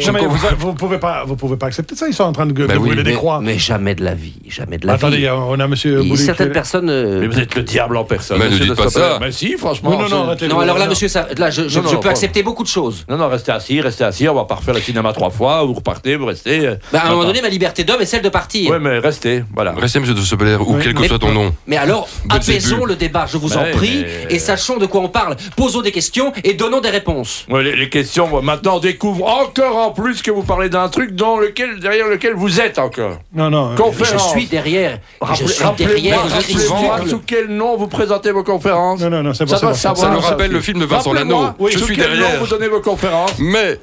Jamais,
Je
vous, vous pouvez pas, vous pouvez pas accepter ça. Ils sont en train de, de
Ben oui,
brûler
mais,
des croix.
mais jamais de la vie, jamais de la
Attendez,
vie.
on a monsieur
Et
Bouli. qui-
certaines personnes. euh,
Mais vous êtes le diable en personne.
Mais ne
monsieur
dites
de
pas
Stoppeler.
ça.
Mais si, franchement.
Non, non, non,
c'est-
arrêtez.
non, alors là, monsieur, ça- là, je, je-
hein. Non, non,
je peux
pardon.
accepter beaucoup de choses.
Non, non, restez assis, restez assis, on va pas refaire le cinéma trois fois, vous repartez, vous restez. euh,
Bah, à un moment
enfin.
donné, ma liberté d'homme est celle de partir.
Ouais, mais restez, voilà.
Restez, monsieur de Stop à l'air, ou
Oui,
quel que
mais-
soit
Hmm.
ton nom.
Mais alors,
Dès le
apaisons
début.
le débat, je vous
Bah
en
ouais,
prie,
mais-
et sachons de quoi on parle. Posons des questions et donnons des réponses.
Ouais, les, les questions, moi, maintenant, on découvre encore en plus que vous parlez d'un truc dans lequel, derrière lequel vous êtes encore.
Non, non. euh,
Qu'on
Mais
fait
je suis derrière. je suis
Rappelez-moi
derrière Christ
rappelez-moi
Hucle.
sous quel nom vous présentez vos conférences.
Non, non, non, c'est bon,
Ça
c'est
doit
bon.
savoir.
Ça nous
ça.
rappelle le film de Vincent
Rappelez-moi,
Lano.
oui,
Je
sous
suis
quel nom
derrière.
vous donnez vos conférences.
Mais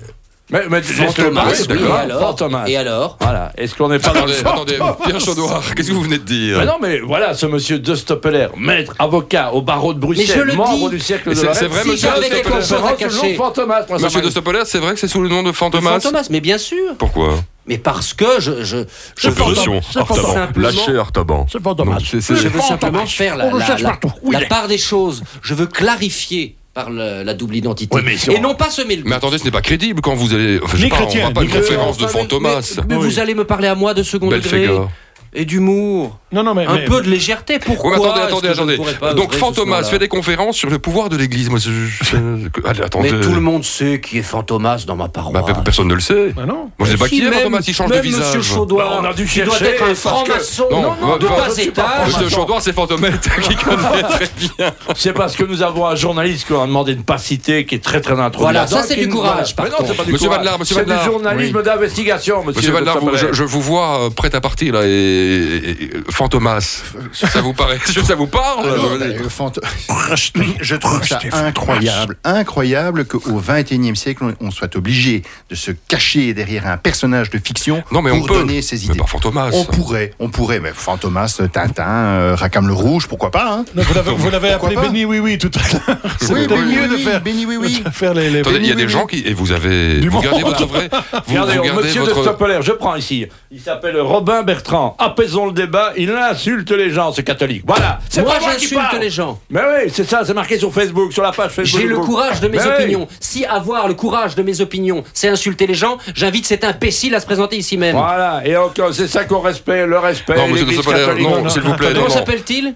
Mais, mais laisse-le
Fantomas,
parler,
oui,
d'accord
et alors
Fantomas.
Et alors
Voilà. Est-ce qu'on n'est pas dans le
attendez, attendez, Pierre Chaudoir, qu'est-ce que vous venez de
Mais
dire
non, mais voilà, ce monsieur De Stoppeler, maître, avocat au barreau de
je
Bruxelles,
le
membre
dis.
du cercle
Mais
de
c'est-
la
c'est vrai,
Si
monsieur
j'avais
de
quelque
Stoppeler.
chose à cacher.
Fantomas, moi, ça
Monsieur de
m'a-
Stop à l'air, c'est vrai que c'est sous le nom de Fantomas.
Fantomas, mais bien sûr.
Pourquoi
Mais parce que je, je, je,
Opération
je pense simplement-
Artaban.
C'est pas dommage.
Non, c'est- c'est-
je veux simplement faire la,
On le
la-
cherche
la-
partout. Où
la
il est
part des choses. Je veux clarifier par le- la double identité.
Oui, mais si
et
on-
non pas semer le
Mais attendez, ce n'est pas crédible quand vous allez. Enfin, je sais
Ni
pas, on
chrétien,
va pas à une
ni chrétien.
conférence de Fantomas.
Mais, mais vous allez me parler à moi de second degré
Belphégor.
et d'humour.
Non, non, mais.
Un
mais-
peu de légèreté,
Ouais,
pourquoi
mais attendez,
est-ce
attendez,
que je ne pourrais pas
attendez. Donc
œuvrer ce
Fantomas
soir-là
fait des conférences sur le pouvoir de l'Église. Moi, je- je- allez, attendez.
Mais tout le monde sait qui est Fantomas dans ma
Bah,
paroisse.
personne ne le sait.
Bah non.
Moi, je ne sais pas
Si,
qui est
même-
Fantomas, il change de
même
visage.
Monsieur Chaudoir,
Bah, on a dû
qui
chercher,
doit être un
parce que-
franc-maçon
Non, non,
de
non,
bas
je suis pas
étage.
franc-maçon.
Monsieur Chaudoir, c'est Fantomètre qui connaît très bien.
C'est parce que nous avons un journaliste qu'on a demandé de ne pas citer, qui est très très intrus.
Voilà, ça, c'est du courage, par
Mais non,
contre.
c'est pas du
Monsieur
courage.
Van Laar, monsieur
C'est
Van
du
Laar.
journalisme
Oui.
d'investigation, monsieur.
Monsieur Van Laar,
de
vous- je,
Stoppeler.
je vous vois euh, prête à partir là et, et- et- Fantomas. Ça vous paraît Ça vous parle
Alors, euh, fanta- je trouve ça incroyable, incroyable qu'au XXIe siècle, on- on soit obligé de se cacher derrière un personnage de fiction
Non, mais on
pour
peut. Ah,
donner ses
Mais
idées.
pas Fantomas.
On pourrait, on pourrait, mais Fantomas, Tintin, euh, Rackham le Rouge, pourquoi pas hein
Non, vous l'avez- vous l'avez
Pourquoi
appelé
pas
Benny Oui Oui tout à l'heure.
Oui,
C'était
Benny,
mieux
oui,
de
oui,
faire.
Benny, oui, oui.
de faire les. les-
Attendez, il y a
Oui,
des
oui,
gens
oui.
qui. Et vous avez.
Du
Vous
monde.
gardez votre vrai. Vous,
Regardez,
vous
oh,
gardez
monsieur de
votre.
Stoppeler, je prends ici. Il s'appelle Robin Bertrand. Apaisons le débat, il insulte les gens, ce catholique. Voilà, c'est
Moi,
pas moi qui
j'insulte
parle.
les gens.
Mais oui, c'est ça, c'est marqué sur Facebook, sur la page Facebook.
J'ai le courage de mes
Mais oui.
opinions. Si avoir le courage de mes opinions, c'est insulter les gens, j'invite cet imbécile à se présenter ici même.
Voilà, et encore, c'est ça qu'on respecte, le respect.
Non, monsieur de
l'Église
Stoppeler,
catholique.
non, s'il vous plaît, non,
Comment
non.
s'appelle-t-il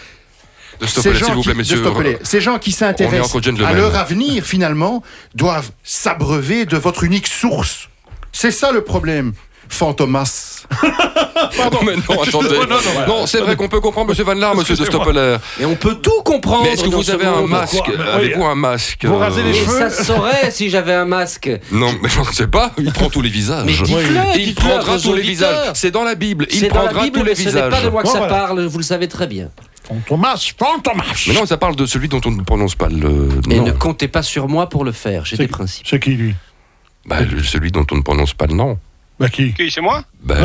Stoppelet,
ces
s'il
gens
vous plaît,
qui-
messieurs.
de Stoppelet. Ces gens qui
On est
s'intéressent
entre gentlemen.
à leur avenir, finalement, doivent s'abreuver de votre unique source. C'est ça le problème. Fantomas.
Pardon. Mais non, attendez.
Non,
non,
non, non.
c'est vrai qu'on peut comprendre Monsieur Van Laar, Monsieur de Stoppeler.
Et on peut tout comprendre.
Mais est-ce que
dans
vous
ce
avez un
monde.
masque
Pourquoi
Avez-vous un masque euh,
Et ça se saurait si j'avais un masque.
Non, mais je ne sais pas. Il prend tous les visages.
Mais dites-le,
Ah, il
dites-le à
prendra
vos
tous les
auditeurs.
visages. C'est dans la Bible. Il
C'est dans la
prendra
Bible,
tous les
mais ce n'est
visages.
pas de moi que ça
Voilà.
parle, vous le savez très bien.
Fantomas, Fantomas.
Mais non, ça parle de celui dont on ne prononce pas le
Et
nom.
ne comptez pas sur moi pour le faire, j'ai des principes.
C'est qui lui
Bah, le- celui dont on ne prononce pas le nom.
Bah qui
Qui, c'est moi
Bah,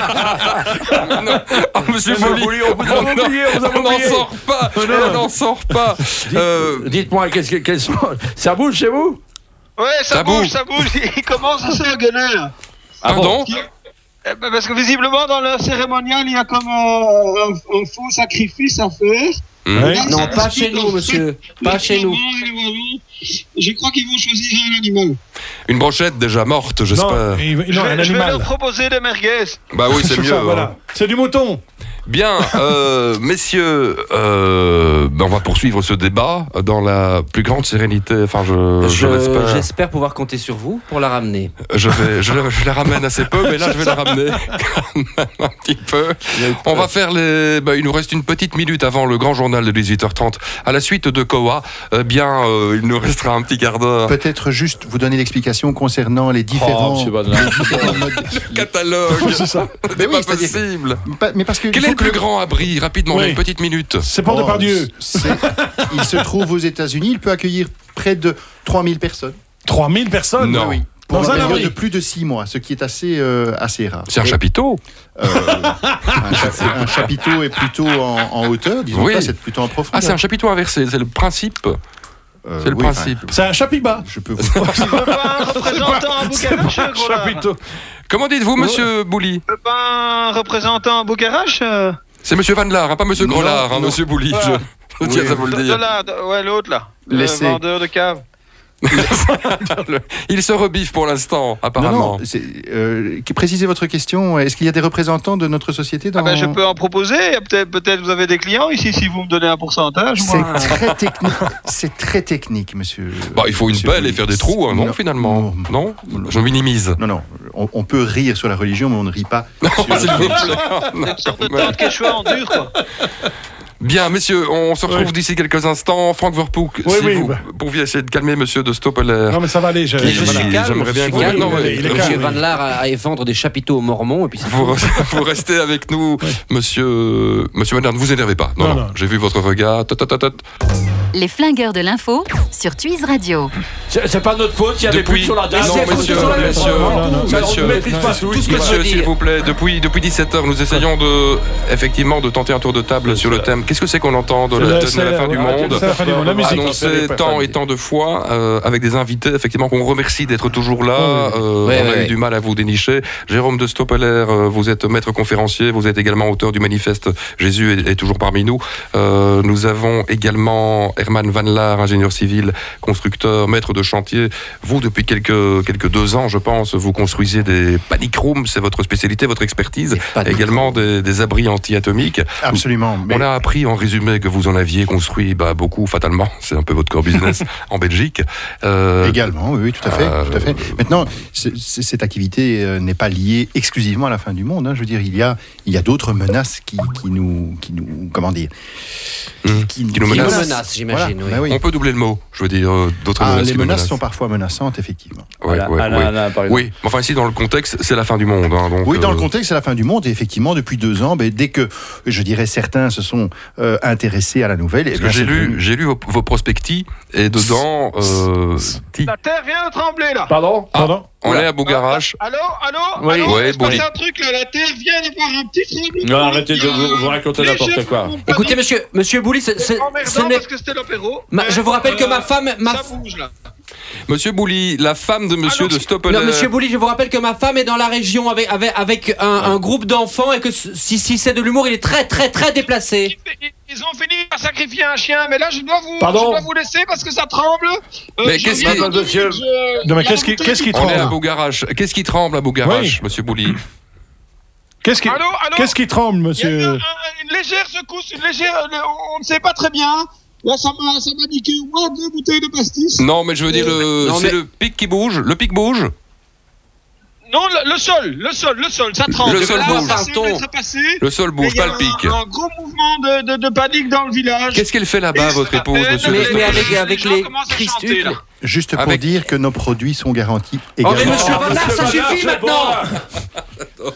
non. Ah, Monsieur
Vous
Joly,
oubliez, vous avez
on n'en-
oublié, vous avez
on n'en
oublié.
sort pas.
Non.
On n'en sort pas. Euh,
Dites-moi, qu'est-ce que- quels sont- ça bouge chez vous
Ouais, ça,
Ça
bouge,
bouge. Ah
ça bouge. Il commence à se gueuler, là.
Pardon
Eh ben, Parce que visiblement, dans le cérémonial, il y a comme un, un- un faux sacrifice à faire.
Hmm.
Ouais.
Non, pas chez nous, monsieur. Pas chez nous.
Je crois qu'ils vont choisir un animal.
Une brochette déjà morte,
Non,
j'espère.
il, il- non,
je,
un
vais, je vais
animal.
leur proposer des merguez.
Bah oui, c'est
C'est
mieux.
ça,
hein.
voilà. C'est du mouton.
Bien, euh, messieurs, euh, ben on va poursuivre ce débat dans la plus grande sérénité. Enfin, Euh, je, je,
Je-
l'espère.
J'espère pouvoir compter sur vous pour la ramener.
Je, vais- je, la- je la ramène assez peu, mais là, je vais la ramener quand même un petit peu. On va faire les. ben, il nous reste une petite minute avant le grand journal de 18h30. À la suite de Koa, eh bien, euh, il nous restera un petit quart d'heure.
Peut-être juste vous donner l'explication concernant les
Oh,
différents.
monsieur Van Laar.
différents modes-
Catalogue,
C'est ça.
oui,
c'est pas
c'est-à-dire-
possible.
Pas- Mais parce que.
Quel
il faut
est le
que-
plus grand abri Rapidement,
Oui.
il y a une petite minute.
C'est pour
Oh,
Depardieu.
c'est- Il se trouve aux États-Unis. Il peut accueillir près de 3000 personnes.
3000 personnes.
Non.
Oui. Pour
Dans
une
un
période
abri.
de plus de 6 mois, ce qui est assez, euh, assez rare.
C'est un
Et,
chapiteau.
euh, un, cha- un chapiteau est plutôt en, en hauteur, disons
Oui.
pas, c'est plutôt en profondeur.
Ah, c'est un chapiteau inversé, c'est le principe.
Euh,
C'est le
oui, enfin,
principe.
C'est un chapiba.
je peux vous
Je veux pas un représentant à Boucarache, gros lard.
Comment dites-vous, monsieur Bouli
Je veux pas un représentant à Boucarache euh,
C'est monsieur Van Laar, hein, pas monsieur Grolard, hein, monsieur Bouli. Je, je tiens à vous le
de- de
dire.
là, de- Ouais, l'autre là. Le
Laissez.
vendeur de cave.
Il se rebiffe pour l'instant,
Non,
apparemment.
non, c'est, euh, qui- précisez votre question. Est-ce qu'il y a des représentants de notre société dans...
Ah ben, je peux en proposer. et Peut-être peut vous avez des clients ici si vous me donnez un pourcentage. moi. Ah
C'est très technique. C'est très technique, monsieur.
Bah, il faut une
monsieur
pelle et
Bouli.
faire des trous, hein, non, finalement Non Je minimise.
Non, non. On, on peut rire sur la religion, mais on ne rit pas. sur-
S'il vous plaît.
C'est une sorte de tente quechua en dur, quoi.
Bien, messieurs, on se retrouve
Oui.
d'ici quelques instants. Franck Verpouk,
Oui,
si
oui,
vous
bah.
pouviez essayer de calmer monsieur de Stoppeler.
Non, mais ça va aller. je-
Qui-
Je
voilà.
suis calme,
j'aimerais bien
je suis
que-
calme.
Non, ouais,
il est
Monsieur
calme,
Van
oui.
Laar a- a vendre des chapiteaux aux Mormons et puis c'est
Vous,
tout.
re- vous restez avec nous, monsieur. Monsieur Madère, ne vous énervez pas. Non,
Non,
non,
non.
j'ai vu votre regard. Tot, tot, tot, tot.
Les flingueurs de l'info sur Twiz Radio.
C'est c'est pas notre faute s'il y a des
Depuis-
pubs sur la table.
Non,
C'est foutu
monsieur,
sur la table.
monsieur,
Non, non,
monsieur,
on ne maîtrise pas tout.
tout ce que je
Monsieur,
veux
s'il
dire.
vous plaît, depuis, depuis 17h, nous essayons de, effectivement de tenter un tour de table sur le thème. Qu'est-ce que c'est qu'on entend de la,
le-
de la fin du monde
C'est la fin du monde. La musique.
Annoncé tant et tant de fois euh, avec des invités effectivement qu'on remercie d'être toujours
Oh,
là. Euh,
Ouais,
on a
ouais,
eu
ouais.
du mal à vous dénicher. Jérôme de Stoppeler, euh, vous êtes maître conférencier, vous êtes également auteur du manifeste Jésus est, est toujours parmi nous. Euh, nous avons également Herman Van Laar, ingénieur civil, constructeur, maître de chantier. Vous, depuis quelques, quelques deux ans, je pense, vous construisez des panic rooms, c'est votre spécialité, votre expertise.
Pas de-
Également des, des abris anti-atomiques.
Absolument. mais-
On a appris en résumé que vous en aviez construit bah, beaucoup, fatalement, c'est un peu votre core business, en Belgique. Euh,
Également, oui, oui, tout à fait,
Euh,
tout à fait. Maintenant, c- c- cette activité euh, n'est pas liée exclusivement à la fin du monde. hein. Je veux dire, il y a, il y a d'autres menaces qui, qui nous, qui nous, comment dire,
Hmm. Qui nous menacent.
menacent, j'imagine,
Voilà,
oui.
bah
On peut doubler le mot, je veux dire, euh, d'autres
Ah,
menaces
les
qui nous
menaces
menacent.
sont parfois menaçantes, effectivement.
Ouais,
Voilà,
ouais,
Anna,
ouais.
Anna, par exemple.
Oui, mais enfin ici dans le contexte, c'est la fin du monde. hein, donc,
Oui, dans
euh,
le contexte, c'est la fin du monde. Et effectivement, depuis deux ans, ben, dès que, je dirais, certains se sont euh, intéressés à la nouvelle, eh
parce que
bien,
j'ai
c'est
lu,
devenu-
j'ai lu vos, vos prospectis et dedans, euh, ti-
La terre vient de trembler, là. Ah,
Pardon
Pardon
on est à Bougarache.
Allô, allô,
Oui.
allô,
Ouais,
il se passe
Bouli.
un truc là, la Terre vient de voir un petit tremblement.
Non,
Ah.
arrêtez de vous- vous raconter
Les
n'importe
chefs
quoi.
ne font pas
Écoutez,
non-
monsieur, monsieur Bouli, ce- ce-
c'est
ce
emmerdant
n'est-
parce que c'était l'apéro.
Ma- je vous rappelle que ma femme- ma
ça
f-
bouge là.
Monsieur Bouli, la femme de Monsieur de Stoppeler.
Non, monsieur Bouli, je vous rappelle que ma femme est dans la région avec, avec, avec un, un groupe d'enfants et que ce- si, si c'est de l'humour, il est très, très, très déplacé.
Ils- Ils ont fini par sacrifier un chien, mais là je dois vous,
Pardon
je dois vous laisser parce que ça tremble. Euh,
Mais
je
qu'est-ce
viens
qui-
de- de-
Monsieur-
je-
Non, mais
Euh, la
qu'est-ce qui,
montée
qu'est-ce qui
on est à
tremble
Bougarache. Qu'est-ce qui tremble à Bougarache,
Oui.
Monsieur Bouli
Qu'est-ce qui,
Allô, allô
qu'est-ce qui tremble,
Il y a eu un-
monsieur
un- une une légère secousse, une légère. euh, on- on ne sait pas très bien. Là, ça m'a ça m'a niqué au moins deux bouteilles de pastis. ben,
Non, mais je veux dire, le-
Non,
c'est
mais-
le pic qui bouge. Le pic bouge.
Non, le, le sol, le sol, le sol, ça tremble.
Le sol
Là,
bouge.
passer,
Pardon.
laisser passer.
Le sol bouge,
Mais il y a
pas le pic.
Un, un gros mouvement de, de, de panique dans le village.
Qu'est-ce qu'elle fait
Et
là-bas,
ça
votre
va
épouse,
faire-
monsieur
Mais-
Christophe
mais
avec-
les
avec
gens
les
commencent à
Christus,
chanter,
là.
là.
Juste pour
Avec-
dire que nos produits sont garantis
Oh,
également
mais monsieur Van Laar, ça
Monsieur Van Laar,
suffit
c'est
maintenant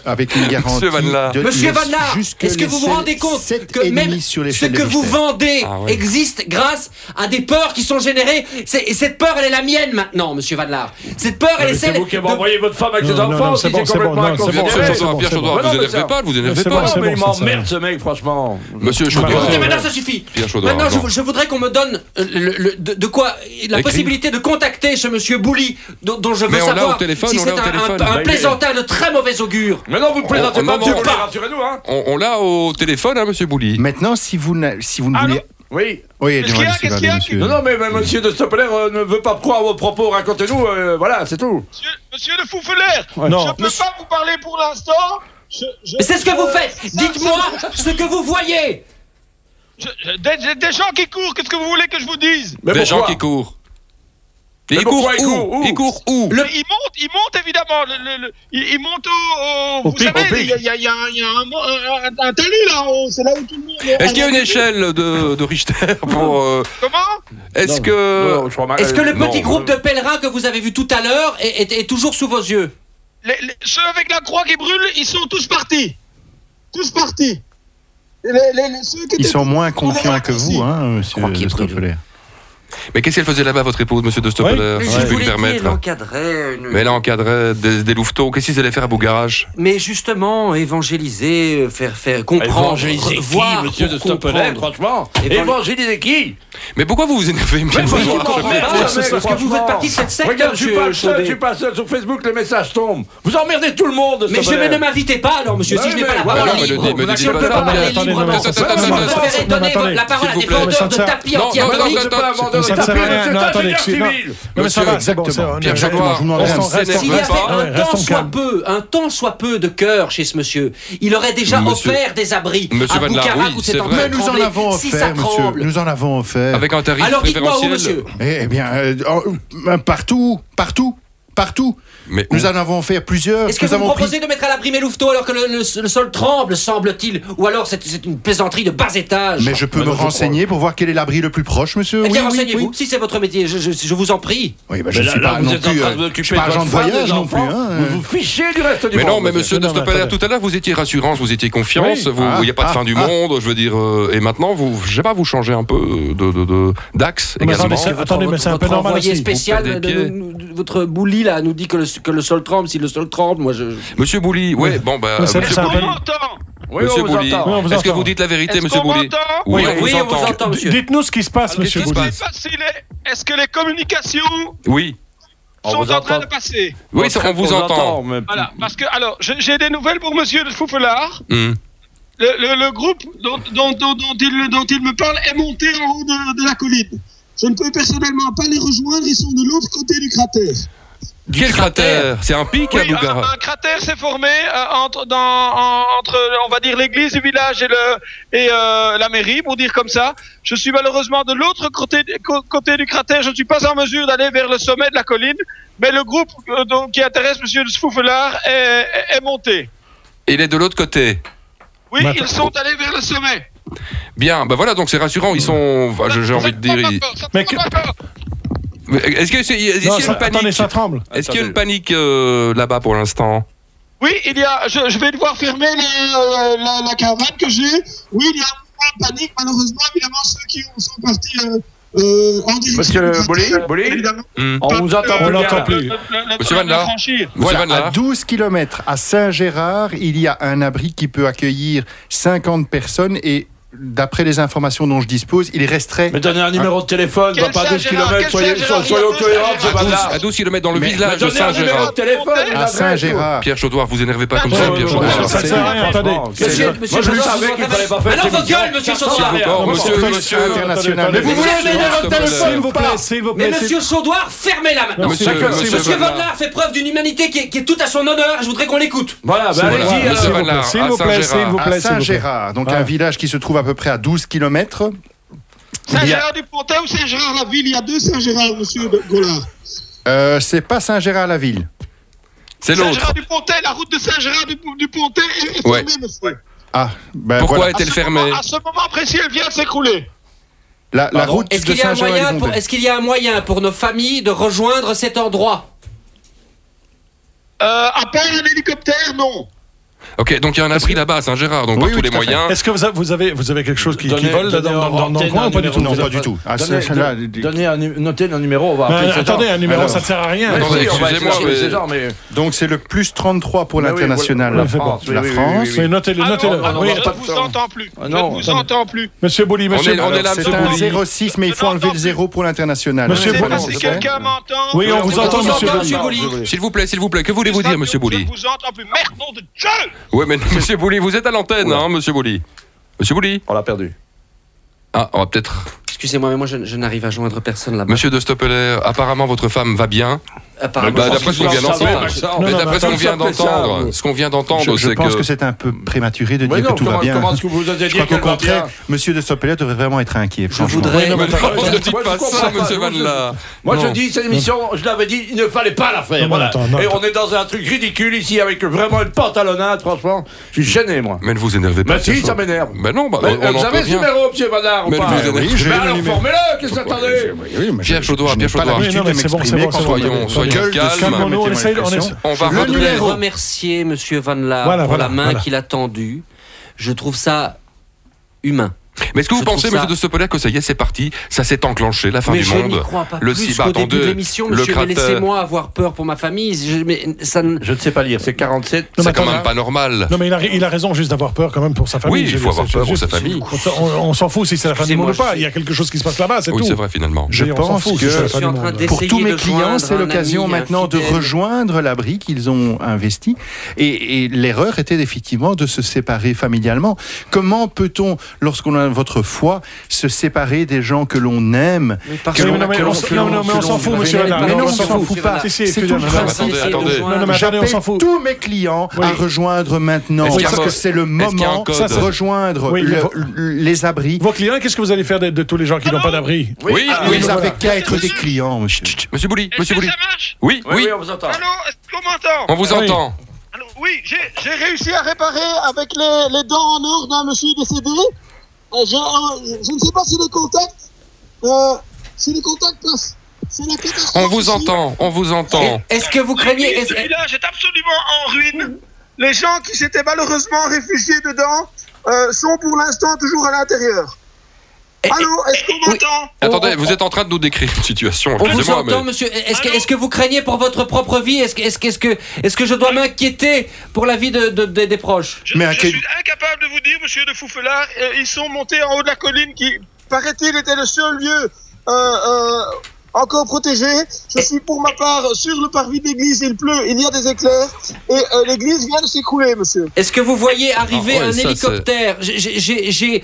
avec une garantie.
Monsieur Van Laar.
de-
Monsieur
jusque-
Van Laar,
jusque
est-ce que
les
vous vous rendez compte
sept
que
et
même
demi sur les
ce que vous vendez
Ah ouais.
existe grâce à des peurs qui sont générées C'est- Et cette peur, elle est la mienne maintenant, monsieur Vadlar. Cette peur, elle est
Ah, Mais C'est
celle...
vous qui avez
de-
envoyé votre femme avec
Non,
ses
non, non,
enfants,
c'est
si
bon,
c'est
c'est bon,
complètement
non, c'est bon,
Bon,
c'est
Pierre
bon, c'est
inconsidéré.
Chaudron,
bon,
Pierre
c'est bon.
Chaudron,
Ouais, non,
vous
mais
énervez
ça-
pas, vous énervez
c'est
pas.
bon,
Non, mais il
c'est bon,
m'emmerde ce mec, franchement.
Monsieur
Bah,
Chaudron.
Écoutez, maintenant, ça suffit.
Pierre Chaudron,
Maintenant, je,
non.
je voudrais qu'on me donne euh, le- le- de, de quoi la
Écrit.
possibilité de contacter ce monsieur Bouli, dont, dont je veux
Mais on l'a
savoir
au téléphone,
si
on
c'est
l'a
un,
au téléphone.
un- un
Bah, il est-
plaisantin de très mauvais augure.
Mais non, vous ne
Oh,
plaisantez
non,
pas,
non,
monsieur
non.
Bouli, rassurez-nous, hein.
On, on l'a au téléphone, hein, monsieur Bouli.
Maintenant, si vous, n'a- si vous ne
Allô
voulez.
Oui.
Oui,
Qu'est-ce qu'il y a, qu'est-ce qu'il y a
Non, non, mais, mais monsieur de Stoppler euh, ne veut pas croire à vos propos, racontez-nous, euh, voilà, c'est tout.
Monsieur, monsieur le Fouffelaire, je ne
Non,
peux pas vous parler pour l'instant. Je- je-
Mais C'est ce que vous faites
Ça-
Dites-moi
ça-
ce que vous voyez
je- je- Des, des- des gens qui courent, qu'est-ce que vous voulez que je vous dise
Mais
Des gens
pourquoi
qui courent.
Mais
Et ils courent
pourquoi ils courent
où
Où
Ils courent où
Le-
Ils montent, ils montent évidemment. le- le- le- ils, ils montent au. au-
Au
vous
pic,
savez,
au pic.
il y a, il y a- il y a un- il y a un, mo- un- un- un talus là en haut, c'est là où tout le monde.
Est-ce qu'il y a une échelle de, de Richter pour. euh,
Comment
Est-ce
Non,
que.
Non, je crois mal-
Est-ce que le
non,
petit groupe
euh,
de pèlerins que vous avez vu tout à l'heure est, est- est toujours sous vos yeux
Les- les- ceux avec la croix qui brûle, ils sont tous partis. Tous partis. Les- les- les- ceux qui
Ils
étaient-
sont moins
verra
confiants que
aussi.
vous, hein, monsieur
crois qu'il est pris, lui.
Stoppeler.
Mais qu'est-ce qu'elle faisait là-bas, votre épouse, monsieur de Stoppeler, Euh, si je puis me permettre
encadrer
Mais elle encadrait des, des louveteaux. Qu'est-ce qu'ils allaient faire à Bougarache
Mais justement, évangéliser, euh, faire, faire comprendre,
Évangéliser qui,
voir,
monsieur
pour
de Stoppelin,
comprendre.
franchement
Évangé-
Évangéliser qui
Mais pourquoi vous vous énervez, monsieur
Mais
de
vous
Stoppeler
vous emmerdez,
Parce que
hein, mec,
vous faites
franchement.
partie de cette secte,
Regarde, je suis
monsieur
pas le seul,
Chaudé.
je suis pas le seul, sur Facebook, les messages tombent. Vous emmerdez tout le monde,
Mais je
Stoppelin.
mais ne m'invitez pas alors, monsieur, si
Ouais,
je n'ai
mais
pas la
voilà,
parole
mais le
libre.
dis- me
Je
dites
ne
pas
peux
ça,
pas
mais
parler
attendez,
librement.
non, non,
Je
ça, ça,
ça,
préfère
ça,
ça,
donner
non, attendez,
la parole à
s'il vous
des
plaît,
vendeurs de
ça ne sert-
tapis
non, non,
anti-alcooliques.
non,
C'est pas un vendeur de
Ça ne sert à
tapis,
rien.
monsieur,
Non,
c'est un
attendez,
ingénieur
excusez- non.
civil.
Non, mais ça
Monsieur,
va, c'est bon, c'est
exactement.
bon,
Pierre
on est-
Chaudroy,
je vous demande
on
rien.
s'énerve
S'il y avait
pas.
un
Ouais,
temps
restons
soit
calmes.
peu, un temps soit peu de cœur chez ce monsieur, il aurait déjà
Monsieur-
offert des abris
Monsieur
à
Van Laar,
Boucarac
oui,
où c'est
c'est
en
vrai.
train
Mais
de
nous en
trembler.
avons
Si ça
offert, monsieur.
tremble.
Nous en avons offert.
Avec un tarif
Alors dites-moi où,
préférentiel
monsieur
Eh eh bien, euh, euh, partout, partout, partout.
Mais où
Nous en avons fait plusieurs.
Est-ce que
nous
vous me
avons pris-
proposez de mettre à l'abri mes louveteaux alors que le, le- le sol tremble, semble-t-il Ou alors c'est c'est une plaisanterie de bas étage
Mais je peux me renseigner pour voir quel est l'abri le plus proche, monsieur.
Eh bien,
Oui, oui,
renseignez-vous,
oui.
si c'est votre métier, je, je- je vous en prie.
Oui, bah,
Mais
je ne
là-
suis
là,
pas
vous
non
êtes en
plus.
train de vous
euh, Je
occuper
suis pas
de
agent de
votre femme,
voyage
des
non plus.
enfants.
hein, euh.
Vous vous fichez du reste du
Mais
monde.
non, mais monsieur de
non, mais
Stoppeler,
attendez.
tout à l'heure, vous étiez rassurant, vous étiez confiance,
Oui.
vous, il
Ah,
n'y a pas de
ah,
fin du
ah.
monde, je veux dire, euh, et maintenant, vous, je sais pas, vous changez un peu de, de- de- d'axe
Mais
également.
attendez, c'est-
Votre-
attendez, mais c'est un
votre
peu normal
envoyé
aussi.
spécial,
perdez
de- de-
pied.
nous- nous- votre bouli là nous dit que le, que le sol tremble, si le sol tremble, moi je...
Monsieur Bouli, ouais, bon, bah,
Mais c'est-
Est-ce
monsieur,
c'est un
qu'on
peu-
m'entend
Oui,
monsieur
on vous
Bouli,
entend.
Oui, on vous
est-ce que
entend.
vous dites la vérité,
Est-ce
monsieur
qu'on
Bouli
m'entend
Oui, on
oui,
vous
on vous
entend. Ah,
entend, monsieur.
Dites-nous ce qui se passe,
Qu'est-ce
monsieur
qui se
Je
Bouli.
sais pas si les- Est-ce que les communications
Oui,
On
sont
vous
en train
entend.
de passer
oui, ça, on vous entend.
mais-
Voilà, parce que alors je- j'ai des nouvelles pour Monsieur le Foufelard.
Hmm.
Le, le- le groupe dont, dont- dont- dont il, dont il me parle est monté en haut de, de la colline. Je ne peux personnellement pas les rejoindre, ils sont de l'autre côté du cratère.
Quel cratère C'est un pic, hein,
Oui,
à Bougara
un, un cratère s'est formé euh, entre, dans, en- entre, on va dire, l'église du village et, le, et euh, la mairie, pour dire comme ça. Je suis malheureusement de l'autre côté, co- côté du cratère. Je ne suis pas en mesure d'aller vers le sommet de la colline, mais le groupe euh, donc, qui intéresse M. Sfoufelard est, est- est monté.
Il est de l'autre côté.
Oui,
Mais attends-
ils sont allés vers le sommet.
Bien, bah voilà, donc c'est rassurant, ils sont. enfin, je- J'ai envie de dire. ils-
Mais
Mais
que-
Mais Est-ce que c'est- est-ce qu'il
Non,
y a
ça-
une
attendez,
panique
ça tremble.
Est-ce qu'il y a une panique euh, là-bas pour l'instant
Oui, il y a. Je, je vais devoir fermer les, euh, la, la caravane que j'ai. Oui, il y a un mouvement de panique, malheureusement, évidemment, ceux qui ont- sont partis euh, euh, en direction.
Monsieur
du
Bolli,
cratère,
Bolli
évidemment,
Hmm.
On vous entend
On
plus.
l'entend
bien.
plus.
le- le- le-
Monsieur
le-
Van Laar.
le franchir.
Monsieur Van
Voilà, à
Laar
12 km à Saint-Gérard, il y a un abri qui peut accueillir 50 personnes et d'après les informations dont je dispose, il resterait.
Mais donnez un numéro de téléphone,
Quel
pas à
Saint-Gérard,
12 km,
quel
soyez,
Saint-Gérard,
soyez
il y a
cohérents,
plus
ce
de
À 12,
bande-là.
Ah,
à 12 km dans le
Mais
village de
donnez un numéro de
Saint-Gérard.
téléphone, une
à
adresse.
Saint-Gérard.
Pierre Chaudoir, vous énervez pas comme
Ouais,
ça,
ouais,
Pierre
ouais,
Chaudoir.
ouais,
Ça ne sert à rien,
franchement,
attendez.
quel-
Monsieur-
Moi, je le savais qu'il fallait pas faire.
Mais non,
cette
votre gueule,
émission.
monsieur
Ça sert
Chaudoir.
à rien.
Oh, monsieur,
Monsieur
monsieur,
international.
attendez,
Mais
attendez,
vous
Vous voulez un numéro de
S'il
téléphone
vous plaît, s'il vous
Mais
plaît. s'il-
monsieur Chaudoir, fermez-la maintenant
Non,
Monsieur,
monsieur- monsieur Vanlard.
Vanlard fait preuve d'une humanité qui est, qui est toute à son honneur, je voudrais qu'on l'écoute.
Voilà, ben
Voilà. Monsieur
allez-y. alors.
vous plaît,
Vanlard,
s'il
à
vous plaît, s'il
Saint-Gérard.
vous
à
plaît. s'il vous plaît.
Saint-Gérard, donc
Ah.
un village qui se trouve à peu près à 12 km.
Saint-Gérard-du-Pontet ou Saint-Gérard-la-Ville Il y a deux Saint-Gérard, monsieur Goulard.
Euh, c'est pas Saint-Gérard-la-Ville.
C'est l'autre.
Saint-Gérard-du-Pontet, la route de Saint-Gérard-du-Pontet est
Ouais.
fermée, monsieur.
Ah, ben
Pourquoi
voilà.
est-elle
À ce
fermée
moment- À ce moment précis, elle vient de s'écrouler.
La, la
Pardon
route
Est-ce
de
qu'il y, a un moyen pour-
Saint-Gérard-du-Pontet.
est-ce qu'il y a un moyen pour nos familles de rejoindre cet endroit
Euh, à part un hélicoptère, non.
Ok, donc il y a un abri là-bas à Saint-Gérard, donc
Oui,
par
oui,
tous les
tout à fait.
moyens.
Est-ce que vous a- vous avez, vous avez quelque chose qui, qui
Donnez-
vole
donnez
dans,
en
dans- dans le
antenne
coin
un
ou pas du
numéro
tout
de
Non, pas du
téléphone.
tout. Ah,
Donnez-
c'est- là,
don-
dis-
donnez un nu- Notez un numéro, on va
Euh,
appeler ce
Attendez,
genre.
un numéro,
Alors.
ça ne sert à
Mais
rien.
Attendez,
si, on
excusez-moi,
va essayer de
mais-
chercher genre, mais-
Donc c'est le plus 33 pour
Mais oui,
l'international.
voilà,
la
la
France,
France, oui,
la
oui, oui,
France.
oui,
Mais notez-le,
Ah
notez-le.
non, ah non,
Oui,
on
je
va
ne
pas-
vous entends plus.
Ah
je
non,
ne vous
attendez.
entends plus.
monsieur Bouli,
On
monsieur.
est, on est là,
Alors,
monsieur
C'est
Bouli.
un 06, mais il faut enlever le 0 pour l'international.
Monsieur
Ouais,
Je sais
Bouli,
pas
c'est
si
bon,
quelqu'un m'entend.
Oui, on vous
On
entend,
vous
monsieur
entend,
Bouli.
monsieur Bouli
S'il vous plaît, s'il vous plaît, que voulez-vous dire, monsieur Bouli
Je vous entends plus. Merde, nom de Dieu
Ouais, mais non, monsieur Bouli, vous êtes à l'antenne, hein, monsieur Bouli. Monsieur Bouli
On l'a perdu.
Ah, on va peut-être.
Excusez-moi, mais moi je, je n'arrive à joindre personne là-bas.
Monsieur de Stoppeler, apparemment votre femme va bien.
Apparemment,
Bah,
je
d'après ce
suis
qu'on vient
dans le
d'entendre.
salon.
Maxence.
Non,
Mais
non,
d'après ce
attends,
qu'on vient
ça fait ça,
d'entendre,
mais-
ce qu'on vient
Je,
d'entendre,
je
c'est
pense que,
que.
c'est un peu prématuré de dire
Mais non,
que tout
comment,
va bien.
comment est-ce que vous avez
Je
dit
crois qu'au
qu'elle va
contraire,
bien
Monsieur de Sopelet devrait vraiment être inquiet.
Je
franchement.
voudrais...
Mais non,
Ouais,
ne dites
ouais,
pas
je comprends
ça,
pas,
monsieur
je-
Van là.
Moi, je
Non.
dis, cette émission, je l'avais dit, il ne fallait pas la faire.
Non,
voilà.
attends, non,
Et
attends.
on est dans un truc ridicule ici, avec vraiment une pantalonnade, franchement. Je suis gêné, moi.
Mais ne vous énervez pas.
Mais si,
c'est
ça
chaud.
m'énerve.
Mais non, bah,
Mais,
on-
euh,
on
vous
en peut
avez ce
rien.
numéro, monsieur Badard, ou
Mais
pas
vous énervez-
Oui,
j'ai
Mais
le
alors,
numéro.
formez-le, qu'est-ce que
Oui,
attendez
oui, mais je-
Pierre Chaudoir,
je n'ai
Pierre
pas
Chaudoir.
l'habitude
Oui, non,
de
mais c'est bon,
m'exprimer
c'est bon,
quand
c'est
on
bon.
a des-
Soyons
gueule de
calmes.
ce
Calmons-nous, on
permettez-moi
essaye- on
l'expression.
essaye-
On va
Je
redonner.
voudrais remercier Monsieur Van Laar
Voilà,
pour
voilà,
la main
voilà.
qu'il a tendue. Je trouve ça humain.
Mais est-ce que vous
Je
pensez,
trouve ça-
monsieur de Stoppeler, que ça y est, c'est parti, ça s'est enclenché, la fin
mais
du
je n'y
monde
crois pas
Le
plus
Cibat
qu'au
en
début de
deux,
l'émission,
le
monsieur. mais
cratère.
Laissez-moi avoir peur pour ma famille. Je, mais ça ne-
Je ne sais pas lire, c'est 47.
Non, mais
C'est quand
attends,
même
hein.
pas normal.
Non, mais il a, il a raison juste d'avoir peur quand même pour sa famille.
Oui, il
Je veux dire,
faut avoir
c'est-
peur
c'est
pour sa
juste-
famille.
On, on s'en fout si c'est la fin du
Excusez-moi,
monde ou pas.
je-
Il y a quelque chose qui se passe là-bas, c'est
Oui,
tout.
c'est vrai, finalement.
Je
Et on s'en
pense
fout si
que-
c'est la
Je
fin
suis
du
en train
monde.
d'essayer
Pour tous
de
mes clients,
joindre
c'est
un
l'occasion
ami, un
maintenant de
fidèle.
rejoindre l'abri qu'ils ont investi. Et, et l'erreur était effectivement de se séparer familialement. Comment peut-on, lorsqu'on a votre foi, se séparer des gens que l'on aime
Mais parce
Que
que-
l'on- non, mais on s-
que
non,
l'on-
non, mais on
que
s'en
l'on-
fout, monsieur
Mais
Vanlard.
non,
Mais
on
non,
s'en fout pas.
Si, si,
C'est tout
excusez-moi,
le
non,
Attendez,
principe.
Attendez,
essayez de
attendez.
joindre-
Non, non, mais attendez, on
J'appelle
s'en fout.
tous mes clients à
Oui.
rejoindre maintenant
Est-ce qu'il y a
parce
un
que
code
c'est le
Est-ce qu'il y a un
moment
code
de rejoindre
Oui, mais
le-
vo-
les abris.
Vos clients, qu'est-ce que vous allez faire de, de tous les gens
Ah
qui n'ont pas d'abri
Oui, oui,
Vous
monsieur-
n'avez qu'à être des clients, monsieur.
monsieur Bouli,
Est-ce
monsieur
que
Bouli.
ça marche
Oui, oui,
on vous entend.
Allô, est-ce qu'on m'entend
on vous
Ah oui.
entend.
Allô, oui, j'ai j'ai réussi à réparer avec les, les dents en or d'un monsieur décédé. Euh, j'ai- euh, je ne sais pas si les contacts. Euh, si les contacts passent. C'est la catastrophe
On vous
ici.
entend, on vous entend.
Est-ce que vous
Le
craignez...
village-
est-ce-
le village est absolument en ruine. Les gens qui s'étaient malheureusement réfugiés dedans euh, sont pour l'instant toujours à l'intérieur. Allô, est-ce qu'on
oui.
m'entend
Attendez,
on-
vous êtes en train de nous décrire une situation,
On vous
excusez-moi, mais.
entend, monsieur. Est-ce que,
Allô
est-ce que vous craignez pour votre propre vie Est-ce que, est-ce que, est-ce que, est-ce que je dois m'inquiéter pour la vie de, de- de- des proches
Je,
Mais à
je
quel-
suis incapable de vous dire, monsieur de Foufelard, euh, ils sont montés en haut de la colline qui, paraît-il, était le seul lieu euh, euh, encore protégé. Je suis pour ma part sur le parvis de l'église, il pleut, il y a des éclairs, et euh, l'église vient de s'écrouler, monsieur.
Est-ce que vous voyez arriver
Ah, ouais,
un
ça, c'est-
hélicoptère J'ai- j'ai- J'ai j'ai-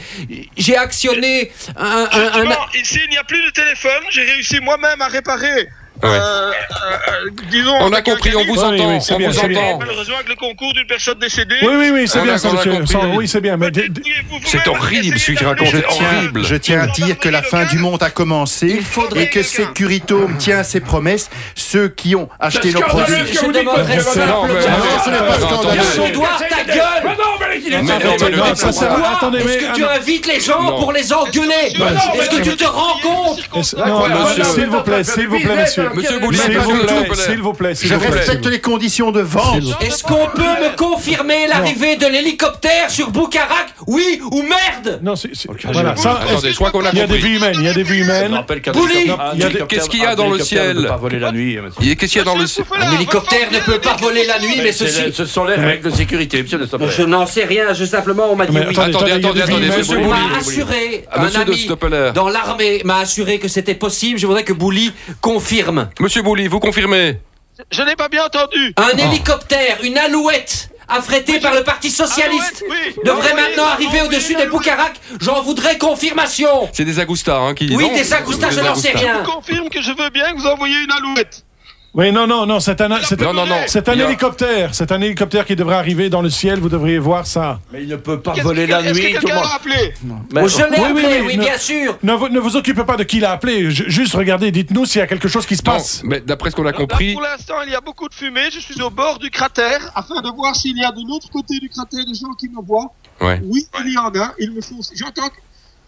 j'ai actionné un, un- un-
Justement, ici, il n'y a plus de téléphone, j'ai réussi moi-même à réparer.
Ouais.
euh, euh, euh, disons,
On a
avec un
compris, on
calibre.
vous
Oui,
entend,
oui,
on
c'est bien,
vous
c'est bien.
entend.
Malheureusement, avec le concours d'une personne décédée,
Oui, oui, oui, c'est
On a-
bien ça,
Ah, on a
monsieur.
compris.
Sans- Oui, c'est bien. Mais d- d-
débrouillez-vous vous-même,
C'est horrible ce
essayez
qu'il
d'appeler
raconte,
Je
les
c'est
tiens,
horrible.
je tiens à dire que la fin du monde a commencé
Il faudrait
et que
quelqu'un.
Securitum tient ses promesses. Ceux qui ont acheté
C'est
nos
scandaleux
produits.
ce que vous
Je
dites,
demanderai
monsieur
ça.
Bernard.
Non,
mais- Non, ce n'est pas
Attendez.
scandaleux.
Son doigt, ta gueule
Mais non, mais il est
Mais-
scandaleux.
mais- mais-
non, ça, ça-
Toi,
Attendez, mais.
Est-ce que tu invites les gens
Non.
pour les engueuler
Mais non,
Est-ce que
mais-
tu te rends compte
Est-ce- Non,
Voilà,
monsieur,
voilà,
s'il vous plaît,
voilà,
s'il vous plaît,
voilà,
monsieur.
Monsieur
Goulet,
Goulier,
S'il
monsieur
vous
Goulet,
plaît,
S'il vous plaît, s'il
Je
vous plaît.
respecte les conditions de vente.
Est-ce qu'on peut me confirmer l'arrivée de l'hélicoptère sur Boukarak Oui ou merde
Non, c'est- c'est- voilà, ça, est-ce-
Attendez, je crois qu'on a
il y a des
compris.
vies humaines, il y a des vies
Je
humaines.
rappelle qu'un
Bouli
hélicoptère-
Il y
un
a des-
hélicoptère-
qu'est-ce qu'il y a
un
dans le
hélicoptère ne
ciel
peut pas voler la nuit. monsieur.
Et Qu'est-ce qu'il y a dans le ciel
Un hélicoptère ne peut pas voler la nuit, mais
Mais c'est le-
ceci.
Ce sont les règles de sécurité, monsieur de Stoppel.
Je n'en sais rien, je simplement on m'a dit
Mais
oui.
attendez,
Attendez,
attendez,
attendez,
il y a des
attendez,
vies
monsieur
On
humaines.
Bouli.
m'a assuré,
Ah,
un
monsieur de
ami
Stoppeler.
dans l'armée m'a assuré que c'était possible. Je voudrais que Bouli confirme.
Monsieur Bouli, vous confirmez Ah.
Je n'ai pas bien entendu.
Un hélicoptère, une alouette, affrétée par le Parti Socialiste,
Alouette, oui.
devrait
Envoyez-
maintenant arriver
envoyez
au-dessus des
l'alouette.
Boucarac. J'en voudrais confirmation.
C'est des Agustas hein, qui.
Oui,
non
des Agustas, je n'en sais
Agustas.
Je
rien.
vous confirme que je veux bien que vous envoyiez une alouette.
Oui, non, non, non, c'est un, c'est-
Non, non, non.
c'est un
Il y a-
hélicoptère. C'est un hélicoptère qui devrait arriver dans le ciel. Vous devriez voir ça.
Mais il ne peut pas
Qu'est-ce
voler
que-
la
est-ce que
nuit, tout le
quelqu'un
monde.
l'a appelé
Mais-
Oh, je l'ai
Oui, oui,
appelé,
mais
oui,
ne-
bien sûr.
Ne vous, ne vous occupez pas de qui l'a appelé. ju- Juste regardez, dites-nous s'il y a quelque chose qui se
Non,
passe.
mais d'après ce qu'on a
Là,
compris,
pour l'instant, il y a beaucoup de fumée. Je suis au bord du cratère afin de voir s'il y a de l'autre côté du cratère des gens qui me voient.
Ouais.
Oui, il y en a. Ils me font. J'entends.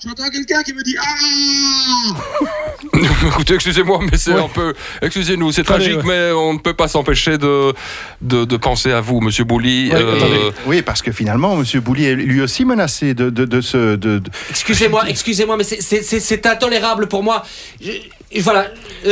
J'entends quelqu'un qui me dit Ah
écoutez, excusez-moi, mais c'est
Ouais.
un peu, excusez-nous, c'est
Attendez,
tragique,
ouais.
mais on ne peut pas s'empêcher de, de, de penser à vous, Monsieur Bouli.
Ouais,
Euh,
attendez.
Oui, parce que finalement, Monsieur Bouli est lui aussi menacé de, de, de ce. De, de-
Excusez-moi, excusez-moi, mais c'est- c'est- c'est c'est intolérable pour moi. Je- je- voilà.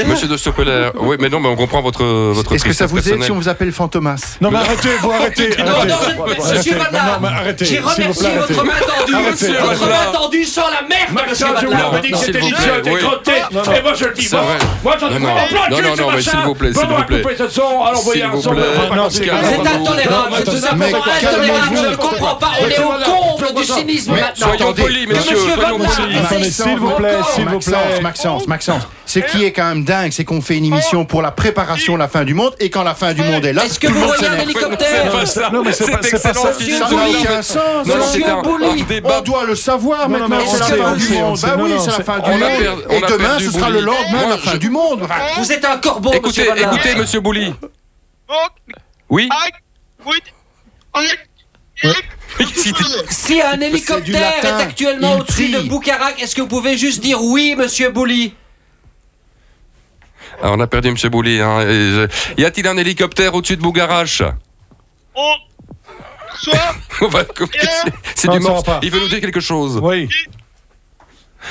Monsieur de Stoppeler, oui, mais non, mais on comprend votre votre
Est-ce que ça
tristesse
vous aide
personnelle.
si on vous appelle Fantomas
Non, mais arrêtez, vous arrêtez.
Non,
arrêtez.
non, je ne baisse- je suis
Arrêtez.
madame.
Non, non, mais arrêtez,
J'ai
s'il vous plaît,
remercié
arrêtez.
votre main tendue.
Arrêtez,
votre
arrêtez.
main tendue sans la merde, monsieur
Maxence, je vous
Madeleine.
l'avais dit que
Non,
c'était
s'il vous
chiant,
plaît,
t'es
oui.
crotté, et moi je le dis.
C'est
moi.
vrai.
Moi je le
Non,
dis,
non.
en plein de
Non,
cul,
non,
ce
non, mais
machin.
s'il vous plaît,
Bon,
s'il
on va
vous plaît.
couper ce son, on va l'envoyer
S'il
un
vous
son.
plaît.
Non, non,
C'est
calme.
C'est
Pardon,
intolérable,
pardon,
c'est tout
attendez,
simplement
mais
intolérable, je
calmez-vous.
ne comprends pas, on
Mais
est au
voilà,
comble
pourquoi
du
ça
cynisme
Mais
maintenant.
Soyons
Attendez,
polis,
mais
messieurs,
monsieur
soyons
Van Damme,
polis.
Ah,
Non, mais
c'est
s'il vous plaît,
encore.
s'il vous plaît.
Maxence, Maxence, Maxence, ce qui est quand même dingue, c'est qu'on fait une émission pour la préparation de la fin du monde, et quand la fin du monde est là,
Est-ce que
tout le
vous
monde
voyez un
s'énerve.
hélicoptère
Pas ça.
Non, mais c'est
C'est
pas- c'est pas
excellent,
ça.
Philippe
Ça n'a
Bouli.
aucun sens.
Non, non,
Monsieur
c'est un,
Bouli.
un débat
On doit le savoir
Non, non,
maintenant,
mais
c'est la
est-ce que
fin
vous-
du monde.
c'est-
Bah
non,
oui,
non,
c'est la
c'est-
fin du
on a
monde.
perdu- on
Et
a
demain,
perdu
ce sera le
Bouli.
lendemain de
Moi,
la fin
je-
du monde.
Vous êtes un corbeau,
Écoutez,
monsieur Van Damme.
écoutez, Monsieur Bouli.
Donc,
Oui.
aïe, oui, aïe,
Si t'es-
Si un
du
hélicoptère
latin,
est actuellement
il
au-dessus de
prie.
Boucarac, est-ce que vous pouvez juste dire oui, monsieur Bouli
Ah, on a perdu Monsieur Bouli. hein, et je- Y a-t-il un hélicoptère au-dessus de Bougarache
on. Soit.
On va- qu'est-ce que- C'est
Non,
du
ça va
morse.
pas.
Il veut nous dire quelque chose.
Oui.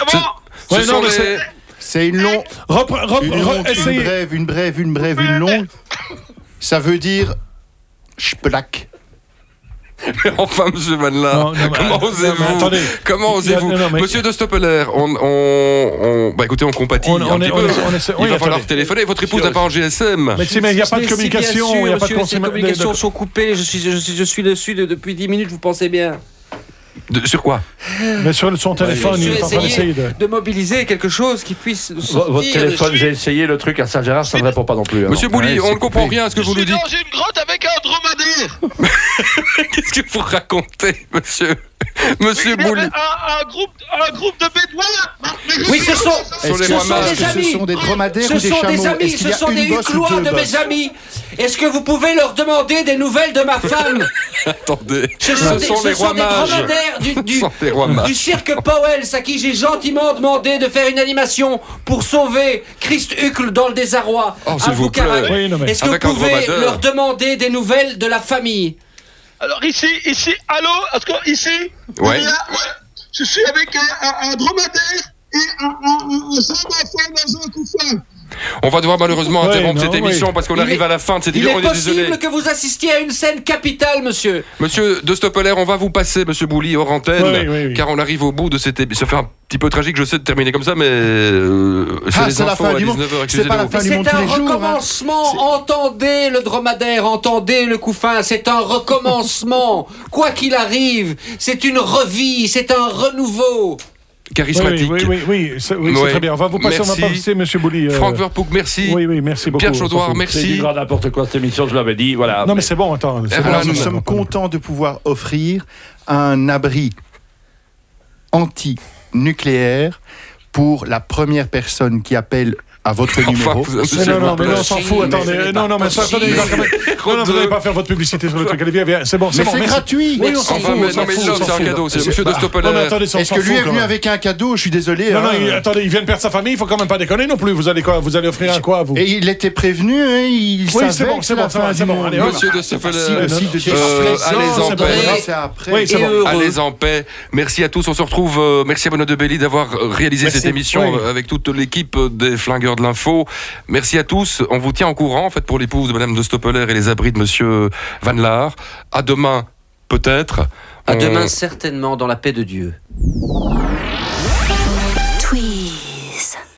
Ce-
Bon,
ce
Ouais, non,
sont
mais
les-
c'est-
C'est une longue.
Repre- repre-
Une,
re-
longue, une
essayez.
brève, une brève, une brève, une longue. Ça veut dire. Schplack.
Enfin, monsieur Van Laar,
Non, non, mais-
comment
non, mais
osez-vous
attendez.
Comment osez-vous
Non, non, mais-
Monsieur de Stoppeler, on, on, on- bah, écoutez, on compatit
On-
un
on est-
petit
on
peu.
est- on est-
Il
oui,
va falloir
attendez.
téléphoner. Votre épouse n'a pas un GSM.
Mais si, mais il n'y a pas de communication, il n'y a pas de
Les
consommation.
communications sont coupées, je suis, je suis, je suis dessus de- depuis 10 minutes, vous pensez bien.
De- sur quoi
Mais sur le- son téléphone,
je
il
vais
est en train
essayer
d'essayer de.
de mobiliser quelque chose qui puisse nous
Vo-
sortir
Votre
de-
téléphone, j'ai essayé le truc à Saint-Gérard, ça ne répond pas non plus. hein. alors.
Monsieur Bouli,
ouais,
on
c'est
ne comprend rien à ce que
je
vous nous
suis
dites.
dans une grotte avec un dromadaire.
Qu'est-ce que vous racontez, monsieur Monsieur
Il y avait
euh,
Bouli.
un, un groupe, un groupe de bédouins.
Oui, ce sont,
Ce sont
ce
les
sont
rois mages.
des
Est-ce que
amis.
ce sont des dromadaires
Ce
ou des
sont
chameaux
des amis,
Est-ce qu'il
ce
y a
sont
une
des
bosse ou
huclois
deux
de mes
bosses
amis. Est-ce que vous pouvez leur demander des nouvelles de ma femme
Attendez.
Ce sont, des, ce sont des dromadaires du,
Ce
du,
sont les rois
du
mages.
cirque Powell's à qui j'ai gentiment demandé de faire une animation pour sauver Christ Hucle dans le désarroi.
Oh,
à
s'il vous
Bukhara.
plaît.
Oui, non, mais.
Est-ce que
Avec un
vous pouvez
dromadaire.
leur demander des nouvelles de la famille
Alors ici, ici, allô, est-ce que ici
Ouais.
il y a- Je suis avec un, un- un dromadaire et un, un, un, un saint d'affaires dans un couffin.
On va devoir malheureusement
Ouais,
interrompre
non,
cette
oui.
émission parce qu'on
Il
arrive
est-
à la fin de cette
Il
émission.
est
On est désolé.
possible que vous assistiez à une scène capitale, monsieur.
Monsieur De Stoppeler, on va vous passer, monsieur Bouli, hors antenne,
Oui, oui, oui.
car on arrive au bout de cette émission. Ça fait un petit peu tragique, je sais, de terminer comme ça, mais euh, c'est
Ah,
les
c'est la
infos
fin
à
du monde.
19h,
C'est pas la
excusez-nous.
fin du
C'est
monde
un
tous les jours, hein.
recommencement. Entendez le dromadaire, entendez le couffin. C'est un recommencement. Quoi qu'il arrive, c'est une revie, c'est un renouveau.
Oui, oui,
Charismatique.
oui, oui, oui, c'est oui, c'est
Ouais.
très bien. On va vous passer, on va
Merci.
passer, monsieur Bouli. euh,
Franck Verpoek, merci.
Oui, oui, merci beaucoup.
Pierre
on s'en
Chaudoir,
fout.
C'est
merci.
du grand n'importe quoi cette émission, je l'avais dit.
Ah,
Voilà.
Non, mais c'est bon, attends. c'est
Eh
bon,
voilà,
Alors,
c'est
ben, nous
bon,
sommes
attends.
contents de pouvoir offrir un abri anti-nucléaire pour la première personne qui appelle à votre
Enfin,
numéro.
vous avez-
Mais non, non, mais non, on s'en fout,
euh,
attendez. euh, Non, non, mais ça, attendez. Non, non, non, vous n'allez pas faire votre publicité sur le truc. Allez, viens, viens, c'est bon, c'est
Mais
bon.
c'est
merci.
gratuit.
Oui, on s'en
Enfin,
fout.
mais
on s'en
non, mais
fout,
là,
on s'en
c'est un
fout.
cadeau, c'est monsieur
Bah,
de Stoppeler.
Non, mais attendez, on
Est-ce
s'en
que
fout
lui est
quand
venu
même.
avec un cadeau Je suis désolé.
Non, non,
hein.
il- attendez, il vient de perdre sa famille, il faut quand même pas déconner non plus. Vous allez quoi Vous allez offrir un quoi, vous
Et il était prévenu, hein, il
Oui,
savait
c'est bon,
que
c'est
la
bon, ça va,
fin
c'est
du
bon,
monde.
allez, hop.
Monsieur de Stoppeler.
Si, de chez
Euh,
Express,
allez,
non,
en paix.
c'est après.
Oui, c'est
Et
bon.
heureux.
Allez en euh, paix. Merci à tous. On se retrouve. euh, merci à Benoît de Belli d'avoir euh, réalisé
Merci.
cette émission
Oui.
euh, avec toute l'équipe des flingueurs de l'info. Merci à tous. On vous tient en courant en fait pour l'épouse de Madame de Stoppeler et les abris de Monsieur Van Laar. À demain peut-être. On-
À
Euh.
demain, certainement, dans la paix de Dieu.